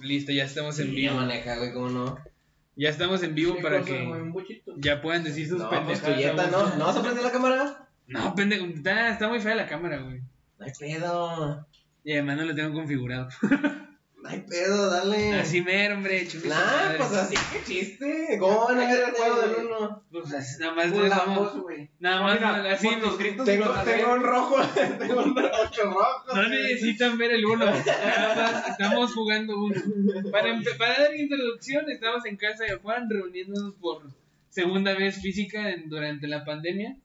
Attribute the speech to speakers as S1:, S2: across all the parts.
S1: Listo, ya estamos en
S2: Sí,
S1: vivo.
S2: maneja, güey, ¿cómo no?
S1: Ya estamos en vivo
S3: ¿Qué
S1: para
S3: cosa,
S1: que
S3: güey? Un bochito.
S1: ya puedan decir sus
S2: No, pues tu
S1: pendejadas. güey.
S2: yeta, ¿no? ¿No vas a prender la cámara?
S1: No, pendejo, está, está muy fea la cámara, güey.
S2: No hay pedo.
S1: Y además no lo tengo configurado.
S2: No hay pedo, dale.
S1: Así mero, hombre, chupito.
S2: Nah, pues así, qué chiste. ¿Cómo van a ver el juego del uno?
S1: Pues así, nada más no
S3: Con la
S1: estamos.
S3: voz, güey.
S1: Nada más
S3: Mira,
S1: no- así.
S3: con los gritos.
S2: Tengo,
S3: y todo,
S2: tengo un rojo, tengo un ocho rojo.
S1: No necesitan ver el uno. Nada más estamos jugando uno. Para, empe- para dar introducción, estamos en casa de Juan reuniéndonos por segunda vez física en- durante la pandemia.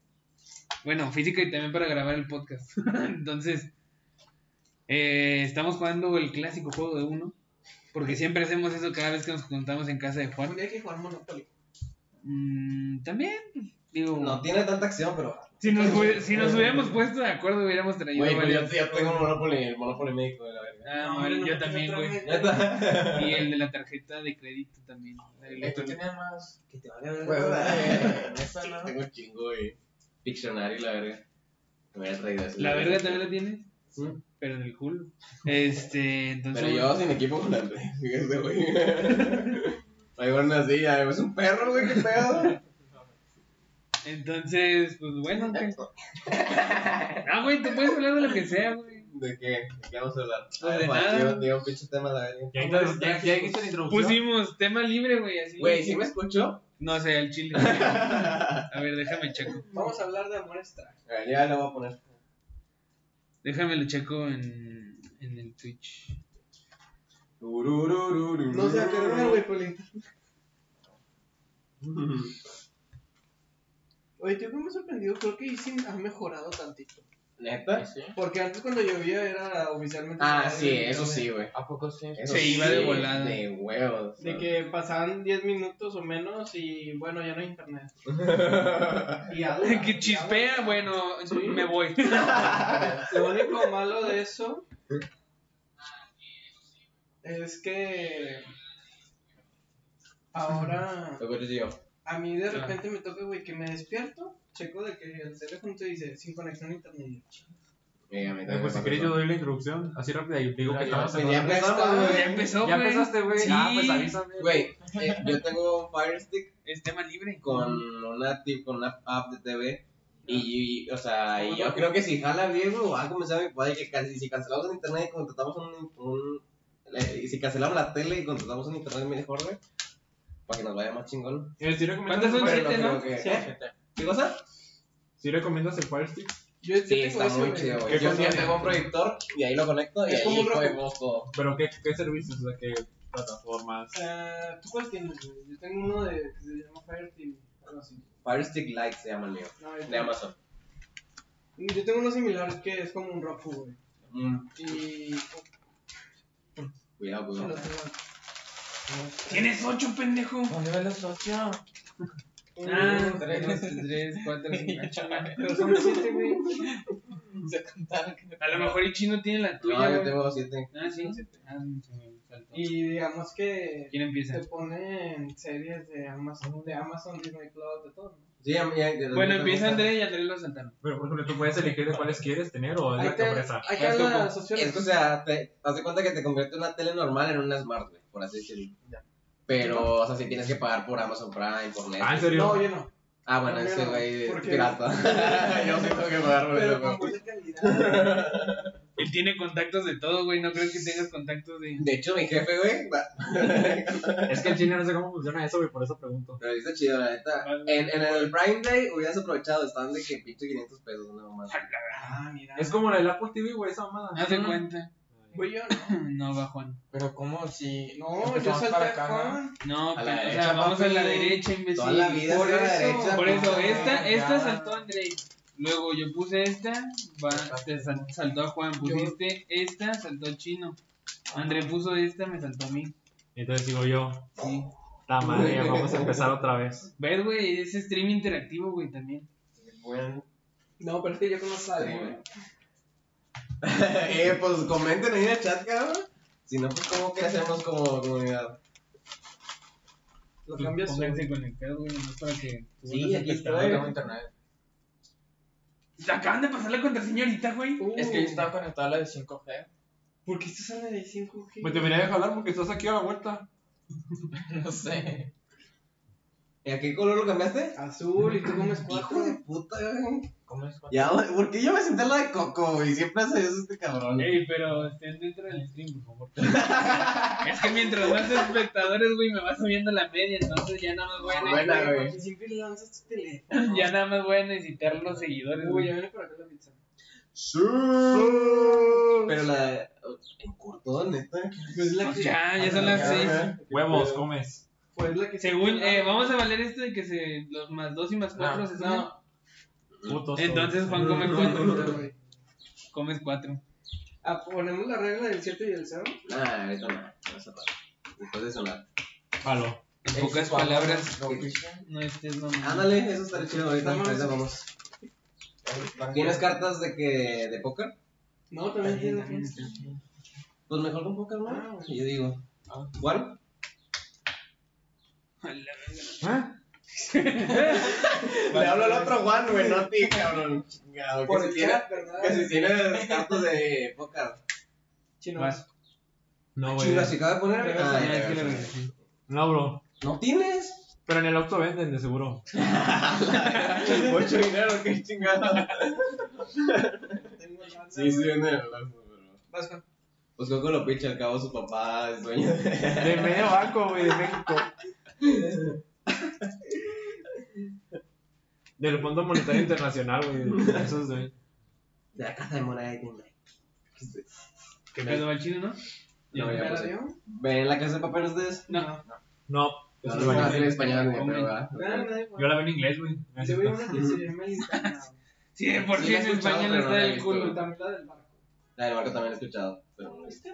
S1: Bueno, física y también para grabar el podcast. Entonces, eh, estamos jugando el clásico juego de uno. Porque siempre hacemos eso cada vez que nos juntamos en casa de
S3: Un
S1: Juan.
S3: día hay que jugar Monopoly.
S1: Mm, también, digo.
S2: No tiene tanta acción, pero.
S1: Si nos, hu- si nos hubiéramos puesto de acuerdo, hubiéramos traído
S2: Güey, pues yo,
S1: varias-
S2: yo tengo un Monopoly, el Monopoly México, de la verga.
S1: Ah,
S3: No,
S1: madre,
S3: no,
S1: yo
S3: no,
S1: también,
S3: otra
S1: güey.
S3: vez.
S2: Neta.
S1: Y el de la tarjeta de crédito también. la de
S3: Esto
S1: electrónica.
S3: tiene más.
S2: Que te vale verga.
S3: Güey,
S2: güey.
S3: esa no.
S2: Tengo un chingo, güey. Pictionary, la verga. Me voy a traer eso.
S1: La verga también la tienes,
S2: Sí.
S1: pero en el culo. Este, entonces.
S2: Pero yo sin equipo volante. Fíjese, güey. Ahí van así, ahí es un perro, güey, qué pedo.
S1: Entonces, pues bueno, güey. Ah, güey, tú puedes hablar de lo que sea, güey.
S2: ¿De qué? ¿De qué vamos a hablar?
S1: Pues de
S2: Ah,
S1: nada.
S2: Digo, digo, un pinche tema, la verga.
S4: Ya hizo- ya- ya hizo la introducción.
S1: Pusimos tema libre, güey, así.
S2: Güey, ¿sí me escuchó?
S1: No sé, al chile. A ver, déjame checo.
S3: Vamos a hablar de amores trágicos.
S2: A ver, Ya lo voy a poner.
S1: Déjame lo checo en, en el Twitch.
S2: No
S3: Poli. Oye, yo me he sorprendido. Creo que Isin ha mejorado tantito.
S2: ¿Neta?
S3: Porque antes cuando llovía era oficialmente.
S2: Ah, sí, eso sí, güey.
S4: ¿A poco sí?
S2: Eso
S1: Se iba de
S2: sí,
S1: volada.
S2: De huevos.
S3: De que pasaban 10 minutos o menos y bueno, ya no hay internet. Y habla,
S1: Que chispea, bueno, me voy.
S3: Lo único malo de eso es que ahora
S2: Lo que yo.
S3: a mí de repente me toca, güey, que me despierto, checo de que el teléfono te dice sin conexión a internet. Y yo, "Chinga".
S2: Mira, me
S4: Eh, Pues si quieres yo doy la introducción, así rápida y digo que
S2: Ya
S4: estamos en una-
S2: empezamos,
S1: Ya
S2: güey.
S1: empezó,
S4: Ya
S1: güey.
S4: empezaste, güey.
S1: Sí,
S4: Ah, pues avísame.
S2: Güey, eh, yo tengo un Fire Stick
S1: es tema libre.
S2: con una tip, con una app de TV.
S3: Ah.
S2: Y, y, o sea, y yo creo que si jala bien, güey, va a comenzar mi padre que casi- si cancelamos el internet y contratamos un, un- eh, si cancelamos la tele y contratamos un internet mejor, güey, para que nos vaya más chingón.
S4: Eh, ¿sí recomiendas
S1: ¿Cuántas
S4: el
S1: son
S4: Fire-
S1: siete,
S2: creo
S1: no?
S2: que-
S3: Sí.
S2: ¿Eh? ¿Qué cosa?
S4: ¿Sí recomiendas el Fire Stick?
S3: Yo yo
S2: Sí,
S3: tengo
S2: está
S3: ese,
S2: muy
S3: güey.
S2: chido,
S4: ¿Qué
S2: güey. Yo
S4: cosa?
S2: sí tengo un proyector y ahí lo conecto y
S3: Es como
S2: ahí
S3: un
S2: juego.
S4: ¿Pero qué, qué servicios? O sea, qué plataformas?
S3: Ah, ¿Tú cuál tienes, güey? Yo tengo uno de, que se llama Fire TV. algo así.
S2: Fire Stick Lite se llama el mío,
S3: No, yo,
S2: de
S3: tengo,
S2: Amazon.
S3: yo tengo uno similar que es como un Roku, güey.
S2: Mm,
S3: Y.
S2: cuidado,
S3: se
S2: cuidado.
S3: los tengo.
S1: Tienes ocho, pendejo.
S4: ¿Dónde ven los ocho?
S1: Ah, 3, 4, 5,
S3: Pero son siete, güey.
S1: A lo mejor y chino tiene la tuya.
S2: No, yo
S1: güey.
S2: tengo siete.
S1: Ah, sí. Ah, se me saltó.
S3: Y digamos que
S1: ¿Quién empieza?
S3: se ponen series de Amazon, de Amazon, Disney Cloud, de todo. ¿no?
S2: Sí, a mí ya- ya-
S1: Bueno,
S2: ya-
S1: empieza Andrés y Andrés lo saltaron.
S4: Pero, por ejemplo, tú puedes elegir de cuáles quieres tener o es
S3: Ahí
S4: la que
S3: te,
S4: ofrece.
S3: ahí te
S2: Es
S3: hablan
S2: como-
S3: las
S2: Es
S3: opciones.
S2: que, o sea, te haz de cuenta que te convierte una tele normal en una smart, güey, por así decirlo.
S3: Ya.
S2: Pero, o sea, si tienes que pagar por Amazon Prime, por
S4: Ah, ¿en
S2: Netflix.
S4: serio?
S3: No, yo no.
S2: Ah, bueno,
S3: No,
S2: ese
S3: yo no,
S2: güey es
S3: porque-
S2: pirata. Yo sí tengo que pagar por
S3: Pero
S2: eso.
S3: con
S2: güey.
S3: buena calidad.
S1: Él tiene contactos de todo, güey. No creo que tengas contactos de.
S2: De hecho, mi jefe, güey,
S4: Es que en Chile no sé cómo funciona eso, güey, por eso pregunto.
S2: pero está chido, la neta. En, en el Prime Day hubieras aprovechado, estaban de que pinche 500 pesos, no más.
S3: Ah, mira.
S4: Es como la del Apple TV, güey, esa mamada.
S1: Haz de cuenta.
S3: Güey, yo no.
S1: No, va Juan.
S5: Pero cómo si
S3: No, yo
S5: empezamos
S3: salté
S5: para
S3: a
S5: acá, ¿no?
S3: Juan.
S1: No,
S2: A
S1: pero,
S2: la
S1: o sea,
S2: derecha,
S1: vamos a
S2: papi.
S1: la derecha, imbécil.
S2: Toda la vida
S3: por
S2: es a la
S3: eso-
S2: derecha.
S1: Por eso,
S2: güey.
S1: esta,
S5: ya.
S1: esta saltó a Andrés. Luego yo puse esta, va- te sal- saltó a Juan. Pusiste esta, saltó a Chino. André puso esta, me saltó a mí.
S4: Entonces digo yo,
S1: Sí.
S4: la madre, ya vamos a empezar otra vez.
S1: Ver, güey, es stream interactivo, güey, también.
S5: Bueno,
S3: No, pero es que yo conozco a
S2: Sí,
S3: alguien.
S2: güey.
S3: güey.
S2: eh, pues comenten ahí en el chat, cabrón. Si no, pues, ¿cómo crecemos como comunidad?
S3: Lo cambias tú.
S1: Pónganse conectados, güey, nomás para que.
S2: Sí, aquí
S5: no
S2: estoy.
S5: tengo internet.
S1: Te acaban de pasar la contraseña ahorita, güey.
S3: Uh,
S5: Es que yo estaba conectado a la de 5G.
S3: ¿Por qué estás en el 5G?
S4: Me Pues debería de jalar porque estás aquí a la vuelta.
S5: No sé.
S2: ¿Y a qué color lo cambiaste?
S3: Azul y tú comes
S2: Hijo de
S3: cuatro.
S2: puta, güey.
S5: ¿Cómo es?
S2: Ya, güey, ¿por qué yo me senté al lado de Coco, güey? Siempre hace eso este cabrón.
S1: Ey, pero estén dentro del stream, por favor. es que mientras más espectadores, güey, me va subiendo la media, entonces ya nada más voy a
S2: Buena,
S1: necesitar,
S2: güey.
S3: Porque siempre lanzas tu teléfono.
S1: ya nada más voy a necesitar los seguidores,
S3: Uy,
S1: güey.
S3: ya viene por acá la pizza.
S2: Sí. Pero la. oh, En cortón, neta.
S3: Pues la
S1: Pues
S3: que-
S1: ya, ya son las seis.
S4: Huevos, comes.
S3: Pues la que
S1: Según, eh, vamos a valer esto de que se, los más dos y más cuatro se suman.
S3: No,
S4: Putos.
S1: Entonces Juan come
S3: no,
S1: cuatro.
S3: güey.
S1: Comes cuatro.
S3: Ah, ponemos la regla del 7 y el 0.
S2: Nah, Ah, ahorita no. No es raro. Después de sonar.
S4: Palo.
S1: En pocas palabras, no estés mamando.
S3: Ah,
S2: Ándale, eso estaría chido ahorita.
S3: Vámonos.
S2: Ahorita vamos. ¿Tienes cartas de que. de póker?
S3: No, también
S1: También,
S3: tiene
S1: también está.
S2: Pues mejor con póker,
S3: Ah,
S2: ¿no?
S3: güey.
S2: Yo digo. ¿Bueno?
S1: A la verga.
S4: ¿Eh?
S2: Le hablo al otro Juan, güey, no a ti, cabrón. Chingado,
S3: Por
S2: que
S3: el
S2: si tiene-
S3: chat, ¿verdad?
S2: Que si tienes cartas de póker.
S3: Chino.
S1: Vas. Ah,
S4: No, güey.
S2: Chinga, se acaba de poner.
S3: Regresa,
S2: Ah,
S1: No,
S2: ya,
S1: es que le
S2: regresa.
S1: regresé.
S4: No, bro.
S2: No tienes.
S4: Pero en el auto venden, de seguro.
S2: Mucho dinero, qué chingada.
S3: Tengo lana,
S2: Sí, sí,
S3: güey.
S2: venden el lazo, pero.
S3: Vas, Juan.
S2: Pues Coco lo pincha al cabo su papá, es dueño de.
S4: De medio banco, güey, de México. Del Fondo Monetario Internacional, güey. Eso es, güey.
S2: De la casa de Moneda de Timbray.
S1: ¿Qué pedo va el chino, no?
S2: No,
S3: ¿Ya
S2: ya
S3: la
S2: puse.
S3: dio?
S2: ¿Ven en la casa de papel ustedes?
S1: No.
S4: No.
S2: No,
S4: eso
S2: no,
S4: es
S2: no, no,
S4: baño.
S2: en español, güey,
S1: Hombre.
S2: pero va.
S3: Nada, nadie,
S4: Yo
S3: Juan.
S4: la veo en inglés, güey.
S3: Yo vi una que se llama Lintana, güey.
S1: 100%
S2: Sí, la he
S1: en
S2: escuchado,
S1: español
S2: pero
S1: está
S2: no la he
S1: del
S2: visto,
S1: culo.
S2: güey.
S3: También la del barco.
S2: La del barco también la he escuchado. Pero no he visto.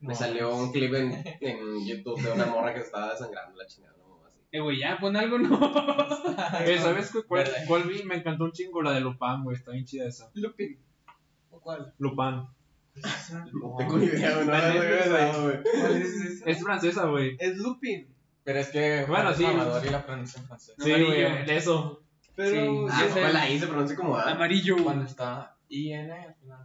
S2: Me
S4: No.
S2: salió un clip en, en YouTube de una morra que estaba desangrando la chingada, no así.
S1: Eh, güey, ya, pon algo, no.
S4: Eh, ¿Sabes cu- cuál, cuál vi? Me encantó un chingo la de Lupán, güey. Está bien chida esa.
S3: Lupin. ¿O cuál?
S4: Lupán.
S2: No tengo ni idea, güey. No la
S4: Dale,
S2: he
S4: güey.
S2: visto, güey.
S3: ¿Cuál es esa?
S4: Es francesa, güey.
S3: Es Lupin.
S5: Pero es que.
S4: Bueno, sí.
S5: Salvador y la pronuncia en francés.
S4: Sí,
S1: Amarillo.
S4: güey. en Eso.
S3: Pero,
S1: Sí.
S2: Ah,
S1: esa
S2: pues
S1: es-
S2: la I se pronuncia como A.
S1: Amarillo, güey.
S5: Cuando está IN al final.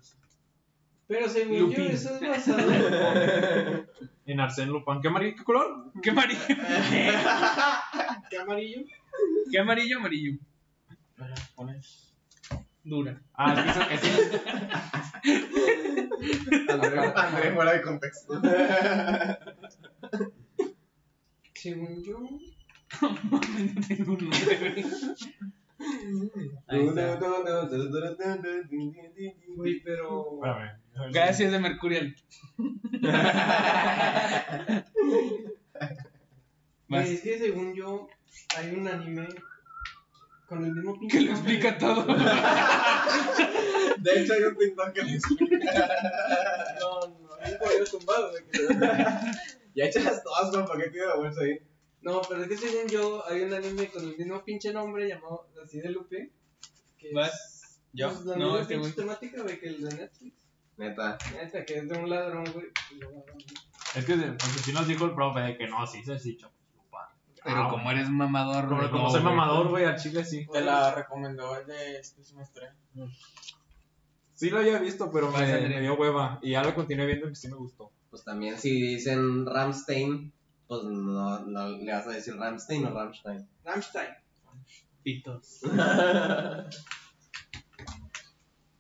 S3: pero según
S4: Lupin.
S3: yo, eso es basado en
S4: En Arsène Lupin. ¿Qué amarillo? ¿Qué color?
S1: ¿Qué amarillo?
S3: ¿Qué amarillo?
S1: ¿Qué amarillo, amarillo?
S5: No la pones.
S1: Dura.
S4: Ah, es que esa- esa es
S2: André, André fuera de contexto.
S3: Según yo.
S1: No tengo un nombre, güey. Ahí está.
S3: Güey, pero.
S4: Espérame.
S1: Gracias de Mercurial. Vas.
S3: Güey, es que según yo, hay un anime con el mismo pinche.
S1: Que lo
S3: nombre.
S1: explica todo.
S2: De hecho, hay un TikTok que le
S3: No, no, es el cabello tumbado, güey.
S2: Ya échalas todas, güey, ¿para qué tiene la bolsa ahí?
S3: No, pero es que según yo, hay un anime con el mismo pinche nombre llamado así de Lupe. Que
S1: Vas.
S3: es-
S5: ¿Yo?
S3: pues, la
S1: No,
S3: misma
S1: este
S3: pinche
S1: güey.
S3: temática, güey, que el de Netflix.
S2: Neta.
S3: Neta, que es de un ladrón, güey. y lo agarran.
S4: Es que si nos dijo el profe de que no, sí, se dicho. Lupin. Ah,
S1: Pero como eres mamador,
S4: Como,
S1: güey,
S4: como
S1: no,
S4: soy
S1: güey.
S4: mamador, güey, al chile sí.
S5: Te la recomendó el de este semestre.
S4: Sí lo había visto, pero me,
S1: Vas, André.
S4: me dio hueva. Y ya lo continué viendo y sí me gustó.
S2: Pues también si dicen Ramstein, pues no, no le vas a decir Ramstein o Ramstein.
S3: Rammstein.
S1: Pitos.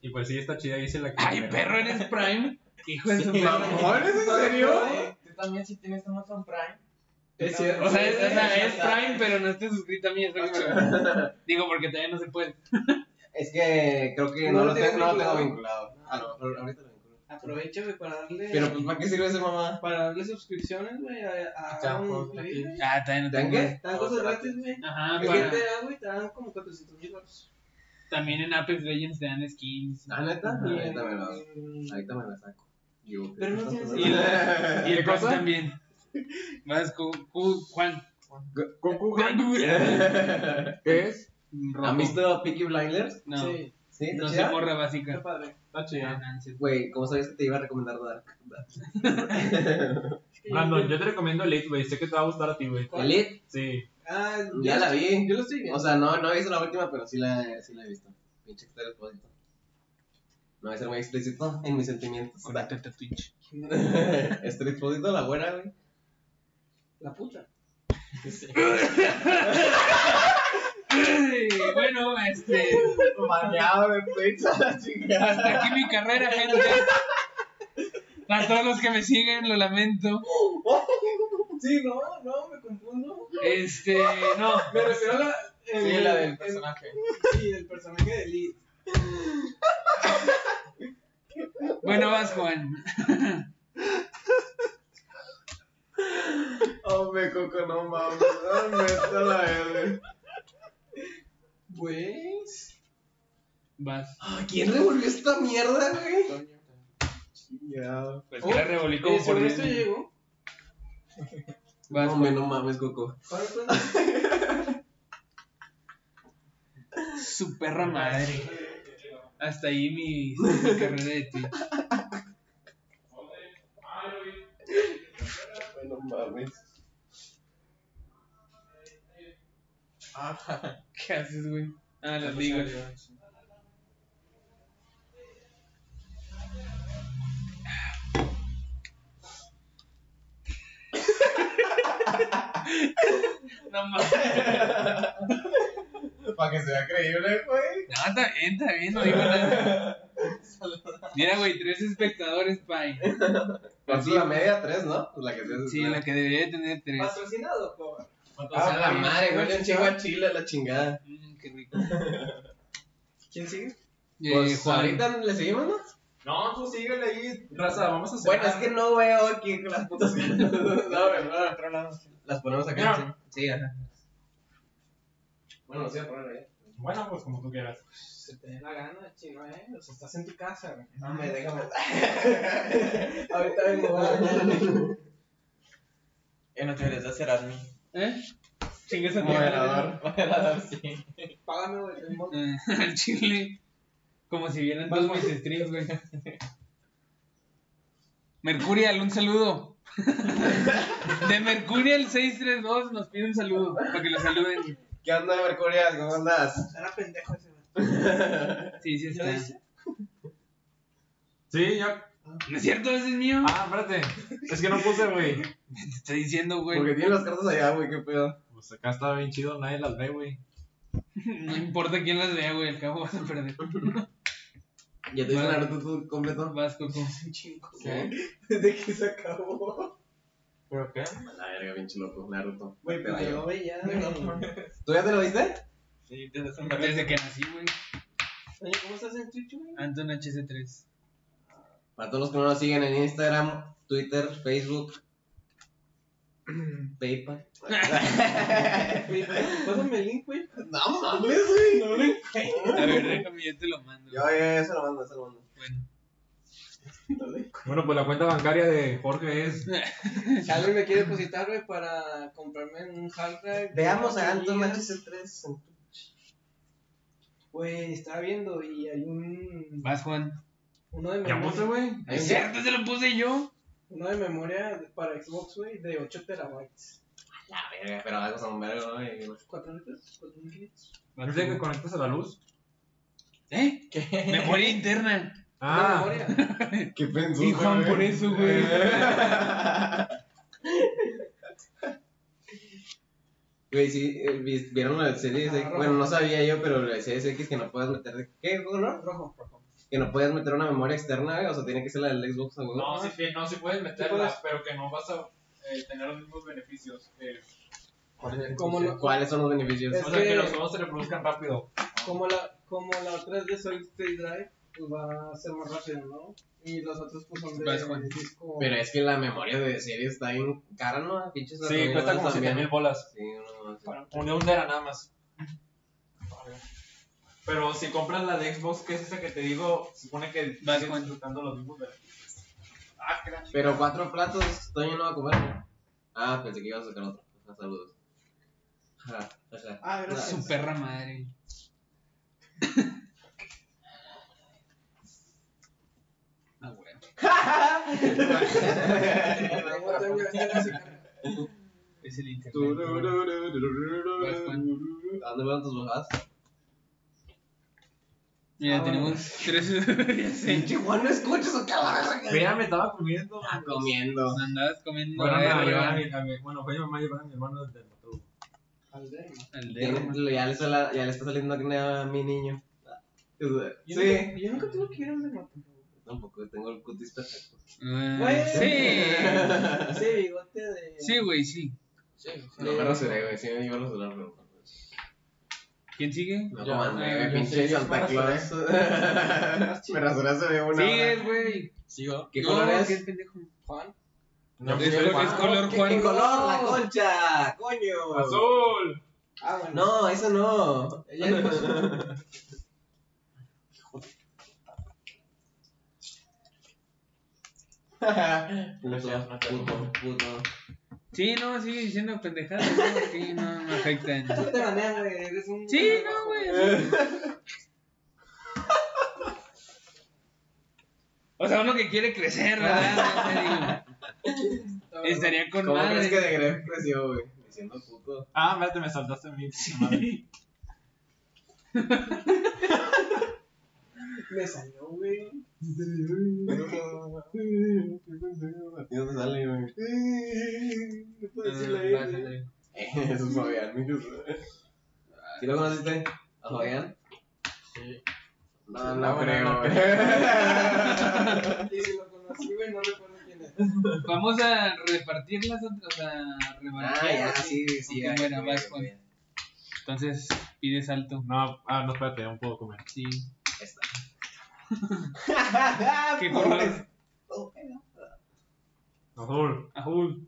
S4: Y pues sí, está chida. Hice la que.
S1: Ay, perro, eres Prime. Hijo de su
S2: Sí,
S1: madre.
S2: mamón, ¿es en serio?
S5: Eh, Tú también, si tienes Amazon Prime.
S2: Es
S1: O sea, es, o sea, es Prime, pero no esté suscrito a mí. es lo que me- Digo, porque todavía no se puede.
S2: Es que creo que no,
S3: No lo
S2: lo
S3: tienes
S2: tengo, no lo tengo
S3: vinculado.
S2: vinculado. A lo mejor ahorita lo vinculo.
S3: Aprovecha, güey, para darle.
S2: Pero pues, Ah, ¿para qué sirve ese mamá?
S3: Para darle suscripciones, güey, a, a
S5: Ya,
S3: Amazon
S5: pues,
S3: Play,
S5: aquí.
S3: güey.
S1: Ah, todavía no
S2: ¿Tengo
S1: tengo.
S2: qué?
S3: Te dan cosas gratis, güey.
S2: Ah,
S1: Ajá,
S3: ¿Qué
S1: para-
S3: te da, güey? Te dan como 400 mil dólares.
S1: También en Apex Legends te dan skins.
S2: Ah, neta.
S3: Y- mm,
S2: Ahorita me lo, ahorita me lo saco. Digo, ¿qué
S3: Pero no
S2: estás
S3: tienes-
S2: hablando?
S1: Y, la- y el
S4: ¿Qué
S1: Pep
S4: cosa?
S1: también. Vas con con Juan.
S4: ¿Con Kugan?
S2: ¿Han
S4: ¿Qué es?
S1: Rojo.
S2: visto Peaky Blinders?
S1: No,
S3: Sí,
S2: Sí,
S1: no
S2: ¿Está
S1: soy
S2: chida?
S1: morra
S3: está
S1: básica.
S3: padre.
S4: Está chida.
S1: Ah, sí.
S2: Güey, ¿cómo sabías que te iba a recomendar Dark?
S3: Es que
S4: Brandon, yo te recomiendo Elite, güey. Sé que te va a gustar a ti, güey.
S3: ¿Cuál?
S2: Elite,
S4: Sí.
S3: Ah,
S2: ya
S3: yo-
S2: la vi.
S3: Yo lo estoy viendo.
S2: O sea, no, no he visto la última, pero sí la, sí la he visto. Pinche Esther Espósito. No voy a ser muy explícito en mis sentimientos.
S4: Conéctate a Twitch.
S2: Este explícito la buena, güey.
S3: La puta.
S1: bueno, este.
S2: Baneado de Twitch a la chingada.
S1: Hasta aquí mi carrera, gente. Para todos los que me siguen, lo lamento.
S3: Sí, no, no, me confundo.
S1: Este, no.
S3: Me refiero a la.
S5: Sí, la del personaje.
S3: Sí, del personaje de Liz.
S1: Bueno, vas, Juan.
S2: Oh, me coco, no mames. Ah, Neta la L.
S3: Pues.
S1: Vas.
S2: Ah, ¿Quién revolvió esta mierda, güey? Chingado.
S1: Pues
S3: que la
S1: revolví
S3: eh, sobre esto llegó.
S1: Vas,
S2: No, me no mames, Coco.
S3: Ahora cuenta.
S1: Juan. Su perra madre. Hasta ahí mi, mi carrera de Twitch.
S2: No mames.
S1: ¿Qué haces, güey? Ah, las ligas. No mames.
S2: Para que sea creíble, güey.
S1: No, está bien, está bien, no digo nada. Mira, güey, tres espectadores, pay.
S2: ¿Cuánto es Pues la media? Tres, ¿no? Pues la que se
S1: Sí, la que debería de tener tres.
S3: Patrocinado por.
S2: Ah, la madre, huele un chingo a chile, la chingada.
S1: Mm, qué rico.
S3: ¿Quién sigue?
S1: Eh,
S2: pues
S1: Juan.
S2: ahorita le seguimos, ¿no?
S5: No, tú síguele ahí.
S4: Raza, vamos a hacer.
S2: Bueno, es que no veo aquí las putas. no, mejor
S3: Otro lado.
S2: las ponemos acá.
S5: No.
S2: sí. Sí, ajá. Bueno, los voy a poner ahí.
S5: Bueno, pues como tú quieras.
S3: Se te dé la gana, chino, eh. O sea, estás en tu casa, güey.
S2: No me déjame.
S3: Ahorita vengo, va.
S5: Eh, no te deberías de hacer admin.
S1: ¿Eh? Chingues a tu
S2: Moderador.
S5: Moderador, sí.
S3: Págame, güey. te digo.
S1: madre. Eh, Al chile. Como si vieran todos mis streams, güey. Mercurial, un saludo. De Mercurial 632 nos pide un saludo. Para que lo saluden.
S2: ¿Qué onda, Mercurial? ¿Cómo andas?
S3: Era pendejo ese, güey.
S1: Sí, sí, está.
S4: Sí, ya.
S1: ¿No es cierto? ¿Ese es mío?
S4: Ah, espérate. Es que no puse, güey.
S1: Te estoy diciendo, güey.
S2: Porque tienen las cartas allá, güey, qué pedo.
S4: Pues acá está bien chido, nadie las ve, güey.
S1: No importa quién las vea, güey, al cabo vas a perder.
S2: ¿Ya te hizo Naruto tú completo?
S1: Vas, Coco.
S3: Un chingo.
S2: ¿Qué?
S3: Desde que se acabó.
S5: ¿Pero qué?
S2: La verga, pinche loco, Naruto.
S3: Güey,
S2: Te
S3: pero
S2: valió.
S3: yo veía.
S2: ¿Tú ya te lo viste?
S5: Sí, te haces un
S1: Desde que nací, güey.
S3: Oye, ¿cómo estás en Twitch, güey?
S1: Anton HC3.
S2: Para todos los que no nos siguen en Instagram, Twitter, Facebook, PayPal.
S3: Güey, Pásame el link, güey.
S2: No mames, güey. No le
S1: A ver, déjame, yo te lo mando.
S2: Yo, yo, yo se lo mando, se lo mando.
S1: Bueno.
S4: Bueno, pues la cuenta bancaria de Jorge es.
S3: Alguien me quiere depositar, güey, para comprarme un hard drive.
S2: Veamos a
S3: Una
S2: Anton
S3: batería.
S2: HC3 en
S3: Güey, estaba viendo y hay un.
S1: Vas, Juan.
S3: Uno de
S4: Ya puse,
S3: memoria.
S4: güey.
S2: Ahí
S1: ¿Es
S2: está.
S1: cierto? Se lo puse yo.
S3: Uno de memoria para Xbox, güey, de 8 terabytes.
S2: La verga, pero algo son verga, güey.
S3: ¿Cuatro minutos? ¿Cuatro minutos?
S4: ¿No es de que conectas a la luz?
S1: ¿Eh? Memoria interna.
S3: Una
S4: Ah,
S3: memoria.
S2: ¿Qué pensó?
S1: Sí, Juan, por eso, güey. Eh.
S2: Güey, sí, eh, vi- vieron la serie
S3: Ajá,
S2: X.
S3: rojo.
S2: Bueno, no sabía yo, pero la serie X que no puedes meter. de- ¿Qué, güey, no?
S3: Rojo, rojo.
S2: Que no puedes meter una memoria externa, güey, O sea, tiene que ser la del Xbox, güey.
S5: No, sí, sí, no, sí puedes meterla,
S3: puedes.
S5: pero que no vas a eh, tener los mismos beneficios. eh,
S3: Como, lo-
S2: ¿Cuáles son los beneficios?
S3: Es-
S5: o sea,
S3: que-
S5: que los ojos se reproduzcan rápido.
S3: como, la, como la otra es de Solid State Drive, pues va a ser más rápido, ¿no? Y los otros, pues son de
S1: Vas, Juan.
S3: disco.
S2: Pero es que la memoria de serie está bien cara, ¿no? Pinches
S5: Sí, cuesta como 7 mil bolas.
S2: Sí, no, no, sí.
S5: Un de un tera nada más. Pero si compras la de Xbox, que es esa que te digo, supone que
S1: Vas,
S5: estás
S1: Juan.
S5: disfrutando los mismos beneficios. Ah, que la ch-
S2: Pero cuatro platos, Toño no va a comer. Ah, pensé que iba a sacar otro. Ah, Saludos. Ajá, o sea.
S3: Ah, gracias.
S2: no.
S1: Su perra madre. Ah, güey.
S3: Luego tengo que hacer-
S1: Es el internet.
S3: Pues,
S2: ¿A dónde van tus bajadas?
S1: Mira,
S5: Ah,
S1: tenemos tres. ya sé.
S2: Chihuahua, no escuchas o cabrón.
S4: Mira, me estaba comiendo.
S2: Comiendo.
S1: Andabas comiendo.
S4: Fueron a
S1: verga
S4: llevar a mi- a mi- Bueno, fue mi mamá a llevar a mi hermano del dermatólogo.
S3: Al de.
S1: al
S2: Tiene-
S1: derma.
S2: Ya le, sala- ya le está saliendo acné a mi niño.
S3: Yo
S2: Sí.
S3: nunca- Yo nunca tuve que ir a un dermatólogo.
S2: Tampoco tengo el cutis perfecto.
S1: Ah,
S3: Güey.
S1: sí.
S3: Ese bigote de.
S1: Sí, güey, sí.
S2: No me rasuré, güey. Sí me iba a rasurar, pero no.
S1: ¿Quién sigue?
S2: No,
S5: Ya,
S2: comandé,
S5: ya,
S2: güey, pinche
S5: sí, ya me
S2: Santa Claus. Me rasuré hace una hora.
S1: Sigues, güey.
S5: Sigo.
S2: ¿Qué
S1: No,
S2: color es?
S1: ¿Qué pendejo?
S5: Juan.
S1: No,
S5: pues,
S1: es-
S5: yo-
S1: es color
S2: ¿Qué,
S1: Juan.
S2: qué color la concha? ¡Coño!
S4: ¡Azul!
S3: Ah, bueno.
S2: No, eso no. Ya no.
S5: No seas una
S2: Puto, puto.
S1: Sí, no, sigue diciendo pendejadas. ¿no? Sí, no, no afecta. en-
S3: No te banean, güey. Eres un.
S1: Sí, no, güey. O sea, uno que quiere crecer, ¿verdad? No, te digo. Ah, Estaría con
S2: ¿Cómo crees
S1: madre.
S2: que de Gref creció, güey? Diciendo puto.
S4: Ah, espérate, me saltaste a mí. madre.
S3: Me salió, güey.
S2: ¿Y dónde sale, güey?
S3: No puedo decirlo
S1: Ah, vas,
S3: ahí.
S1: André.
S2: Eso es Fabián, mi ¿Sí lo conociste? ¿A Fabián?
S5: Sí.
S2: No,
S5: Ah,
S2: no
S5: bueno,
S2: creo,
S5: no
S2: güey.
S3: Y si lo conocí, güey, no recuerdo quién es.
S1: Vamos a repartir las otras. A rebanquear,
S2: Ah, ya,
S1: así.
S2: sí, sí.
S1: Ok,
S2: ya,
S1: bueno,
S2: ya,
S1: vas
S2: ya,
S1: con-
S2: ya.
S1: Entonces, pides alto.
S4: No, ah, no, espérate, aún puedo comer.
S1: Sí.
S2: Esta.
S1: ¿Qué
S2: Pobres.
S1: color? Azul.
S4: Azul.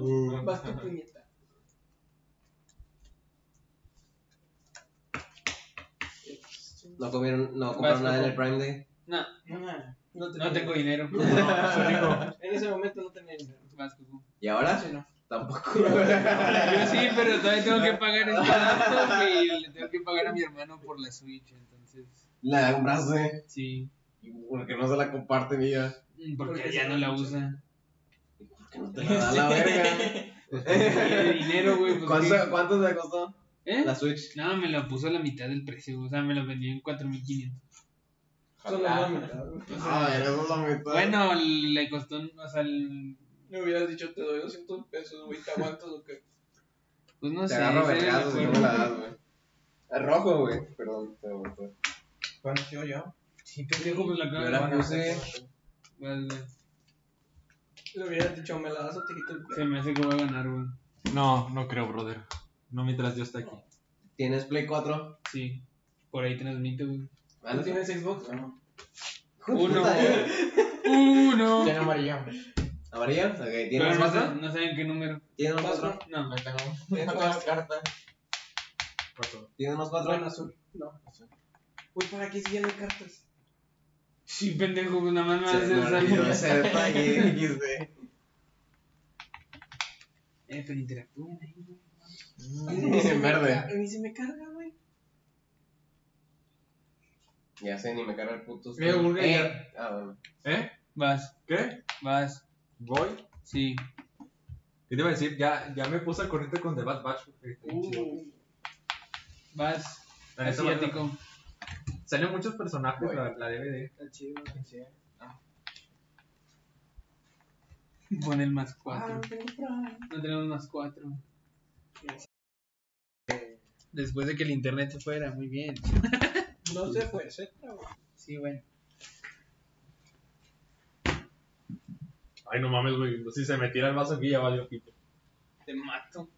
S2: Mm.
S3: Vas tu puñeta.
S2: No comieron, no
S1: Vas,
S2: compraron nada en el
S1: Coco.
S2: Prime Day.
S1: No,
S3: No,
S1: no tengo dinero.
S4: Digo,
S3: En ese momento no tenía dinero.
S1: Vas, Cucú.
S2: ¿Y ahora?
S3: Sí, no.
S2: Tampoco.
S1: Yo sí, pero todavía tengo que pagar este gasto y le tengo que pagar a mi hermano por la Switch. Entonces,
S2: La compraste.
S1: sí.
S2: ¿Y por qué no se la comparte, mía?
S1: Mm, Porque,
S3: Porque
S1: ya
S3: se
S1: no
S3: la
S1: la
S3: usa.
S1: usa.
S2: ¿Por qué no te la da la verga?
S1: Tiene dinero, güey. Pues,
S2: ¿Cuánto,
S1: ¿qué?
S2: ¿Cuánto te costó
S1: ¿Eh?
S2: la Switch?
S1: No, me la puso a la mitad del precio. O sea, me la vendió en 4500.
S3: Solo
S5: Ojalá.
S3: la mitad, güey.
S2: Ah, eso es la mitad.
S1: Bueno, le costó. O sea, el-
S3: Me hubieras dicho, te doy 200 pesos, güey, ¿te aguantas o qué?
S1: pues no
S2: te
S1: sé.
S2: agarro
S1: ese era el
S2: vergazos y no
S1: acuerdo.
S2: me la das, güey. Es rojo, güey. Perdón, te aguanté.
S5: ¿Cuándo sigo yo?
S1: Sí, pendejo, pues la
S2: Yo
S1: acabo de
S2: la
S1: pagar.
S2: puse.
S1: Vale, vale.
S3: Le hubieras dicho, me la das o te quito el
S1: Se
S3: play.
S1: me hace que voy a ganar, güey.
S4: No, no creo, brother. No mientras yo esté aquí.
S2: ¿Tienes Play Ah, 4?
S1: Sí. Por ahí transmite, güey.
S3: ¿No tienes Xbox?
S5: Ah.
S3: No.
S1: Uno.
S2: Puta, eh.
S1: Uno.
S5: Tiene amarillo.
S2: ¿Amarillo? Ok, ¿tienes
S1: Pero no,
S2: cuatro?
S1: sa- no saben qué número.
S2: ¿Tienes más
S3: ¿Más
S2: cuatro?
S3: no?
S1: No.
S5: No tengo. Tengo las cartas.
S4: Cuatro.
S2: ¿Tienes más cuatro?
S3: Bueno, azul. No. Uy, ¿para qué siguen las cartas?
S1: Sí, pendejo, pues nada más me
S2: Se
S1: hace
S2: me olvidó
S1: el
S2: ese detalle, XD.
S1: Eh, pero interactúen ahí, güey.
S2: En verde.
S3: A mí se me carga, güey.
S2: Ya sé, ni me carga el puto.
S4: Mira, Burger.
S2: Eh, Ah, bueno.
S4: ¿Eh?
S1: Vas,
S4: ¿Qué?
S1: vas.
S4: ¿Voy?
S1: Sí.
S4: ¿Qué te iba a decir? Ya, ya me puse al corriente con The Bad Batch. porque está bien chido.
S3: Uh,
S1: Vas.
S4: La neta,
S1: Asiático.
S4: Salen muchos personajes
S2: Voy.
S4: la, la DVD.
S3: está chido.
S1: Pon el más
S3: Ah,
S1: cuatro.
S3: tengo Prime.
S1: No tenemos más cuatro. Después de que el internet se fuera, muy bien.
S3: No se fue, se trabó.
S1: Sí, bueno.
S4: Ay, no mames, güey. pues Si se me tira el vaso aquí, ya valió pito.
S1: Te mato.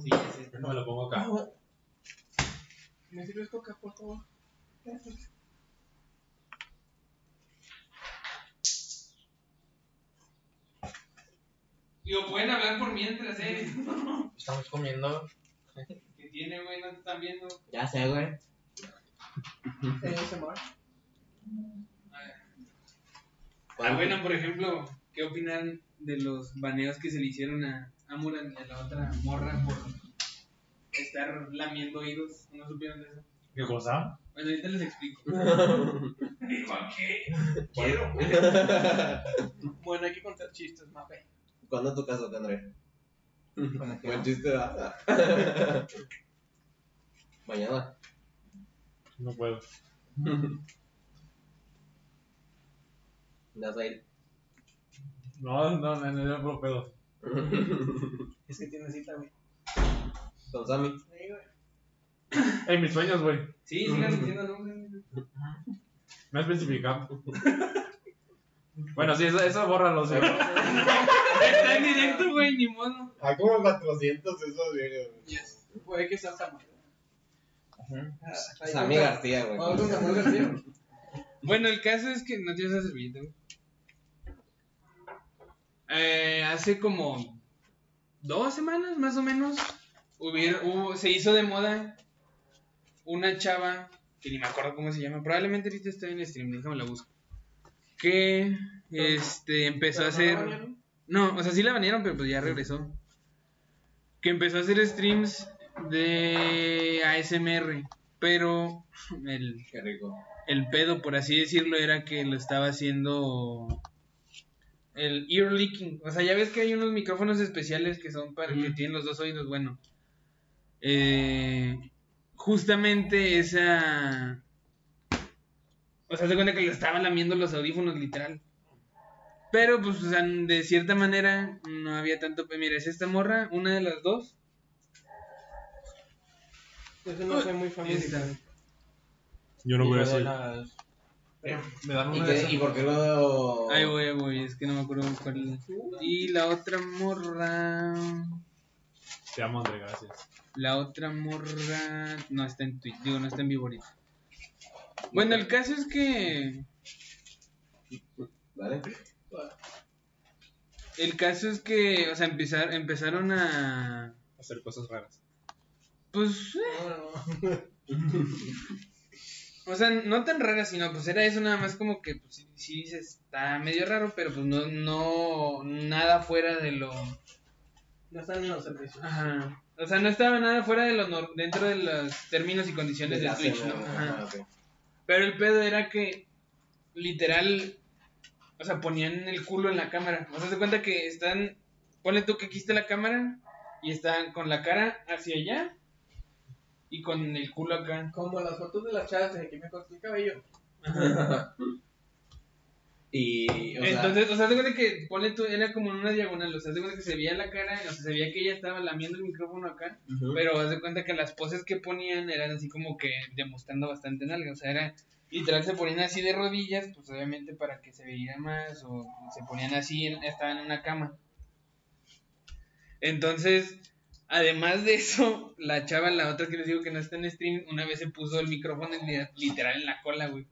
S5: Sí, sí.
S4: No me lo pongo acá.
S3: Ah, güey. ¿Me sirves coca, por favor? Gracias.
S1: Digo, pueden hablar por mientras, eh.
S5: Estamos comiendo.
S1: que tiene, güey, no te están viendo.
S2: Ya sé, güey.
S3: ASMR.
S1: Ah, bueno, por ejemplo, ¿qué opinan de los baneos que se le hicieron a Amuran y a la otra morra por estar lamiendo oídos? ¿No supieron de eso?
S4: ¿Qué cosa?
S1: Bueno, ahorita les explico. Digo, ¿a qué? Quiero.
S3: Bueno, hay que contar chistes, mafe.
S2: ¿Cuándo tu caso, André?
S5: ¿Cuándo qué?
S2: Buen chiste, ¿verdad? Mañana.
S4: No puedo.
S2: Das aire.
S4: No, no, no, no, no puedo pedo.
S3: Es que tiene cita, güey.
S2: Con Sammy.
S3: Sí, güey.
S4: En mis sueños, güey.
S3: Sí, sigan diciendo, ¿no? güey?
S4: No especificamos. bueno, sí, eso, eso bórralo, sí.
S1: Está en directo, güey, ni modo.
S6: Hay como 400 esos videos.
S3: Yes. Puede que sea Samuel.
S4: Ajá.
S3: Ah, ahí
S2: Sammy
S3: está.
S2: García, güey.
S3: Vamos con Samuel García.
S1: Bueno, el caso es que no tienes esa servilleta, güey. Eh, hace como dos semanas, más o menos, hubiera- hubo- se hizo de moda una chava, que ni me acuerdo cómo se llama, probablemente ahorita esté en el stream, déjame la busco, que este, empezó a hacer... No, o sea, sí la banearon, pero pues ya regresó. Que empezó a hacer streams de ASMR, pero el
S2: Qué rico.
S1: el pedo, por así decirlo, era que lo estaba haciendo el ear leaking. O sea, ya ves que hay unos micrófonos especiales que son para que tienen los dos oídos. Bueno, eh, justamente esa. O sea, se cuenta que le estaba lamiendo los audífonos, literal. Pero, pues, o sea, de cierta manera, no había tanto. pe- Mira, es esta morra, una de las dos.
S3: Eso no soy muy
S1: Esta.
S3: familiar.
S4: Yo
S5: Y
S4: no voy a
S5: luego
S4: decir.
S5: las-
S4: Me dan
S2: ¿Y,
S4: una de
S2: qué,
S4: esas.
S2: ¿Y por qué lo.?
S1: Ay, güey, güey, es que no me acuerdo cuál. Y la otra morra.
S4: Te amo, André, gracias.
S1: La otra morra no está en Twitch, digo, no está en vivo ahorita. Bueno, el caso es que.
S2: ¿Vale?
S1: El caso es que, o sea, empezar, empezaron a.
S4: Hacer cosas raras.
S1: Pues. eh,
S3: No, no, no.
S1: O sea, no tan rara, sino pues era eso nada más como que, pues sí, sí se está medio raro, pero pues no, no. Nada fuera de lo.
S3: No están en los servicios.
S1: Ajá. O sea, no estaba nada fuera de lo. nor- dentro de los términos y condiciones de,
S2: la
S1: Twitch,
S2: cena,
S1: ¿no?
S2: güey.
S1: Ajá.
S2: Ah, ok.
S1: Pero el pedo era que literal, o sea, ponían el culo en la cámara. O sea, se cuenta que están, ponle tú que aquí está la cámara y están con la cara hacia allá y con el culo acá.
S3: Como las fotos de las chavas de que me corté el cabello.
S2: Y. O sea,
S1: Entonces, o sea, se cuenta que ponle tú, era como en una diagonal, o sea, se cuenta que se veía la cara, o sea, se veía que ella estaba lamiendo el micrófono acá,
S2: Ujú.
S1: pero haz de cuenta que las poses que ponían eran así como que demostrando bastante nalga, o sea, era literal se ponían así de rodillas, pues obviamente para que se veía más, o se ponían así, en- estaban en una cama. Entonces, además de eso, la chava, la otra que les digo que no está en stream, una vez se puso el micrófono en li- literal en la cola, güey.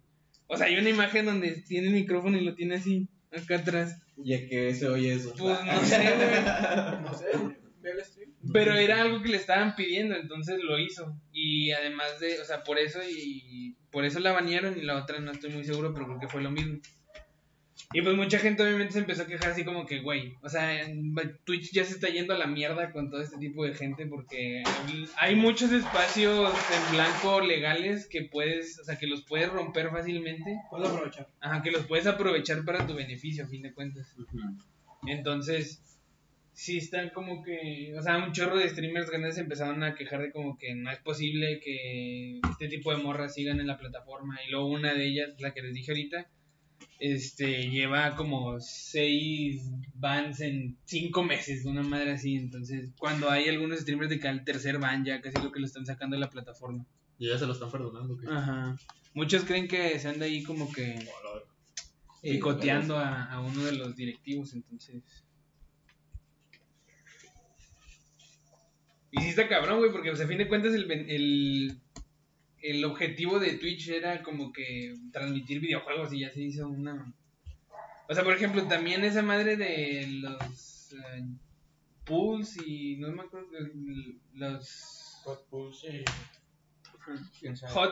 S1: O sea, hay una imagen donde tiene el micrófono y lo tiene así, acá atrás.
S2: Ya que se oye eso. Ah,
S1: Pues no sé, güey.
S3: No sé, veo el stream.
S1: Pero era algo que le estaban pidiendo, entonces lo hizo. Y además de, o sea, por eso y por eso la banearon y la otra no estoy muy seguro, pero creo que fue lo mismo. Y pues mucha gente obviamente se empezó a quejar así como que, güey, o sea, en- Twitch ya se está yendo a la mierda con todo este tipo de gente porque hay muchos espacios en blanco legales que puedes, o sea, que los puedes romper fácilmente.
S3: Puedo aprovechar.
S1: Ajá, que los puedes aprovechar para tu beneficio, a fin de cuentas. Entonces, sí están como que, o sea, un chorro de streamers grandes empezaron a quejar de como que no es posible que este tipo de morras sigan en la plataforma. Y luego una de ellas, la que les dije ahorita, este, lleva como seis bans en cinco meses, una madre así. Entonces, cuando hay algunos streamers de que al tercer ban ya casi lo que lo están sacando de la plataforma.
S4: Y ya se lo están perdonando. ¿qué?
S1: Ajá. Muchos creen que se anda ahí como que
S2: Sí,
S1: picoteando a, a uno de los directivos, entonces. Y sí está cabrón, güey, porque pues, a fin de cuentas el, ben- el, el objetivo de Twitch era como que transmitir videojuegos y ya se hizo una... O sea, por ejemplo, también esa madre de los eh, pools y no me acuerdo, el- los hot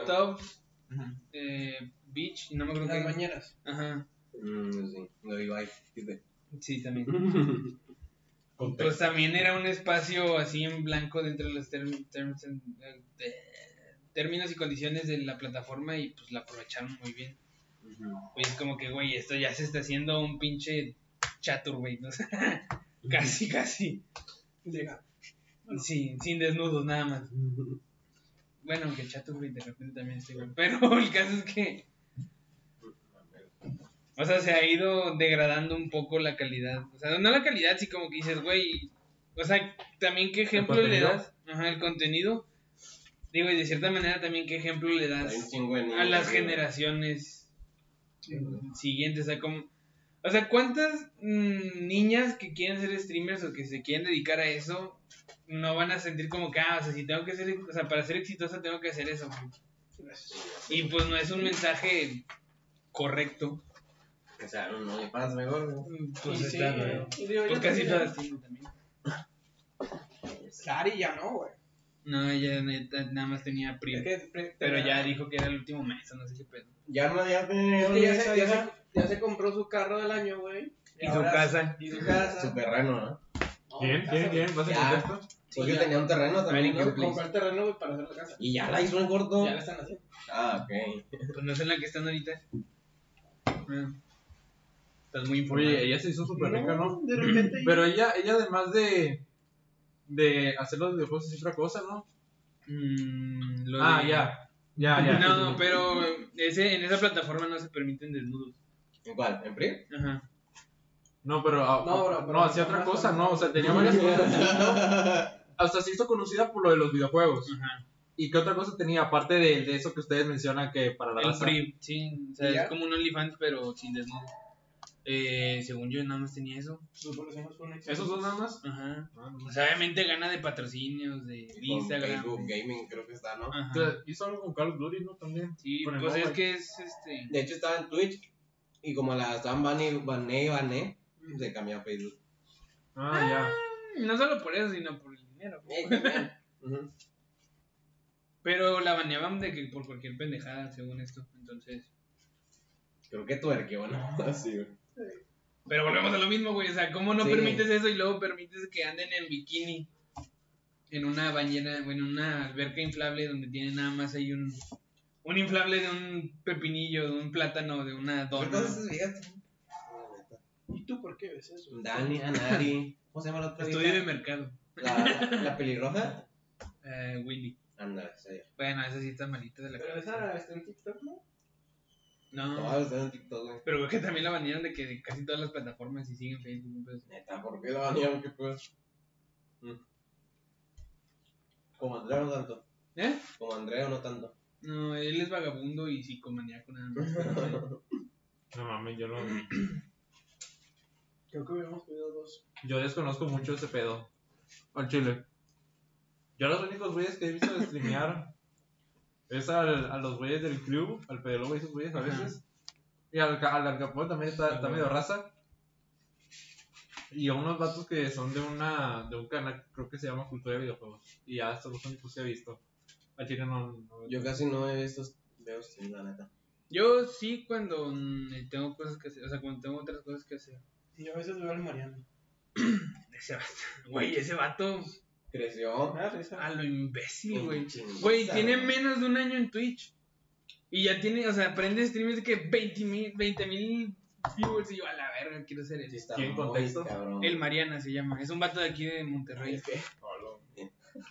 S1: tubs, eh, beach, no me acuerdo
S3: Las
S1: qué-
S3: bañeras.
S1: Ajá,
S2: Mm, sí, lo digo ahí. dice.
S1: sí, también.
S4: Con
S1: Pues también era un espacio así en blanco dentro de los term- terms and- eh, de- términos y condiciones de la plataforma y pues la aprovecharon muy bien. Pues es como que, güey, esto ya se está haciendo un pinche chatur, güey. ¿no? O sea, casi, casi.
S3: Llega.
S1: Sí, sin desnudos nada más. Bueno, aunque el Chaturri de repente también sí, güey. Pero el caso es que. O sea, se ha ido degradando un poco la calidad. O sea, no la calidad, sí como que dices, güey. O sea, también qué ejemplo le
S4: contenido?
S1: das. Ajá, el contenido. Digo, y de cierta manera también qué ejemplo le das
S2: Hay un chingo de niños,
S1: a las
S2: güey.
S1: generaciones siguientes. O sea, como, o sea ¿cuántas mm, niñas que quieren ser streamers o que se quieren dedicar a eso no van a sentir como que, ah, o sea, si tengo que ser, o sea, para ser exitosa tengo que hacer eso? Y pues no es un mensaje correcto.
S2: O sea, un OnlyFans mejor, güey.
S1: Pues,
S3: Y
S1: está,
S3: sí,
S1: ¿no?
S3: y digo,
S1: Pues
S3: yo
S1: casi
S3: también-
S1: todas tienen también.
S3: Sari ya no, güey.
S1: No, ella neta, nada más tenía primo.
S3: Es que pre-
S1: Pero
S3: tenía-
S1: ya dijo que era el último maestro, no sé qué pedo.
S2: Ya no, ya tiene
S3: es que ya,
S2: OnlyFans,
S3: se, ya,
S2: ya.
S3: se, ya se compró su carro del año, güey.
S1: Y su casa.
S3: Y su casa.
S2: Su terreno, ¿no?
S3: No,
S4: ¿Quién?
S3: casa,
S4: ¿Quién?
S3: güey.
S4: ¿Quién? ¿Vas
S2: Ya.
S4: a contexto?
S2: Porque
S3: ya.
S2: tenía un terreno también,
S1: American
S2: ¿no?
S1: Place.
S3: Comprar terreno, güey, para hacer la casa.
S2: Y ya la hizo en corto.
S3: Ya la están haciendo.
S2: Ah, ok.
S1: Pues no sé en la que están ahorita. Ah. Estás muy
S4: Oye,
S1: informado.
S4: ella se hizo súper rica, ¿no?
S6: De repente.
S4: Pero ella, ella además de, de hacer los videojuegos es otra cosa, ¿no?
S1: Mm, lo
S4: Ah,
S1: de- Ah,
S4: ya. Ya, ya.
S1: No, no, pero ese, en esa plataforma no se permiten desnudos.
S2: ¿En cuál? ¿En PRI?
S1: Ajá.
S4: No, pero. ah,
S3: No, bro, pero-
S4: no, hacía otra cosa, ¿no? O sea, tenía varias cosas. ¿no? Hasta se hizo conocida por lo de los videojuegos.
S1: Ajá.
S4: ¿Y qué otra cosa tenía? Aparte de, de eso que ustedes mencionan que para la
S1: El
S4: raza.
S1: free, sí. O sea,
S3: ¿Ya?
S1: es como un OnlyFans, pero sin desnudo. Eh, según yo, nada más tenía eso.
S3: Sus poblaciones son ex-
S4: ¿Esos dos nada más?
S1: Ajá. Pues obviamente gana de patrocinios, de
S2: Con
S1: Instagram.
S2: Facebook Gaming creo que está, ¿no?
S1: Ajá.
S4: Entonces, hizo algo con Call of Duty, ¿no? También.
S1: Sí,
S4: Con el
S1: pues es
S4: mobile.
S1: que es este.
S2: De hecho estaba en Twitch y como la estaban bané, bané, bané, se cambió a Facebook.
S4: Ah, ya.
S1: No solo por eso, sino por el dinero.
S2: Eh, también. Ujú.
S1: Pero la baneaban de que por cualquier pendejada, según esto. Entonces.
S2: Creo que tuerqueó, ¿no? Sí, güey.
S1: Pero volvemos a lo mismo, güey. O sea, ¿cómo no
S2: Sí.
S1: permites eso y luego permites que anden en bikini? En una bañera, bueno, en una alberca inflable donde tiene nada más ahí un. Un inflable de un pepinillo, de un plátano, de una dona.
S2: Entonces, fíjate.
S3: ¿Y tú por qué ves eso?
S2: Dani, Anari. ¿Cómo se llama la otra?
S1: Estudio de
S2: vieja?
S1: mercado.
S2: La, la, la pelirroja.
S1: Eh, Willy.
S2: Anda, esa ya.
S1: Bueno, esa sí está malita de la
S3: Pero
S1: cabeza.
S3: esa está en TikTok, ¿no?
S1: este, No.
S2: No, está en TikTok, güey.
S1: Pero creo que también la banearon de que de casi todas las plataformas y siguen Facebook. un pedo así.
S2: Neta, ¿por qué la banearon? ¿Qué pues? Como Andrea no tanto.
S1: ¿Eh?
S2: Como Andrea no tanto.
S1: No, él es vagabundo y psicomaníaco nada más.
S4: No mames, yo no.
S3: Creo que hubiéramos pedido dos.
S4: Yo desconozco mucho ese pedo. Al chile. Yo los únicos güeyes que he visto de streamear es al- a los güeyes del club, al Pedro y esos güeyes a
S1: Ajá.
S4: veces. Y al, Ca- al Alcapón también está, está medio raza. Y a unos vatos que son de una de un canal creo que se llama Cultura de Videojuegos. Y ya son los únicos que he visto. Al chile no. no-
S2: Yo casi no he visto videos sin la neta.
S1: Yo sí cuando mm, tengo cosas que hacer, o sea, cuando tengo otras cosas que hacer.
S3: Y yo a veces veo al Mariano.
S1: Ese vato, güey, ese vato
S2: Creció.
S3: Me da risa.
S1: a lo imbécil, güey.
S2: Chingada.
S1: Güey, tiene menos de un año en Twitch. Y ya tiene, o sea, aprende streamers de que 20 mil, 20 mil viewers y yo a la verga quiero ser
S2: Sí,
S1: él.
S2: está
S4: ¿Quién
S2: muy
S4: contexto?
S2: cabrón.
S1: El Mariana se llama, es un vato de aquí de Monterrey.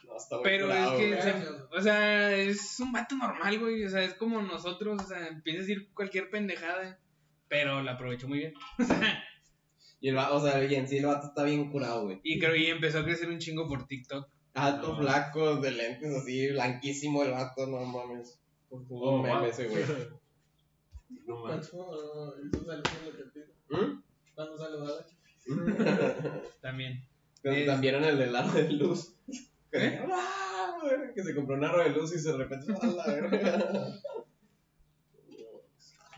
S2: No, está muy
S1: Pero es
S2: curado,
S1: que,
S2: güey.
S1: o sea, o sea, es un vato normal, güey. O sea, es como nosotros, o sea, empieza a decir cualquier pendejada. Pero la aprovechó muy bien.
S2: Y el va- o sea, y en sí el vato está bien curado, güey.
S1: Y creo y empezó a crecer un chingo por TikTok.
S2: Alto,
S4: No.
S2: flaco, de lentes así, blanquísimo el vato, no mames. Jugó un meme ese, güey.
S4: No mames.
S3: ¿Cuánto eh, eso sale en lo que pido?
S2: ¿Mm?
S3: Cuando saludaba, chico.
S1: También.
S2: Pero
S1: Es-
S2: También en el del aro de luz.
S1: ¿Eh?
S2: ¡Ah, güey! Que se compró un aro de luz y se repente a la verga.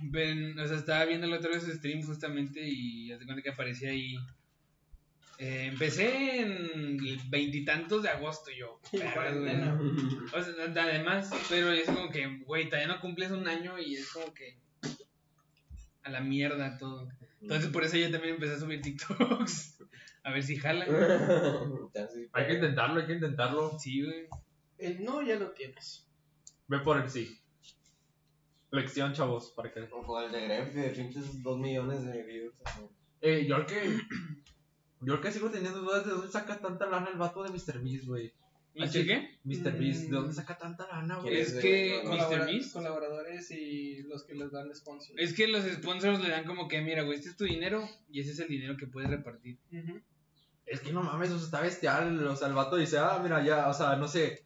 S1: Ven, o sea, estaba viendo la otra vez su stream justamente y hace cuenta que aparecía ahí. Eh, empecé en el veintitantos de agosto yo. Vergas, güey.
S3: cuarentena.
S1: O sea, ad- además, pero es como que, güey, todavía no cumples un año y es como que a la mierda todo. Entonces por eso yo también empecé a subir TikToks. A ver si jala.
S2: Entonces,
S4: Hay que intentarlo, hay que intentarlo.
S1: Sí, güey.
S3: El no ya lo tienes.
S4: Ve por el sí. Lección, chavos, para que
S2: Como el de Gref, de pinches 2 millones de views. así.
S4: Eh, yo al que. Yo al que sigo teniendo dudas de dónde saca tanta lana el vato de Mr. Beast, güey.
S1: ¿H qué?
S4: Mr. Beast, ¿de dónde
S3: Mm.
S4: saca tanta lana, güey?
S2: ¿Quieres
S1: Es
S2: de-
S1: que
S2: colabora-
S1: Mr.
S3: Colabora-
S1: Beast.
S3: Colaboradores y los que les dan sponsors.
S1: Es que los sponsors le dan como que, mira, güey, este es tu dinero y ese es el dinero que puedes repartir.
S3: Ujú.
S4: Es que no mames, o sea, está bestial. O sea, el vato dice, ah, mira, ya, o sea, no sé.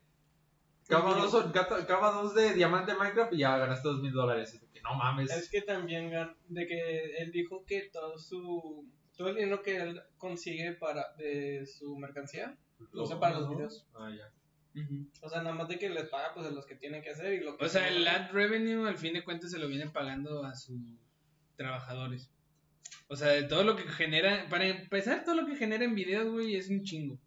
S4: Cava dos, gata- cava dos de diamante Minecraft y ya ganaste dos mil dólares. Es de que No
S3: Es
S1: Pues,
S4: mames.
S3: que también gan- de que él dijo que todo su todo el dinero que él consigue para de su mercancía lo usa para los
S4: ¿no?
S3: videos.
S4: Ah, ya.
S3: O sea, nada más de que les paga pues a los que tienen que hacer y lo que
S1: O sea,
S3: no.
S1: el ad revenue al fin de cuentas se lo vienen pagando a sus trabajadores. O sea, de todo lo que genera, para empezar, todo lo que genera en videos, güey, es un chingo.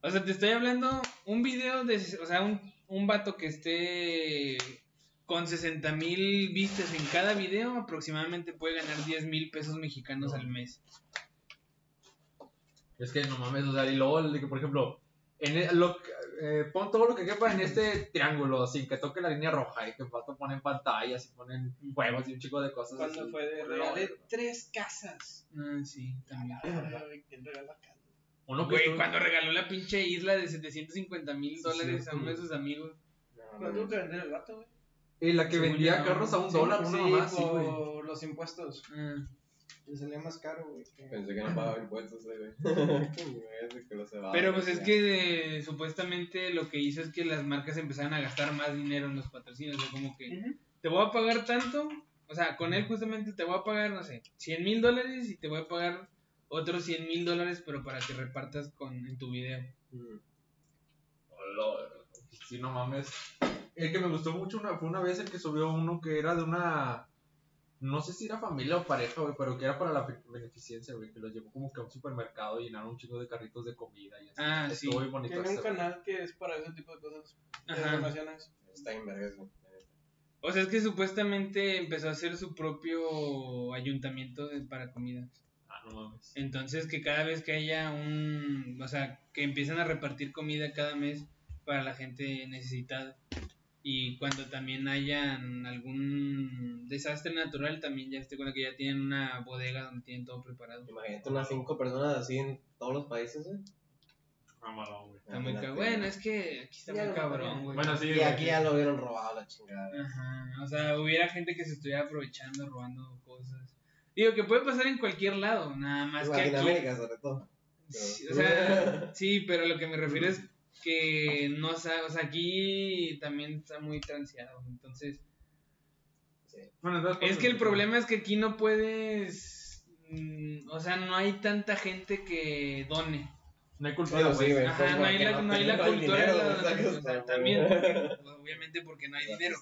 S1: O sea, te estoy hablando un video de, o sea, un, un vato que esté con 60 mil vistas en cada video, aproximadamente puede ganar 10 mil pesos mexicanos al mes.
S4: Es que no mames, o sea, y luego, el de que, por ejemplo, en el- lo, que- eh, pon todo lo que quepa en este triángulo sin que toque la línea roja y que el vato ponen pantallas y ponen juegos y un chico de cosas.
S3: cuando
S4: así.
S3: fue de
S4: Color.
S3: regalé tres casas.
S1: Ah, sí, también.
S3: Ay, ¿quién regala casas?
S4: Uno que
S1: Güey,
S4: estuvo-
S1: cuando regaló la pinche isla de 750 mil
S4: Sí,
S1: dólares a
S4: cierto,
S1: uno de
S4: güey.
S1: sus amigos.
S3: ¿Cuánto tuvo que vender el gato, güey?
S4: Y la que
S1: Según
S4: vendía
S1: yo,
S4: carros a un
S3: Sí, pues
S4: dólar, una
S3: sí,
S4: mamá, sí, güey.
S3: por los impuestos.
S1: Ah.
S3: Le salía más caro, güey. que-
S2: Pensé que no pagaba impuestos, eh, güey. Ese que lo se va,
S1: Pero
S2: güey,
S1: pues es
S2: ya.
S1: que eh, supuestamente lo que hizo es que las marcas empezaron a gastar más dinero en los patrocinios. O sea, como que
S3: Ujú.
S1: te voy a pagar tanto. O sea, con él justamente te voy a pagar, no sé, 100 mil dólares y te voy a pagar otros 100 mil dólares, pero para que repartas con, en tu video.
S2: Mm.
S4: Sí, no mames. El que me gustó mucho una, fue una vez el que subió uno que era de una. No sé si era familia o pareja, güey, pero que era para la be- beneficencia, güey, que los llevó como que a un supermercado y llenaron un chingo de carritos de comida y así.
S1: Ah, sí.
S4: Estuvo muy bonito
S3: Tiene
S4: ese,
S3: un
S4: güey.
S3: canal que es para ese tipo de cosas. De
S1: Ajá.
S3: donaciones.
S2: Mm, Está bien vergas, güey.
S1: O sea, es que supuestamente empezó a hacer su propio ayuntamiento de- para comidas.
S4: Ah, no mames.
S1: Entonces, que cada vez que haya un. O sea, que empiecen a repartir comida cada mes para la gente necesitada. Y cuando también hayan algún desastre natural, también ya esté con que ya tienen una bodega donde tienen todo preparado.
S2: Imagínate unas cinco personas así en todos los países, güey.
S4: Mamado, güey.
S1: Está muy
S2: Imagínate.
S1: cabrón. Bueno, es que aquí está
S3: Ya
S1: muy
S3: lo
S1: cabrón,
S3: mataron.
S1: güey.
S4: Bueno, sí.
S2: Y
S4: güey.
S2: aquí ya lo hubieran robado la chingada. güey.
S1: Ajá. O sea, hubiera gente que se estuviera aprovechando, robando cosas. Digo, que puede pasar en cualquier lado, nada más
S2: En
S1: que aquí.
S2: Latinoamérica, sobre todo.
S1: Sí, o sea, sí, pero lo que me refiero es que no sa- o sea, aquí también está muy transeado. Entonces,
S4: Bueno, entonces,
S1: es
S4: pues,
S1: que el problema es que aquí no puedes, mm, o sea, no hay tanta gente que done.
S4: No hay cultura,
S2: Bueno,
S4: güey.
S2: sí, güey.
S1: Ajá, no hay la, no hay la cultura de la donación. o sea, también,
S2: También.
S1: porque- obviamente porque no hay dinero.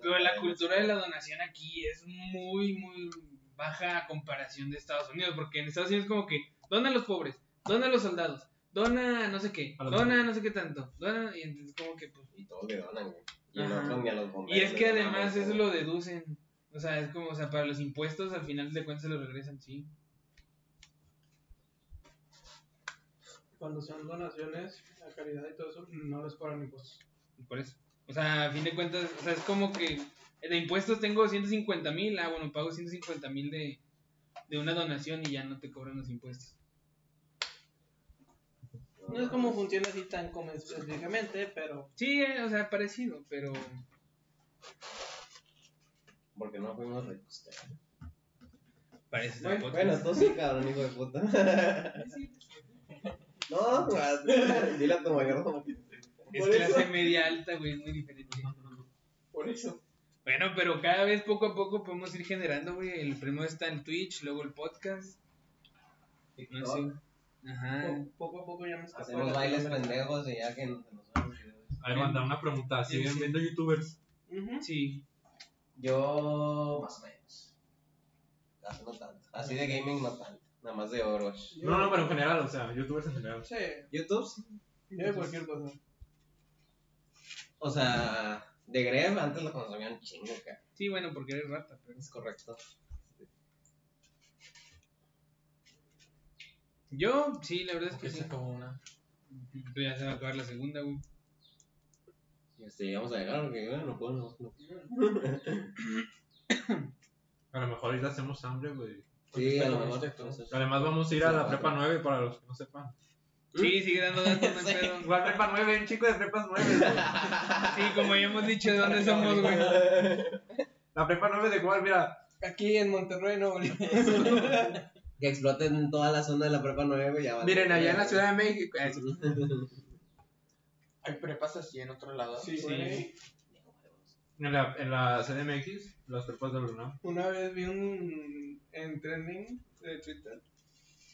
S1: Pero la cultura de la donación aquí es muy, muy baja a comparación de Estados Unidos, porque en Estados Unidos es como que dona a los pobres, dona a los soldados, dona no sé qué,
S4: A los
S1: dona
S4: pobres.
S1: no sé qué tanto, dona y entonces como que pues...
S2: Y todos le donan, güey. Y
S1: Ajá.
S2: nosotros ni a los bomberos
S1: Y es
S2: les
S1: que
S2: donamos,
S1: además eso
S2: güey.
S1: lo deducen, o sea, es como, o sea, para los impuestos al final de cuentas se lo regresan, sí.
S3: Cuando son donaciones a caridad y todo eso, no les cobran impuestos.
S1: Por eso. O sea, a fin de cuentas, o sea, es como que de impuestos tengo 150 mil, ah, bueno, pago 150 mil de, de una donación y ya no te cobran los impuestos.
S3: No es como funciona así tan como específicamente, pero
S1: Sí, eh, o sea, parecido, pero...
S2: Porque no fuimos ricos.
S1: Parece ser
S2: Bueno,
S1: podcast.
S2: bueno, tú sí, cabrón, hijo de puta. no, güey, dile a tu mayordomo. que-
S1: Es
S2: Por
S1: clase
S2: eso.
S1: media alta, güey, es muy diferente.
S2: Por eso.
S1: Bueno, pero cada vez poco a poco podemos ir generando, güey. El primero está en Twitch, luego el podcast. No sé. Ajá.
S3: po- poco a poco ya me escapó.
S2: Hacemos bailes pendejos y ya que nos nos van los videos.
S4: A ver, manda una pregunta. Si
S1: Sí,
S4: bien
S1: sí.
S4: viendo youtubers.
S3: Ujú.
S1: Sí.
S2: Yo, más o menos. Casi no tanto. Así de gaming no tanto. Nada más de Overwatch.
S3: Yo-
S4: No, no, pero en general, o sea, youtubers en general.
S3: Sí,
S2: YouTube, sí.
S3: yo de cualquier cosa.
S2: O sea, de Greve antes lo consumía un chingo, cabrón.
S1: Sí, bueno, porque eres rata, pero.
S2: Es correcto.
S1: Yo, sí, la verdad es que sí.
S4: como una.
S1: Ujú, Pero ya se va a acabar la segunda, güey.
S2: Este, vamos a llegar porque bueno, pues, no podemos. no.
S4: A lo mejor ahorita hacemos hambre, güey.
S2: Sí, a lo mejor. entonces.
S4: Además vamos a ir a
S2: Sí,
S4: la
S2: va,
S4: prepa
S2: va.
S4: 9 para los que no sepan.
S1: Sí, sigue dando datos, no hay pedo.
S4: Igual prepa 9, un chico de prepas 9, güey.
S1: Sí, como ya hemos dicho, ¿de dónde somos, güey?
S4: La prepa 9 de igual, mira.
S3: Aquí en Monterrey, no, güey.
S2: Que exploten toda la zona de la prepa 9 ya vale.
S4: Miren, allá en la Ciudad de México. eh, sí.
S5: Hay prepas así en otro lado.
S3: Sí, güey.
S4: En la, en la CDMX, las prepas de la UNAM.
S3: Una vez vi un en trending de Twitter.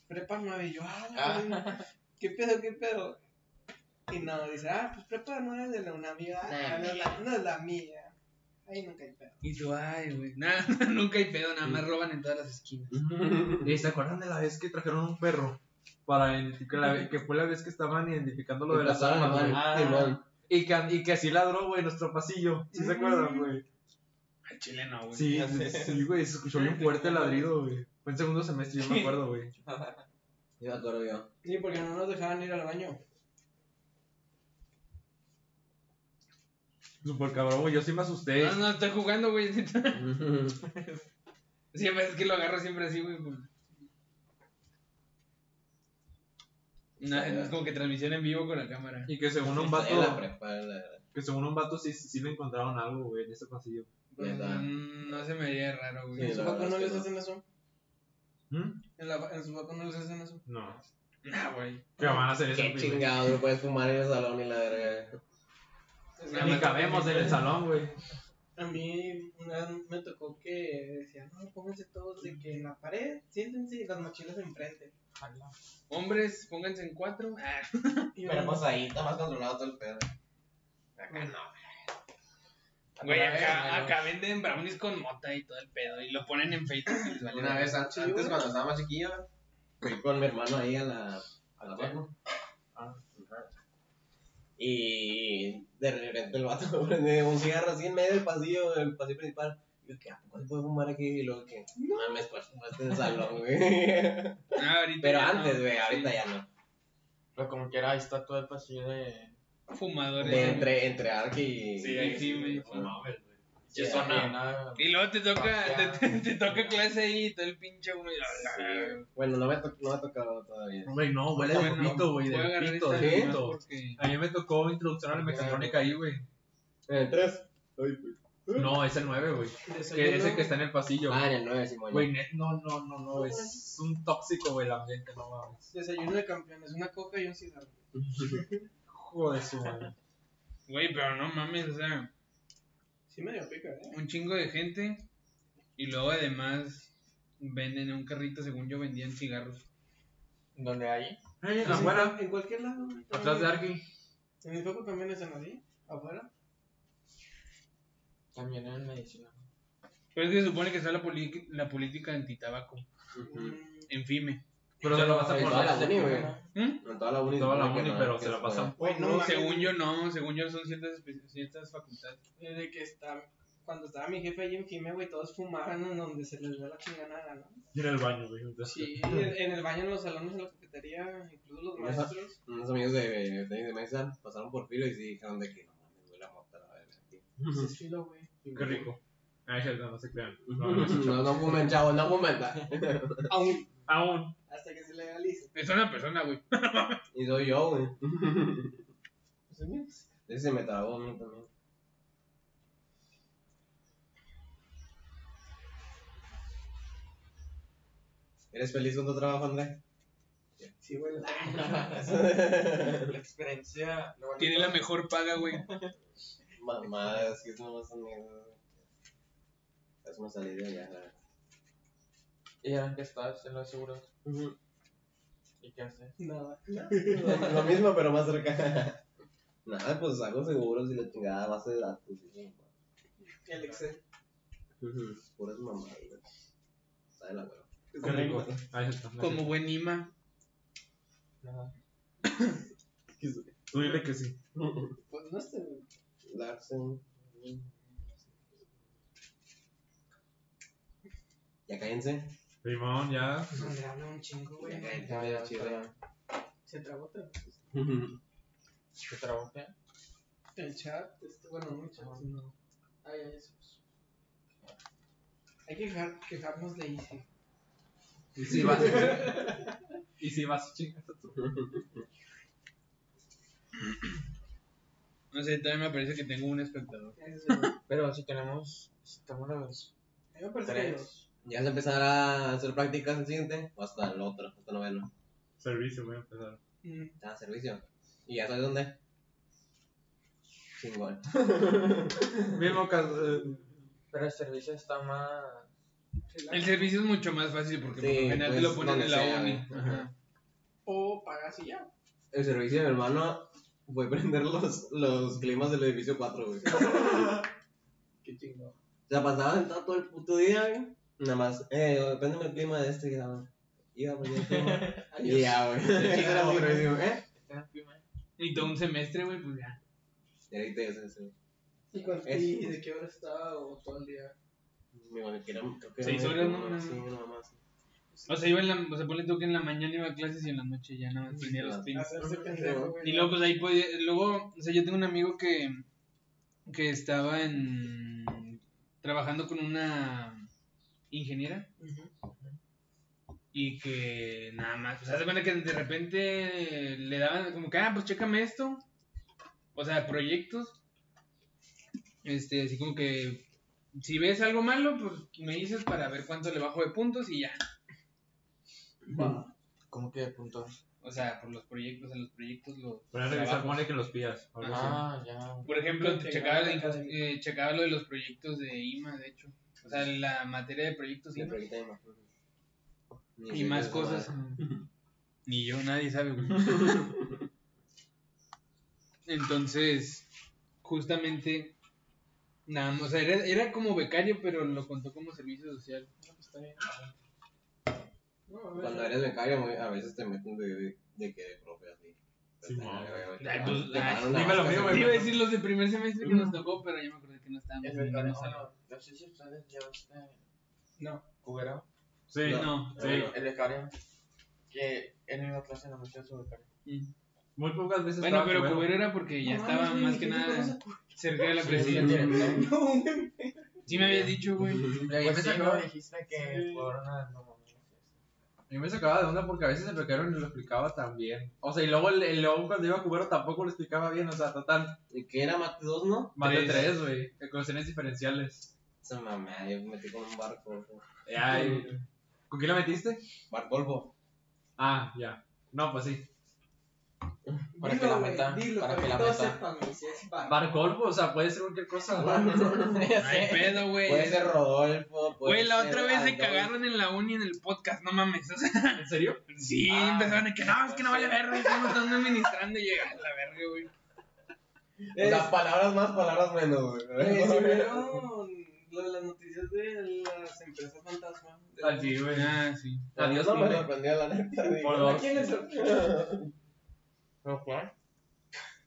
S3: Prepa 9, y yo, ah, la madre, ¿qué pedo, qué pedo? Y no, dice, ah, pues prepa 9 de la UNAM, y yo, ah, no, es la, no es la mía. Ahí nunca hay pedo.
S1: Y tú, ay, güey. Nada, nunca hay pedo, nada más roban en todas las esquinas.
S4: ¿Y Eh, se acuerdan de la vez que trajeron un perro? Para identificar, la, que fue la vez que Ah, estaban identificando lo de las armas, güey.
S2: Ah.
S4: Y que, y que así ladró, güey, nuestro pasillo. ¿Sí se acuerdan, güey?
S1: Al chileno, güey.
S4: Sí, sí, güey, se escuchó bien fuerte el ladrido, güey. Fue en segundo semestre, yo me acuerdo, güey.
S2: Yo me acuerdo yo.
S3: Sí, porque no nos dejaban ir al baño.
S4: Super cabrón, güey, yo sí me asusté.
S1: No, no, estoy jugando, güey. Siempre es que lo agarro siempre así, güey. pues. por- No, no es como que transmisión en vivo con la cámara.
S4: Y que según un
S2: En la
S4: vato,
S2: prepa, en la-
S4: que según un vato sí, sí le encontraron algo, güey, en ese pasillo.
S2: Neta.
S1: Mm, no se me haría raro, güey.
S2: Sí,
S3: ¿En su
S2: la
S3: facu
S2: verdad
S3: no
S2: es que
S3: les
S2: no.
S3: hacen eso?
S4: ¿Mm?
S3: ¿En, la, en su facu no les hacen eso?
S4: No.
S1: Nah, Ah, güey.
S4: ¿Qué van a hacer eso?
S2: Qué
S4: güey?
S2: chingado, no puedes fumar en el salón y la verga.
S3: Nada
S4: Ni
S3: más-
S4: cabemos en el salón, güey.
S3: A mí una vez me tocó que decían, no, pónganse todos de que en la pared, siéntense y las mochilas enfrente.
S1: Hombres, pónganse en cuatro. Ah,
S3: Y yo,
S2: Pero pues ahí está más controlado todo el pedo.
S1: acá no. Güey, acá, acá venden brownies con mota y todo el pedo. Y lo ponen en Facebook y les vale
S2: Una
S1: nada.
S2: vez an- antes, cuando estaba más chiquillo, fui con mi hermano ahí a la, a la facu.
S1: Ah,
S2: Y de repente el vato prende un cigarro así en medio del pasillo, el pasillo principal. Y yo, ¿qué? ¿A poco se puede fumar aquí? Y luego, que No me esfuerzo más en el salón, güey.
S1: Ah, ahorita
S2: Pero
S1: ya no.
S2: antes, güey, ahorita ya no.
S5: Pero como quiera, ahí está todo el pasillo de.
S1: Fumadores.
S2: De
S1: güey.
S2: entre, entre Arque y.
S1: Sí, ahí sí, güey.
S4: No mames, güey.
S2: Sí,
S5: Sí,
S2: zona.
S5: nada.
S1: Y luego te toca,
S5: Ah,
S1: te, te- te toca clase ahí y todo el pinche, güey.
S2: Sí. Bueno, no me, to- no me ha tocado todavía.
S4: Güey, no, huele de
S1: Bueno,
S4: pito, güey,
S1: voy a
S4: de
S1: agarrar
S4: pito, ¿eh?
S1: esta
S4: de
S1: nomás
S4: pito.
S1: porque-
S4: A mí me tocó introducción a la mecatrónica ahí, güey.
S1: ¿Eh?
S2: ¿En el 3?
S4: No, es el 9, güey. Que es el que está en el pasillo.
S2: Ah, en el 9, Simón.
S4: Güey, net- no, no, no, no, es un tóxico, güey, el ambiente, no mames.
S3: Desayuno de campeones, una coca y un cigarro.
S4: Joder, su madre.
S1: Güey, pero no mames, o sea,
S3: Sí medio pica, ¿eh?
S1: un chingo de gente. Y luego además venden en un carrito, según yo, vendían cigarros.
S5: ¿Dónde hay?
S4: Eh,
S3: Pues en-
S4: afuera,
S3: En cualquier lado. güey,
S4: atrás de
S3: también.
S4: Arki.
S3: En mi facu también hacen así, afuera.
S5: También en medicina.
S1: Pero es que se supone que está la, poli- la política antitabaco.
S2: Ujú.
S3: Mm,
S1: En FIME.
S4: Pero se lo pasa
S2: En
S4: por
S2: toda la
S4: la
S2: uni, güey.
S1: ¿Mm?
S2: En toda la uni.
S4: toda la
S2: supongo que
S4: uni,
S2: no,
S4: pero
S2: que
S4: se la pasan.
S3: Güey, no mames,
S1: según yo no, según yo son ciertas, espe- ciertas facultades.
S3: Desde eh, que está, cuando estaba mi jefe ahí en Fime, güey, todos fumaban en donde se les da la chingada, ¿no?
S4: En el baño, güey. entonces-
S3: Sí, en, en el baño, en los salones, en la cafetería, incluso los
S2: Ajá.
S3: maestros.
S2: Unos amigos de, de, de mesa pasaron por filo y sí dijeron de que no mames, güey, la mota, la verga. tío".
S3: Sí, es filo, güey.
S4: Qué rico. Ay, Sheldon, Ah, no se crean. No, no es un
S2: No,
S4: chavo.
S2: no fumen, chavos, no fumen. ta.
S3: Aún.
S4: Aún.
S3: Hasta que se legalice.
S1: Es una persona, güey.
S2: Y soy yo, güey.
S3: Pues, mira,
S2: Ese se me trabó a mí también. ¿Eres feliz con tu trabajo, André?
S3: Sí, güey.
S5: La experiencia. lo bonito-
S1: Tiene la mejor paga, güey.
S2: Mamá, es que es nomás un miedo. güey. Es una salida ya. la-
S5: Y ya que estás en los seguros. ¿Y qué haces?
S3: Nada.
S2: Lo, lo mismo, pero más cerca. Nada, pues hago seguros y la chingada base de datos. y-
S3: El Excel.
S2: Puras mamadas, güey. Sabe la hueva.
S4: Qué rico. Ay, Sheldon, no
S1: Como
S4: sé.
S1: buen ima.
S5: Nada.
S4: Tú dile que sí.
S3: Pues no sé, güey.
S2: Larsen. Ya cállense.
S4: Limón, ya.
S3: André habla un chingo,
S2: Ya
S3: güey.
S2: cállense,
S5: Ya,
S2: mira,
S5: ya,
S2: chido.
S5: ya.
S3: Se trabó otra vez.
S5: ¿Qué trabajé?
S3: El chat, este, bueno, no el chat, sino. Ay, ay, eso. pues. Hay que quejar- quejarnos de Easy.
S4: Sí, va. Y si vas, chingas a tu.
S1: No sé, también me parece que tengo un espectador.
S5: Pero si tenemos. Si tenemos los
S3: A mí me parece que
S5: tres.
S2: ¿Ya se empezará a hacer prácticas el siguiente? ¿O hasta el otro? Hasta el noveno.
S4: Servicio, voy a empezar.
S3: Mm,
S2: Ah, servicio. ¿Y ya sabes dónde? Chingón.
S4: Mismo caso. eh,
S5: Pero el servicio está más.
S1: El servicio es mucho más fácil porque por
S2: Sí,
S1: lo general te
S2: pues,
S1: lo ponen
S2: donde
S1: en la
S2: sea,
S1: uni.
S2: eh.
S1: Ajá.
S3: O pagas y ya.
S2: El servicio de mi hermano fue prender los, los climas del edificio 4, güey.
S3: Qué chingo.
S2: Se la pasaba sentado todo el puto día, güey. Nada más, eh, préndeme el clima de este y ya, Iba prendiendo el clima. Y ya, güey. Era muy buenísimo, ¿eh?
S1: Y todo un semestre, güey, pues ya.
S2: Y ahorita ya se hace.
S3: ¿Y, con-
S2: Es-
S3: y de qué hora está o todo el día?
S2: Mi mamá, que era, creo que era
S1: Seis
S2: muy-
S1: horas, ¿no?
S2: Sí, nada más.
S1: O sea, iba en la, o sea, ponle tú que en la mañana iba a clases y en la noche ya nada más tenía los
S2: claro.
S1: pins.
S3: Hacerse pendejo, güey.
S1: Y luego, pues ahí podía, luego, o sea, yo tengo un amigo que, que estaba en, trabajando con una ingeniera
S3: Ujú.
S1: y que nada más, o sea, se cuenta que de repente le daban como que, ah, pues chécame esto, o sea, proyectos, este, así como que, si ves algo malo, pues me dices para ver cuánto le bajo de puntos y ya,
S3: Va.
S5: ¿Cómo que punto?
S1: o sea, por los proyectos, a los proyectos los
S4: Voy a revisar,
S1: trabajos.
S4: pone que los pillas. o algo así.
S5: Ah, ya.
S1: Por ejemplo,
S3: Lo que
S1: checaba,
S3: gana
S1: el-
S3: cada-
S1: eh, checaba lo de los proyectos de IMA, de hecho. O sea, la materia de proyectos
S2: Sí,
S1: IMA.
S2: pero ahorita ya no. Ni
S1: Y
S2: sé
S1: más
S2: qué es esa
S1: cosas.
S2: madre.
S1: Ni yo, nadie sabe, güey. Entonces, justamente, nada, más, o sea, era, era como becario, pero lo contó como servicio social.
S3: No, pues está bien. No, a ver,
S2: Cuando
S3: yo-
S2: eres becario, güey, a veces te meten de, de, de que de profe así.
S4: Sí,
S2: Te-
S4: madre.
S2: te- te-
S1: Ay, pues,
S2: te
S1: ay,
S2: paran una
S4: dime lo
S2: vaca,
S4: mío,
S1: Te
S4: güey.
S2: güey.
S1: iba a decir los de primer semestre que nos tocó, pero yo me acordé que no estábamos
S5: Es
S1: en el
S5: verdad,
S1: mismo
S5: no,
S1: salón.
S5: no, no sé si ustedes ya este
S3: No.
S5: ¿Cuguero?
S4: Sí,
S1: No.
S4: sí.
S5: El becario. Que en una clase no metió su becario.
S1: Mm.
S4: Muy pocas veces.
S1: Bueno,
S4: estaba
S1: pero
S4: cubero.
S1: Cubero era porque ya
S3: No
S1: estaba
S3: mames,
S1: más
S3: güey,
S1: que
S3: ¿quién
S1: nada
S3: conoce?
S1: cerca de la
S5: Sí, sí,
S1: presidencia.
S5: sí.
S3: No, güey.
S1: Sí me habías dicho, güey.
S5: Pues
S4: Pues
S5: sí,
S4: sí,
S5: no
S4: ¿no?
S5: dijiste que
S3: Sí.
S5: por una no mames.
S4: Yo me sacaba de onda porque a veces el becario ni lo explicaba tan bien. O sea, y luego el, el luego cuando iba a cubero tampoco lo explicaba bien. O sea, total,
S2: ¿Y ¿Qué era mate 2, no?
S4: más de
S1: Tres.
S4: tres, güey. Ecuaciones diferenciales.
S2: Esa mamá, yo me metí con un barco. güey.
S4: Ya, y- ¿Con quién la metiste?
S2: Barcolfo.
S4: Ah, ya. No, pues sí.
S5: Para que
S3: Dilo,
S5: la
S3: güey,
S5: meta,
S3: dilo,
S5: para que la
S3: todos
S5: meta.
S3: sepan, güey, si es bar.
S4: Barcolpo, o sea, puede ser cualquier cosa.
S1: No hay pedo, güey.
S2: Puede ser Rodolfo. puede
S1: Güey, la
S2: ser
S1: otra vez se
S2: Adolfo.
S1: cagaron en la uni en el podcast, no mames. O sea,
S4: ¿En serio?
S1: sí,
S5: Ah,
S1: empezaron a que no, es que no vale verga, estamos están administrando y llega la verga, güey.
S2: O sea, palabras más, palabras menos,
S3: Eh, si
S2: güey.
S3: vieron lo de las noticias de las empresas fantasma. De-
S4: Así, güey.
S1: Ah, sí.
S4: Adiós,
S2: no me
S4: Plumber.
S2: sorprendió la neta. güey.
S4: Por
S3: ¿A
S4: dos.
S3: quién le sorprendió?
S5: ¿No cuál?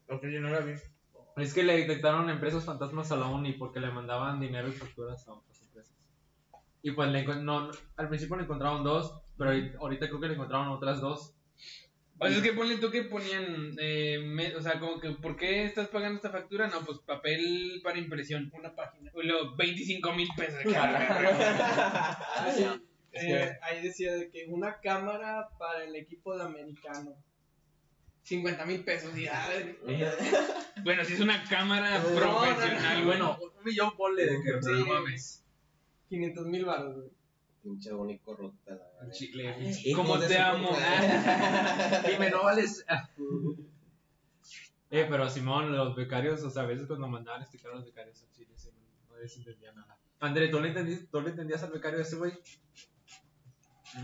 S5: Porque yo no la vi.
S4: Es que le detectaron empresas fantasmas a la uni porque le mandaban dinero y facturas a otras empresas. Y pues le encon- no, no, al principio le encontraron dos, pero ahorita- ahorita creo que le encontraron otras dos.
S1: O sea, es que ponle tú que ponían, eh, me- o sea, como que, ¿por qué estás pagando esta factura? No, pues papel para impresión, una página. Y luego, 25 mil pesos. de cara.
S3: Eh, ahí decía de que una cámara para el equipo de americano. 50 mil pesos ah, y ya.
S1: bueno, si es una cámara
S3: No, no, no.
S1: profesional,
S4: Ah,
S1: bueno.
S4: bueno, un millón ponle de que
S1: Sí, no mames.
S3: 500 mil baros, güey.
S2: Pinche único rota, la
S4: El
S2: verdad.
S4: chicle.
S2: Hijos
S1: ¿Cómo
S2: de
S1: te
S2: su
S1: amo? Ah,
S2: puta-
S4: Dime, no vales. eh, pero Simón, los becarios, o sea, a veces cuando mandaban a explicar a los becarios a Chile, sí, no les entendía nada. André, ¿tú le, entendí- ¿tú le entendías al becario ese, güey?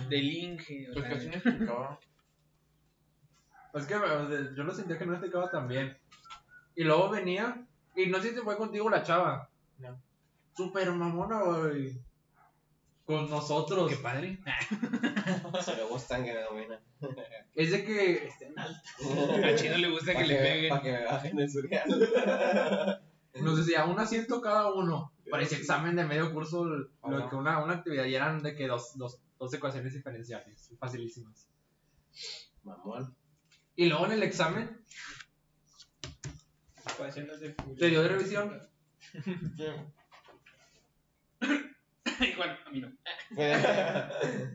S1: Del Inge. o
S5: Pues
S1: sea,
S5: casi no explicaba.
S4: Es que o sea, yo lo sentía que no explicaba tan bien. Y luego venía, y no sé si fue contigo la chava.
S5: No.
S4: Super mamona, güey. Con nosotros.
S1: Qué padre.
S2: Se lo gustan que me domina.
S4: Es de que.
S1: A Chino le gusta que le peguen.
S2: Para que me bajen el surreal.
S4: Nos decía un asiento cada uno. Parecía examen de medio curso, lo
S5: Ajá.
S4: que una, una actividad y eran de que dos, dos, dos ecuaciones diferenciales, facilísimas.
S2: Mamón.
S4: Y luego en el examen,
S3: Ecuaciones de Fourier.
S4: ¿Te dio de revisión?
S1: Igual, a mí no.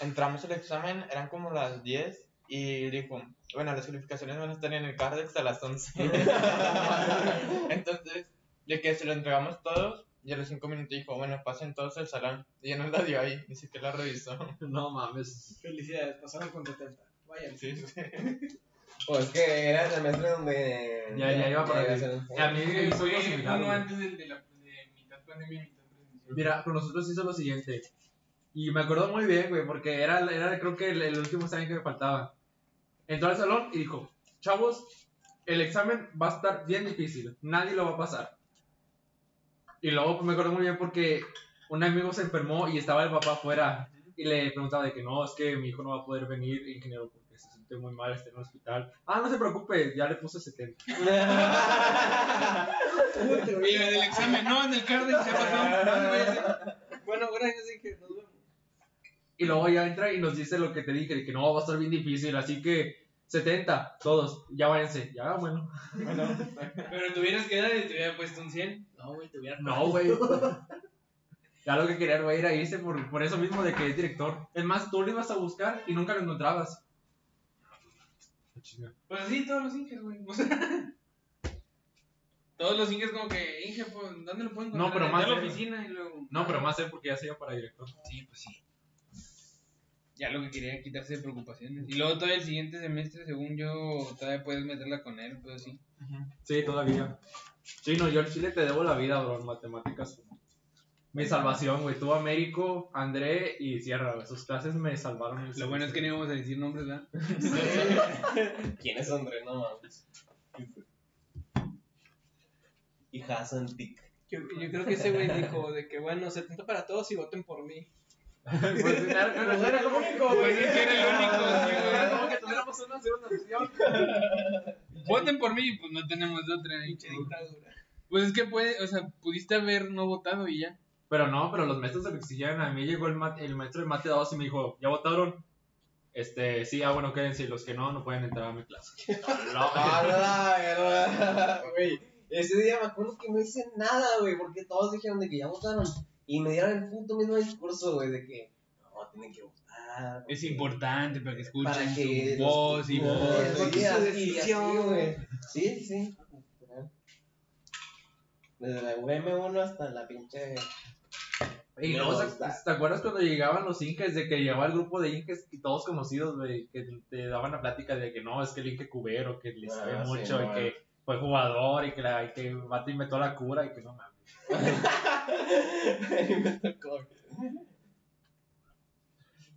S5: entramos al examen, eran como las 10 y dijo, bueno, las calificaciones van a estar en el Cardex a las 11. Entonces, de que se lo entregamos todos, y a los 5 minutos dijo, bueno, pasen todos al salón. Y ya nos la dio ahí, ni siquiera la revisó.
S4: No mames.
S3: Felicidades, pasaron con 70. Vayan.
S5: Sí, sí.
S2: O es Pues que era el semestre donde.
S4: Ya, ya iba para
S2: ya
S4: ti.
S2: se-
S4: Y a mí me hizo algo
S1: Fue
S4: similar,
S1: uno
S4: güey.
S1: antes del de la de mitad pandemia, mitad presencial.
S4: Mira, con nosotros hizo lo siguiente. Y me acuerdo muy bien, güey, porque era, era creo que el, el último examen que me faltaba. Entró al salón y dijo, chavos, el examen va a estar bien difícil, nadie lo va a pasar. Y luego pues, me acuerdo muy bien porque un amigo se enfermó y estaba el papá afuera y le preguntaba de que no, es que mi hijo no va a poder venir, ingeniero, porque se siente muy mal, está en el hospital. Ah, no se preocupe, ya le puse 70.
S1: Y la del examen, no, en el Cardex ya pasó. No se vaya a hacer.
S3: Bueno, gracias, Inge. Nos vemos.
S4: Y luego ya entra y nos dice lo que te dije, de que no, va a estar bien difícil, así que 70, todos, ya váyanse. Ya, bueno.
S1: Pero te hubieras quedado y te hubiera puesto un 100.
S4: No, güey. Ya lo que quería güey, era irse por, por eso mismo de que es director. Es más, tú lo ibas a buscar y nunca lo encontrabas.
S1: Pues así todos los Inges, güey. O sea, todos los Inges como que, Inge, pues, ¿dónde lo pueden encontrar?
S4: No, pero
S1: Ya
S4: más
S1: a la
S4: bien.
S1: oficina y luego...
S4: No, pero más es porque ya se iba para director.
S1: Sí, pues sí. Ya lo que quería quitarse de preocupaciones. Y luego todo el siguiente semestre, según yo, todavía puedes meterla con él, pero sí.
S4: Sí, todavía. Chino, yo al Chile te debo la vida, bro, en matemáticas. Mi salvación, güey. Tú, Américo, André y Sierra, güey. Sus clases me salvaron. el
S1: Lo bueno es que no
S4: semestre.
S1: íbamos a decir nombres, ¿verdad?
S2: ¿Quién es André? No mames. Y Hassan Tic.
S3: Yo, yo creo que ese güey dijo de que, bueno, 70 para todos y voten por mí.
S4: Pues, era, era- era como que-
S1: Pues es que era el
S4: era
S1: único,
S4: como que tuviéramos una segunda opción.
S1: sí, güey. Voten por mí, pues no tenemos de otra.
S3: Pinche dictadura.
S1: Pues es que puede, o sea, pudiste haber no votado y ya.
S4: Pero no, pero los maestros se lo exigían. A mí llegó el, ma- el maestro de mate 2 y me dijo, ¿ya votaron? Este, sí, ah, bueno, quédense. Los que no, no pueden entrar a mi clase.
S2: Güey, ese día me acuerdo que no hice nada, güey, porque todos dijeron de que ya votaron. Y me dieron el punto mismo discurso, güey, de que no, tienen que votar.
S1: Es importante para que escuchen
S2: Para que
S1: su voz y
S2: los-
S1: voz.
S3: voten.
S2: Sí,
S3: Su
S2: así, y así,
S3: decisión.
S2: güey. Sí, sí, sí. Desde la UM1 hasta la pinche.
S4: y luego, ¿te, te acuerdas cuando llegaban los inques? De que llegaba el grupo de inques y todos conocidos, güey, que te daban la plática de que no, es que el inque cubero, que le
S2: Ah,
S4: sabe
S2: sí,
S4: mucho y
S2: no,
S4: que
S2: eh.
S4: fue jugador y que, la, y que el vato inventó la cura y que no mames.
S2: me tocó.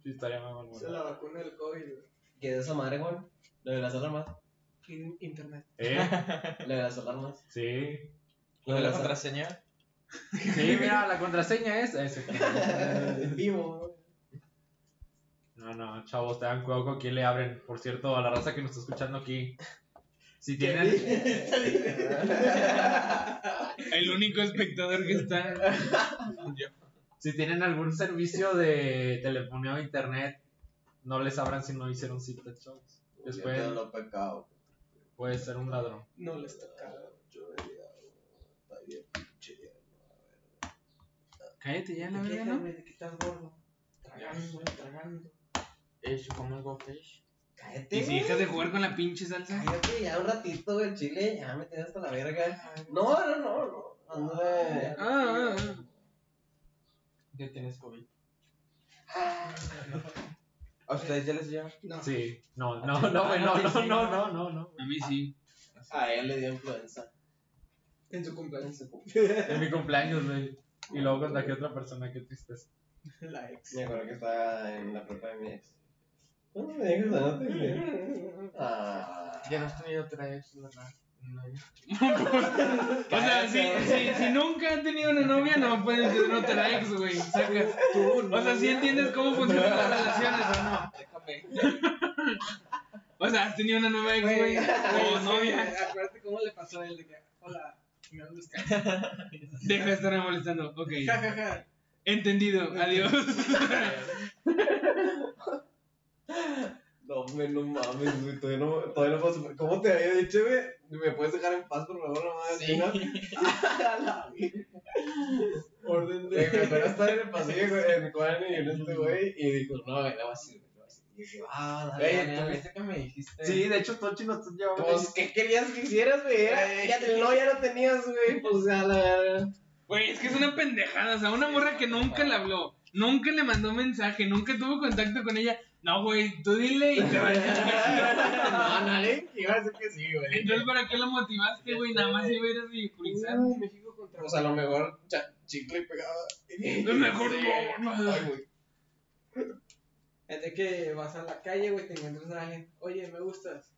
S4: Sí, estaría muy bueno.
S3: Se la vacuna del COVID, güey.
S2: ¿Qué es esa madre, güey? Lo de las alarmas.
S3: In- Internet.
S4: ¿Eh?
S2: Lo de las alarmas.
S4: Sí.
S5: Lo de la contraseña.
S4: Sí, mira, la contraseña es... ese.
S2: En vivo.
S4: No, no, chavos, tengan cuidado con quién le abren. Por cierto, a la raza que nos está escuchando aquí. Si tienen,
S1: El único espectador que está.
S4: si tienen algún servicio de telefonía o internet, no les abran si no hicieron cita, chavos. Después-
S2: Yo lo pecado.
S4: Puede ser un ladrón.
S3: No les toca.
S2: Yo diría, está bien, pinche.
S1: Cállate ya, la verdad, ¿no?
S3: Déjame de que estás gordo. Tragando, tragando.
S5: Eh, yo como algo fish.
S2: Cállate.
S1: Y si
S2: güey.
S1: dejas de jugar con la pinche salsa.
S2: Cállate ya un ratito, güey. Chile, ya me tienes hasta la verga. No, no, no, no. Anda.
S1: Ah, ah, ah.
S5: Ya tienes COVID. ¿A ustedes ya les dio?
S3: No.
S4: Sí,
S2: Ah,
S4: no, no, no, güey, no, no, no, no, no, no.
S1: A mí sí.
S2: A él le dio influenza.
S3: En su cumpleaños.
S4: En mi cumpleaños, güey. Y luego contagié a otra persona, qué tristeza.
S2: Eh.
S3: La ex.
S2: Me acuerdo que estaba en la prepa de mi ex. ¿Cómo me dejas a no te Ah.
S5: Ya no has tenido otra ex, ¿verdad? No.
S1: O sea, si, si, si nunca han tenido una novia, no pueden tener otra ex, güey. Sacas. O sea, si entiendes cómo funcionan las relaciones o no. O sea, has tenido una nueva ex, güey. O novia.
S3: Acuérdate cómo le pasó a él de que, hola, me vas a buscar.
S1: Deja de estarme molestando. Ok.
S3: Ja, ja, ja.
S1: Entendido. Adiós.
S2: No, güey, no mames, güey. Todavía no, todavía no puedo superar. ¿Cómo te había dicho, güey? ¿Me puedes dejar en paz, por favor, no mames?
S5: Sí.
S2: ¿no? A la verga.
S3: Orden
S2: Güey, me
S3: de.
S2: acuerdo estar en el pasillo güey, en Juan y en este güey y dijo, no, güey, la voy a decir, güey, la voy a decir. Y dije, ah, dale,
S5: Güey,
S2: dale,
S5: ¿tú
S2: dale.
S5: viste que me dijiste?
S4: Sí, de hecho, Tochi nos llevaba.
S2: Pues, ¿qué querías que hicieras, güey? Era- Ya te- no, ya lo tenías, güey. Pues, ya la verga.
S1: Güey, es que es una pendejada. O sea, una morra que nunca le habló, nunca le mandó mensaje, nunca tuvo contacto con ella. No, güey, tú dile y te vayas.
S6: No, nadie iba a decir que sí, güey.
S1: Entonces, ¿para qué lo motivaste, güey? Nada más iba a ir a ridiculizar.
S3: Uh, México contra.
S2: Pues, a lo mejor cha- chicle pegado.
S1: Lo mejor
S2: Sí.
S1: no, no.
S2: Ay, güey.
S3: Es de que vas a la calle, güey, te encuentras a alguien. Oye, me gustas.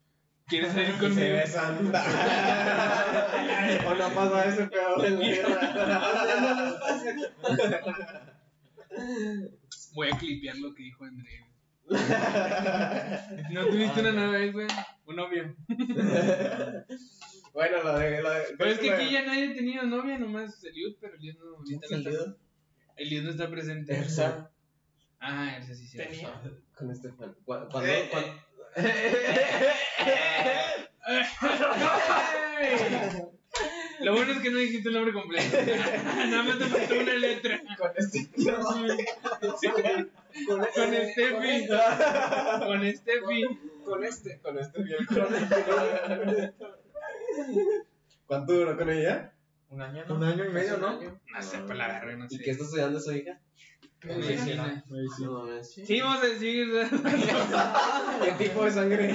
S1: ¿Quieres salir
S2: Y se
S1: conmigo?
S2: besan. o no pasa ese peor en la guerra.
S1: Voy a clipear lo que dijo André. ¿No tuviste una nueva vez, güey? ¿O novia?
S2: bueno, lo de. Lo de
S1: Pero es que aquí ya nadie ha tenido novia, nomás Eliud, pero Eliud no, ahorita no está,
S2: salido
S1: Eliud no está presente.
S2: Ersa
S1: Ah, Ersa sí, sí.
S3: Tenía.
S2: con este fan. Cu- Cuando.
S6: Eh,
S2: cuando-
S1: ¡Ey! Lo bueno es que no dijiste el nombre completo. Nada más te faltó una letra.
S2: con este.
S3: Con,
S1: Con Steffi. Con Steffi.
S3: Con este.
S2: Con este bien. Con este. ¿Cuánto duró con ella?
S5: Un año, ¿no?
S4: Un año y medio, ¿no? Ah.
S1: No sé, para Ah, la verga, no sé.
S2: ¿Y qué está estudiando su hija? Ah,
S1: Medicina.
S2: No mames.
S1: Sí, vamos a decir.
S2: ¿Qué tipo de sangre?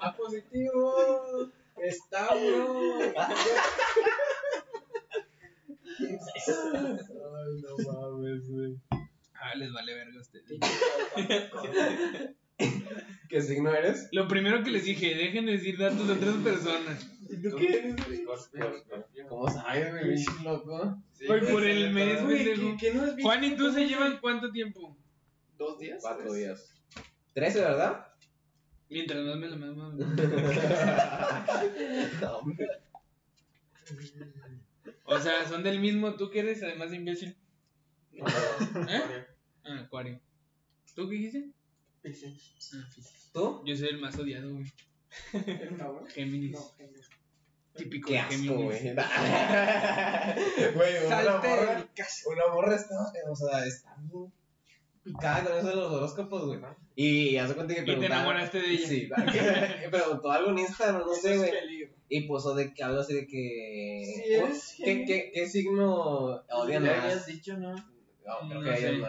S3: A positivo. Está, bro.
S6: Ay, no mames, güey.
S1: Ah, les vale verga a ustedes.
S2: ¿Qué signo eres?
S1: Lo primero que les dije, dejen de decir datos de otras personas.
S2: ¿Cómo sabes, güey? Pinche loco.
S5: Sí,
S1: Voy
S5: güey,
S1: por
S5: se
S1: el
S5: le
S1: mes,
S5: todo.
S1: güey.
S3: ¿Qué, qué no has visto?
S1: Juan y tú se llevan cuánto tiempo?
S3: Dos días.
S2: Cuatro
S3: tres?
S2: días. Trece, ¿verdad?
S1: Mientras más me la mamo.
S2: No, hombre.
S1: O sea, son del mismo. ¿Tú qué eres? Además de imbécil. ¿Eh? Ah, Acuario. ¿Tú qué dijiste? Ah,
S2: ¿Tú?
S1: Yo soy el más odiado, güey.
S3: No, bro.
S1: Géminis.
S3: No, gente.
S1: Típico
S2: Qué
S1: de
S2: asco,
S1: Géminis.
S2: güey. Güey, una
S3: Salte de
S2: morra,
S3: mi casa.
S2: una morra está, o sea, está bien picada con eso de los horóscopos, güey. Y hace cuenta que
S1: Y te enamoraste de ella.
S2: Sí, que preguntó algo en Instagram, no sé,
S3: Eso es
S2: güey.
S3: peligro.
S2: Y puso de que algo así de que.
S3: Sí, eres
S2: ¿Qué,
S3: genio.
S2: qué, ¿Qué signo odian
S5: Le
S2: más?
S5: habías dicho, ¿no?
S2: No, creo
S1: No
S2: que a ellos
S1: sé.
S2: no.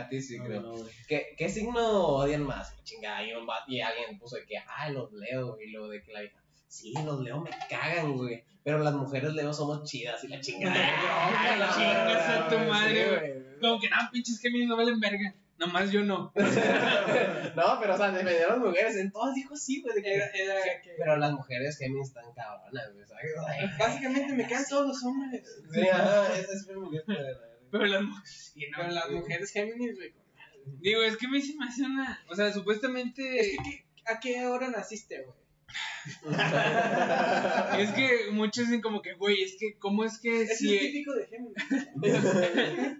S2: A ti sí,
S4: No,
S2: creo.
S4: no, güey.
S2: ¿Qué, ¿Qué signo odian más? Chinga, y, un vato- y alguien puso de que, ah, los leo, y luego de que la vieja, sí, los leo me cagan, güey, pero las mujeres leo somos chidas, y la chingada.
S1: Ah,
S2: la
S1: chingas a tu
S2: verdad,
S1: madre,
S2: sí,
S1: Como que, no, pinches Géminis no valen verga. Nomás yo no.
S2: güey. No, pero, o sea, defendió a las mujeres, entonces dijo sí, güey, de que-
S3: Era, era que.
S2: Pero las mujeres Géminis están cabronas, güey, ¿sabes? Ay,
S3: Básicamente me quedan todos los hombres.
S2: Sí, ajá, esa es feminista, güey.
S1: Pero las mujeres. sí, no.
S3: Pero las mujeres Géminis, güey. con-
S1: Digo, es que me hice más una. O sea, supuestamente.
S3: Es que, ¿qué- ¿a qué hora naciste, güey?
S1: Es que muchos dicen como que, güey, es que, ¿cómo es que
S3: Es
S1: si...
S3: el típico de Géminis.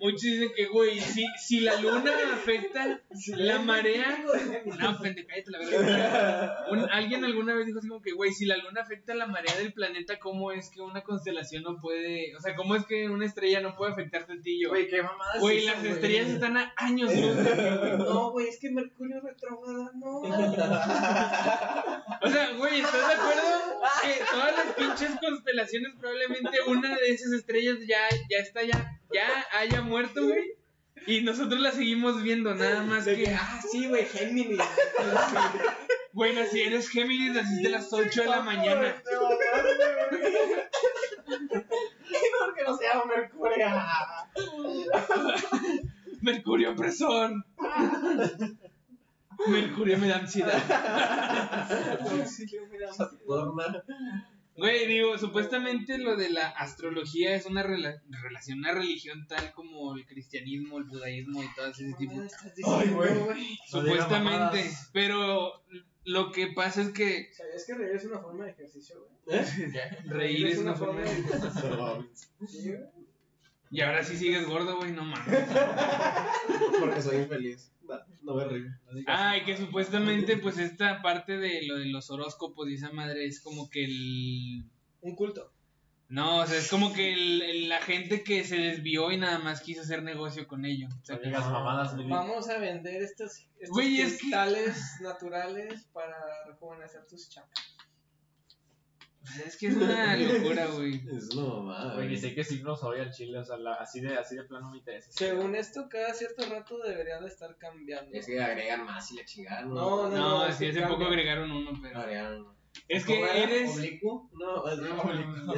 S1: muchos dicen que, güey, si, si la luna afecta la marea...
S3: Típico de Géminis.
S1: No, pendejo, cállate la verga. Un- alguien alguna vez dijo así como que, güey, si la luna afecta la marea del planeta, ¿cómo es que una constelación no puede... O sea, ¿cómo es que una estrella no puede afectarte a ti? Yo,
S5: Güey, qué mamadas.
S1: güey,
S5: esas,
S1: las estrellas están a años luz de ti, güey.
S3: No, güey, es que Mercurio retrógrada, no.
S1: O sea, güey, ¿estás de acuerdo? Que todas las pinches constelaciones, probablemente una de esas estrellas ya, ya está, ya, ya haya muerto, güey. Y nosotros la seguimos viendo, nada más
S3: De que,
S1: que.
S3: ah, sí, güey, Géminis.
S1: Bueno, si eres Géminis, naciste a las 8 de la mañana.
S2: Porque no se llama Mercurio.
S1: Mercurio opresor. Mercurio me da ansiedad.
S3: Auxilio, me da un-
S2: Forma.
S1: Güey, digo, supuestamente lo de la astrología es una rela- relación, una religión tal como el cristianismo, el judaísmo y todas ese tipo
S3: Mamá, estás diciendo,
S5: güey.
S3: güey.
S4: No diga
S1: Supuestamente,
S4: mamadas.
S1: pero lo que pasa es que
S3: ¿Sabías que reír es una forma de ejercicio, güey?
S1: reír es una forma de...
S3: Sí, güey.
S1: Y ahora sí sigues gordo, güey, no mames.
S2: Porque soy infeliz. No, no me río.
S1: Ay, que supuestamente pues esta parte de lo de los horóscopos y esa madre es como que el...
S3: Un culto.
S1: No, o sea, es como que el- el- la gente que se desvió y nada más quiso hacer negocio con ello. O sea, que-
S4: Las mamadas, güey.
S3: Vamos a vender estos, estos
S1: Güey, es que-
S3: cristales naturales para rejuvenecer tus chakras.
S1: es que es una locura, güey.
S2: Es una mamada,
S4: Oye,
S2: güey.
S4: sé que signos hoy al chile, o sea, la- así, de, así de plano me interesa.
S3: Según esto, cada cierto rato debería de estar cambiando.
S2: Es que agregan más y la chingada, ¿no?
S3: No,
S1: No,
S3: no,
S1: sí, hace
S3: cambia.
S1: poco agregaron uno, pero.
S2: Agregaron.
S1: Es que
S2: ¿Cómo era?
S1: eres.
S2: ¿Oblicuo? No, es
S5: No,
S2: oblicuo.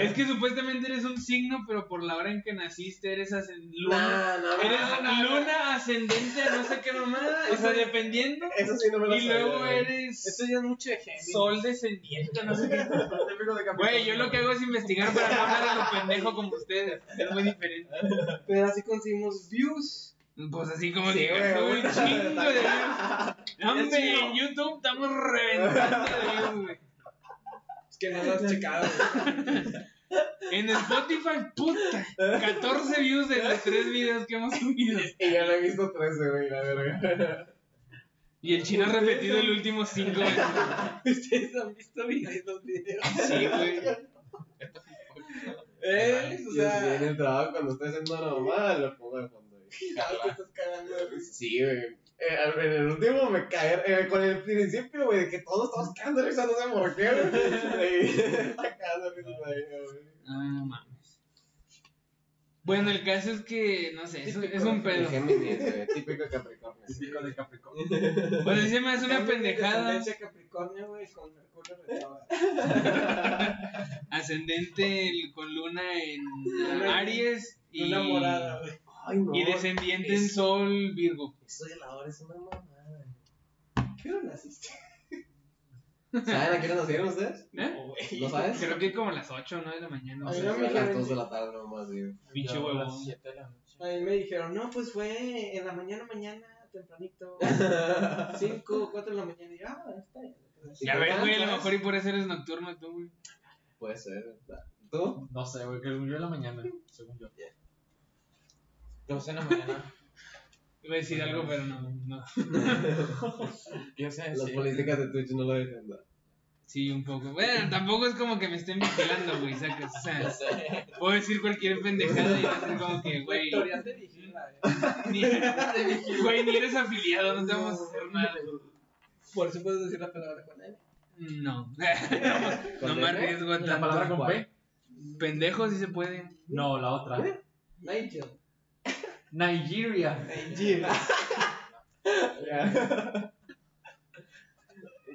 S1: Es que supuestamente eres un signo, pero por la hora en que naciste eres ascen- luna.
S2: No, no,
S1: Eres
S2: no, no, no.
S1: luna ascendente, no sé qué mamada. O
S2: Eso-
S1: sea, dependiendo.
S2: Eso sí no me lo
S1: Y
S2: sabía,
S1: luego
S2: güey.
S1: eres
S3: Esto ya es mucho de genio.
S1: sol descendiente, no sé qué. Güey, yo lo que hago es investigar para no hablar a lo pendejo como ustedes. Es muy diferente.
S3: Pero así conseguimos views.
S1: Pues así como
S2: Sí,
S1: que
S2: güey,
S1: ganó un
S2: ahorita
S1: chingo de views. No,
S2: Ya
S1: Hombre,
S2: chingo.
S1: en YouTube estamos reventando de views, güey.
S3: Es que no lo has checado.
S1: En Spotify, puta. 14 views de los tres videos que hemos subido.
S2: Y ya lo he visto 13, güey, la verga.
S1: Y el chino ha repetido el último cinco veces. Ah,
S3: Ustedes han visto videos, los videos.
S1: Sí, güey.
S3: ¿Eh? O
S2: Yo sí, en
S3: sea,
S2: el trabajo, cuando estoy haciendo una mamada, lo pongo de fondo, güey.
S3: te estás cagando de risa.
S2: Sí, güey. Eh, al- en el último me caí, eh, con el principio, güey, de que todos estamos cagando de risa, no sé por qué, güey. Sí, Está cagando de risa, güey.
S1: Ay, no mames. Bueno, el caso es que, no sé, es, un- es un
S2: El
S1: pedo.
S2: Géminis, güey, típico Capricornio.
S4: Típico de Capricornio.
S1: Pues sí se me hace una pendejada.
S3: Descendencia Capricornio, güey, con Mercurio retrógrado.
S1: Ascendente el- con luna en
S3: Luna-
S1: Aries y,
S3: Una morada, güey.
S2: Ay, no.
S1: y descendiente en Sol Virgo.
S2: Eso de la hora es una mamada.
S3: ¿Qué hora naciste?
S2: ¿Saben a qué hora nacieron ustedes?
S1: ¿Eh?
S2: ¿Lo sabes?
S1: Creo que como a las 8 o 9 de la mañana.
S3: Ay,
S1: güey.
S3: no
S2: a
S3: me
S2: las
S3: dijeron.
S2: 2 de la tarde nomás, güey.
S1: Pinche
S5: Yo a las
S1: huevón.
S5: siete de la noche.
S3: A mí me dijeron, no, pues fue en la mañana, mañana, tempranito. Cinco, cuatro de la mañana. Y yo, ah, está bien.
S1: Ya ves, güey, a lo mejor y por eso eres nocturno tú, güey.
S2: Puede ser. ¿Tú?
S4: No sé, güey, que según yo en la mañana, según yo.
S5: Dos de la mañana.
S1: Iba a decir algo, pero no, no.
S5: Yo sé,
S2: Las
S5: sí.
S2: políticas de Twitch no lo dejan. ¿no?
S1: Sí, un poco. Bueno, tampoco es como que me estén vigilando, güey, sacas. O sea, puedo decir cualquier pendejada y va a ser como que, güey.
S3: Victoria te vigila, eh.
S1: Ni, güey, ni eres afiliado, no te vamos a hacer nada.
S3: Por eso puedes decir la palabra con él.
S1: No. no, no me arriesgo a
S4: ¿La palabra
S1: tanto.
S4: con P?
S1: Pendejo si se puede.
S4: No, la otra.
S3: Nigel.
S4: Nigeria.
S3: Nigel.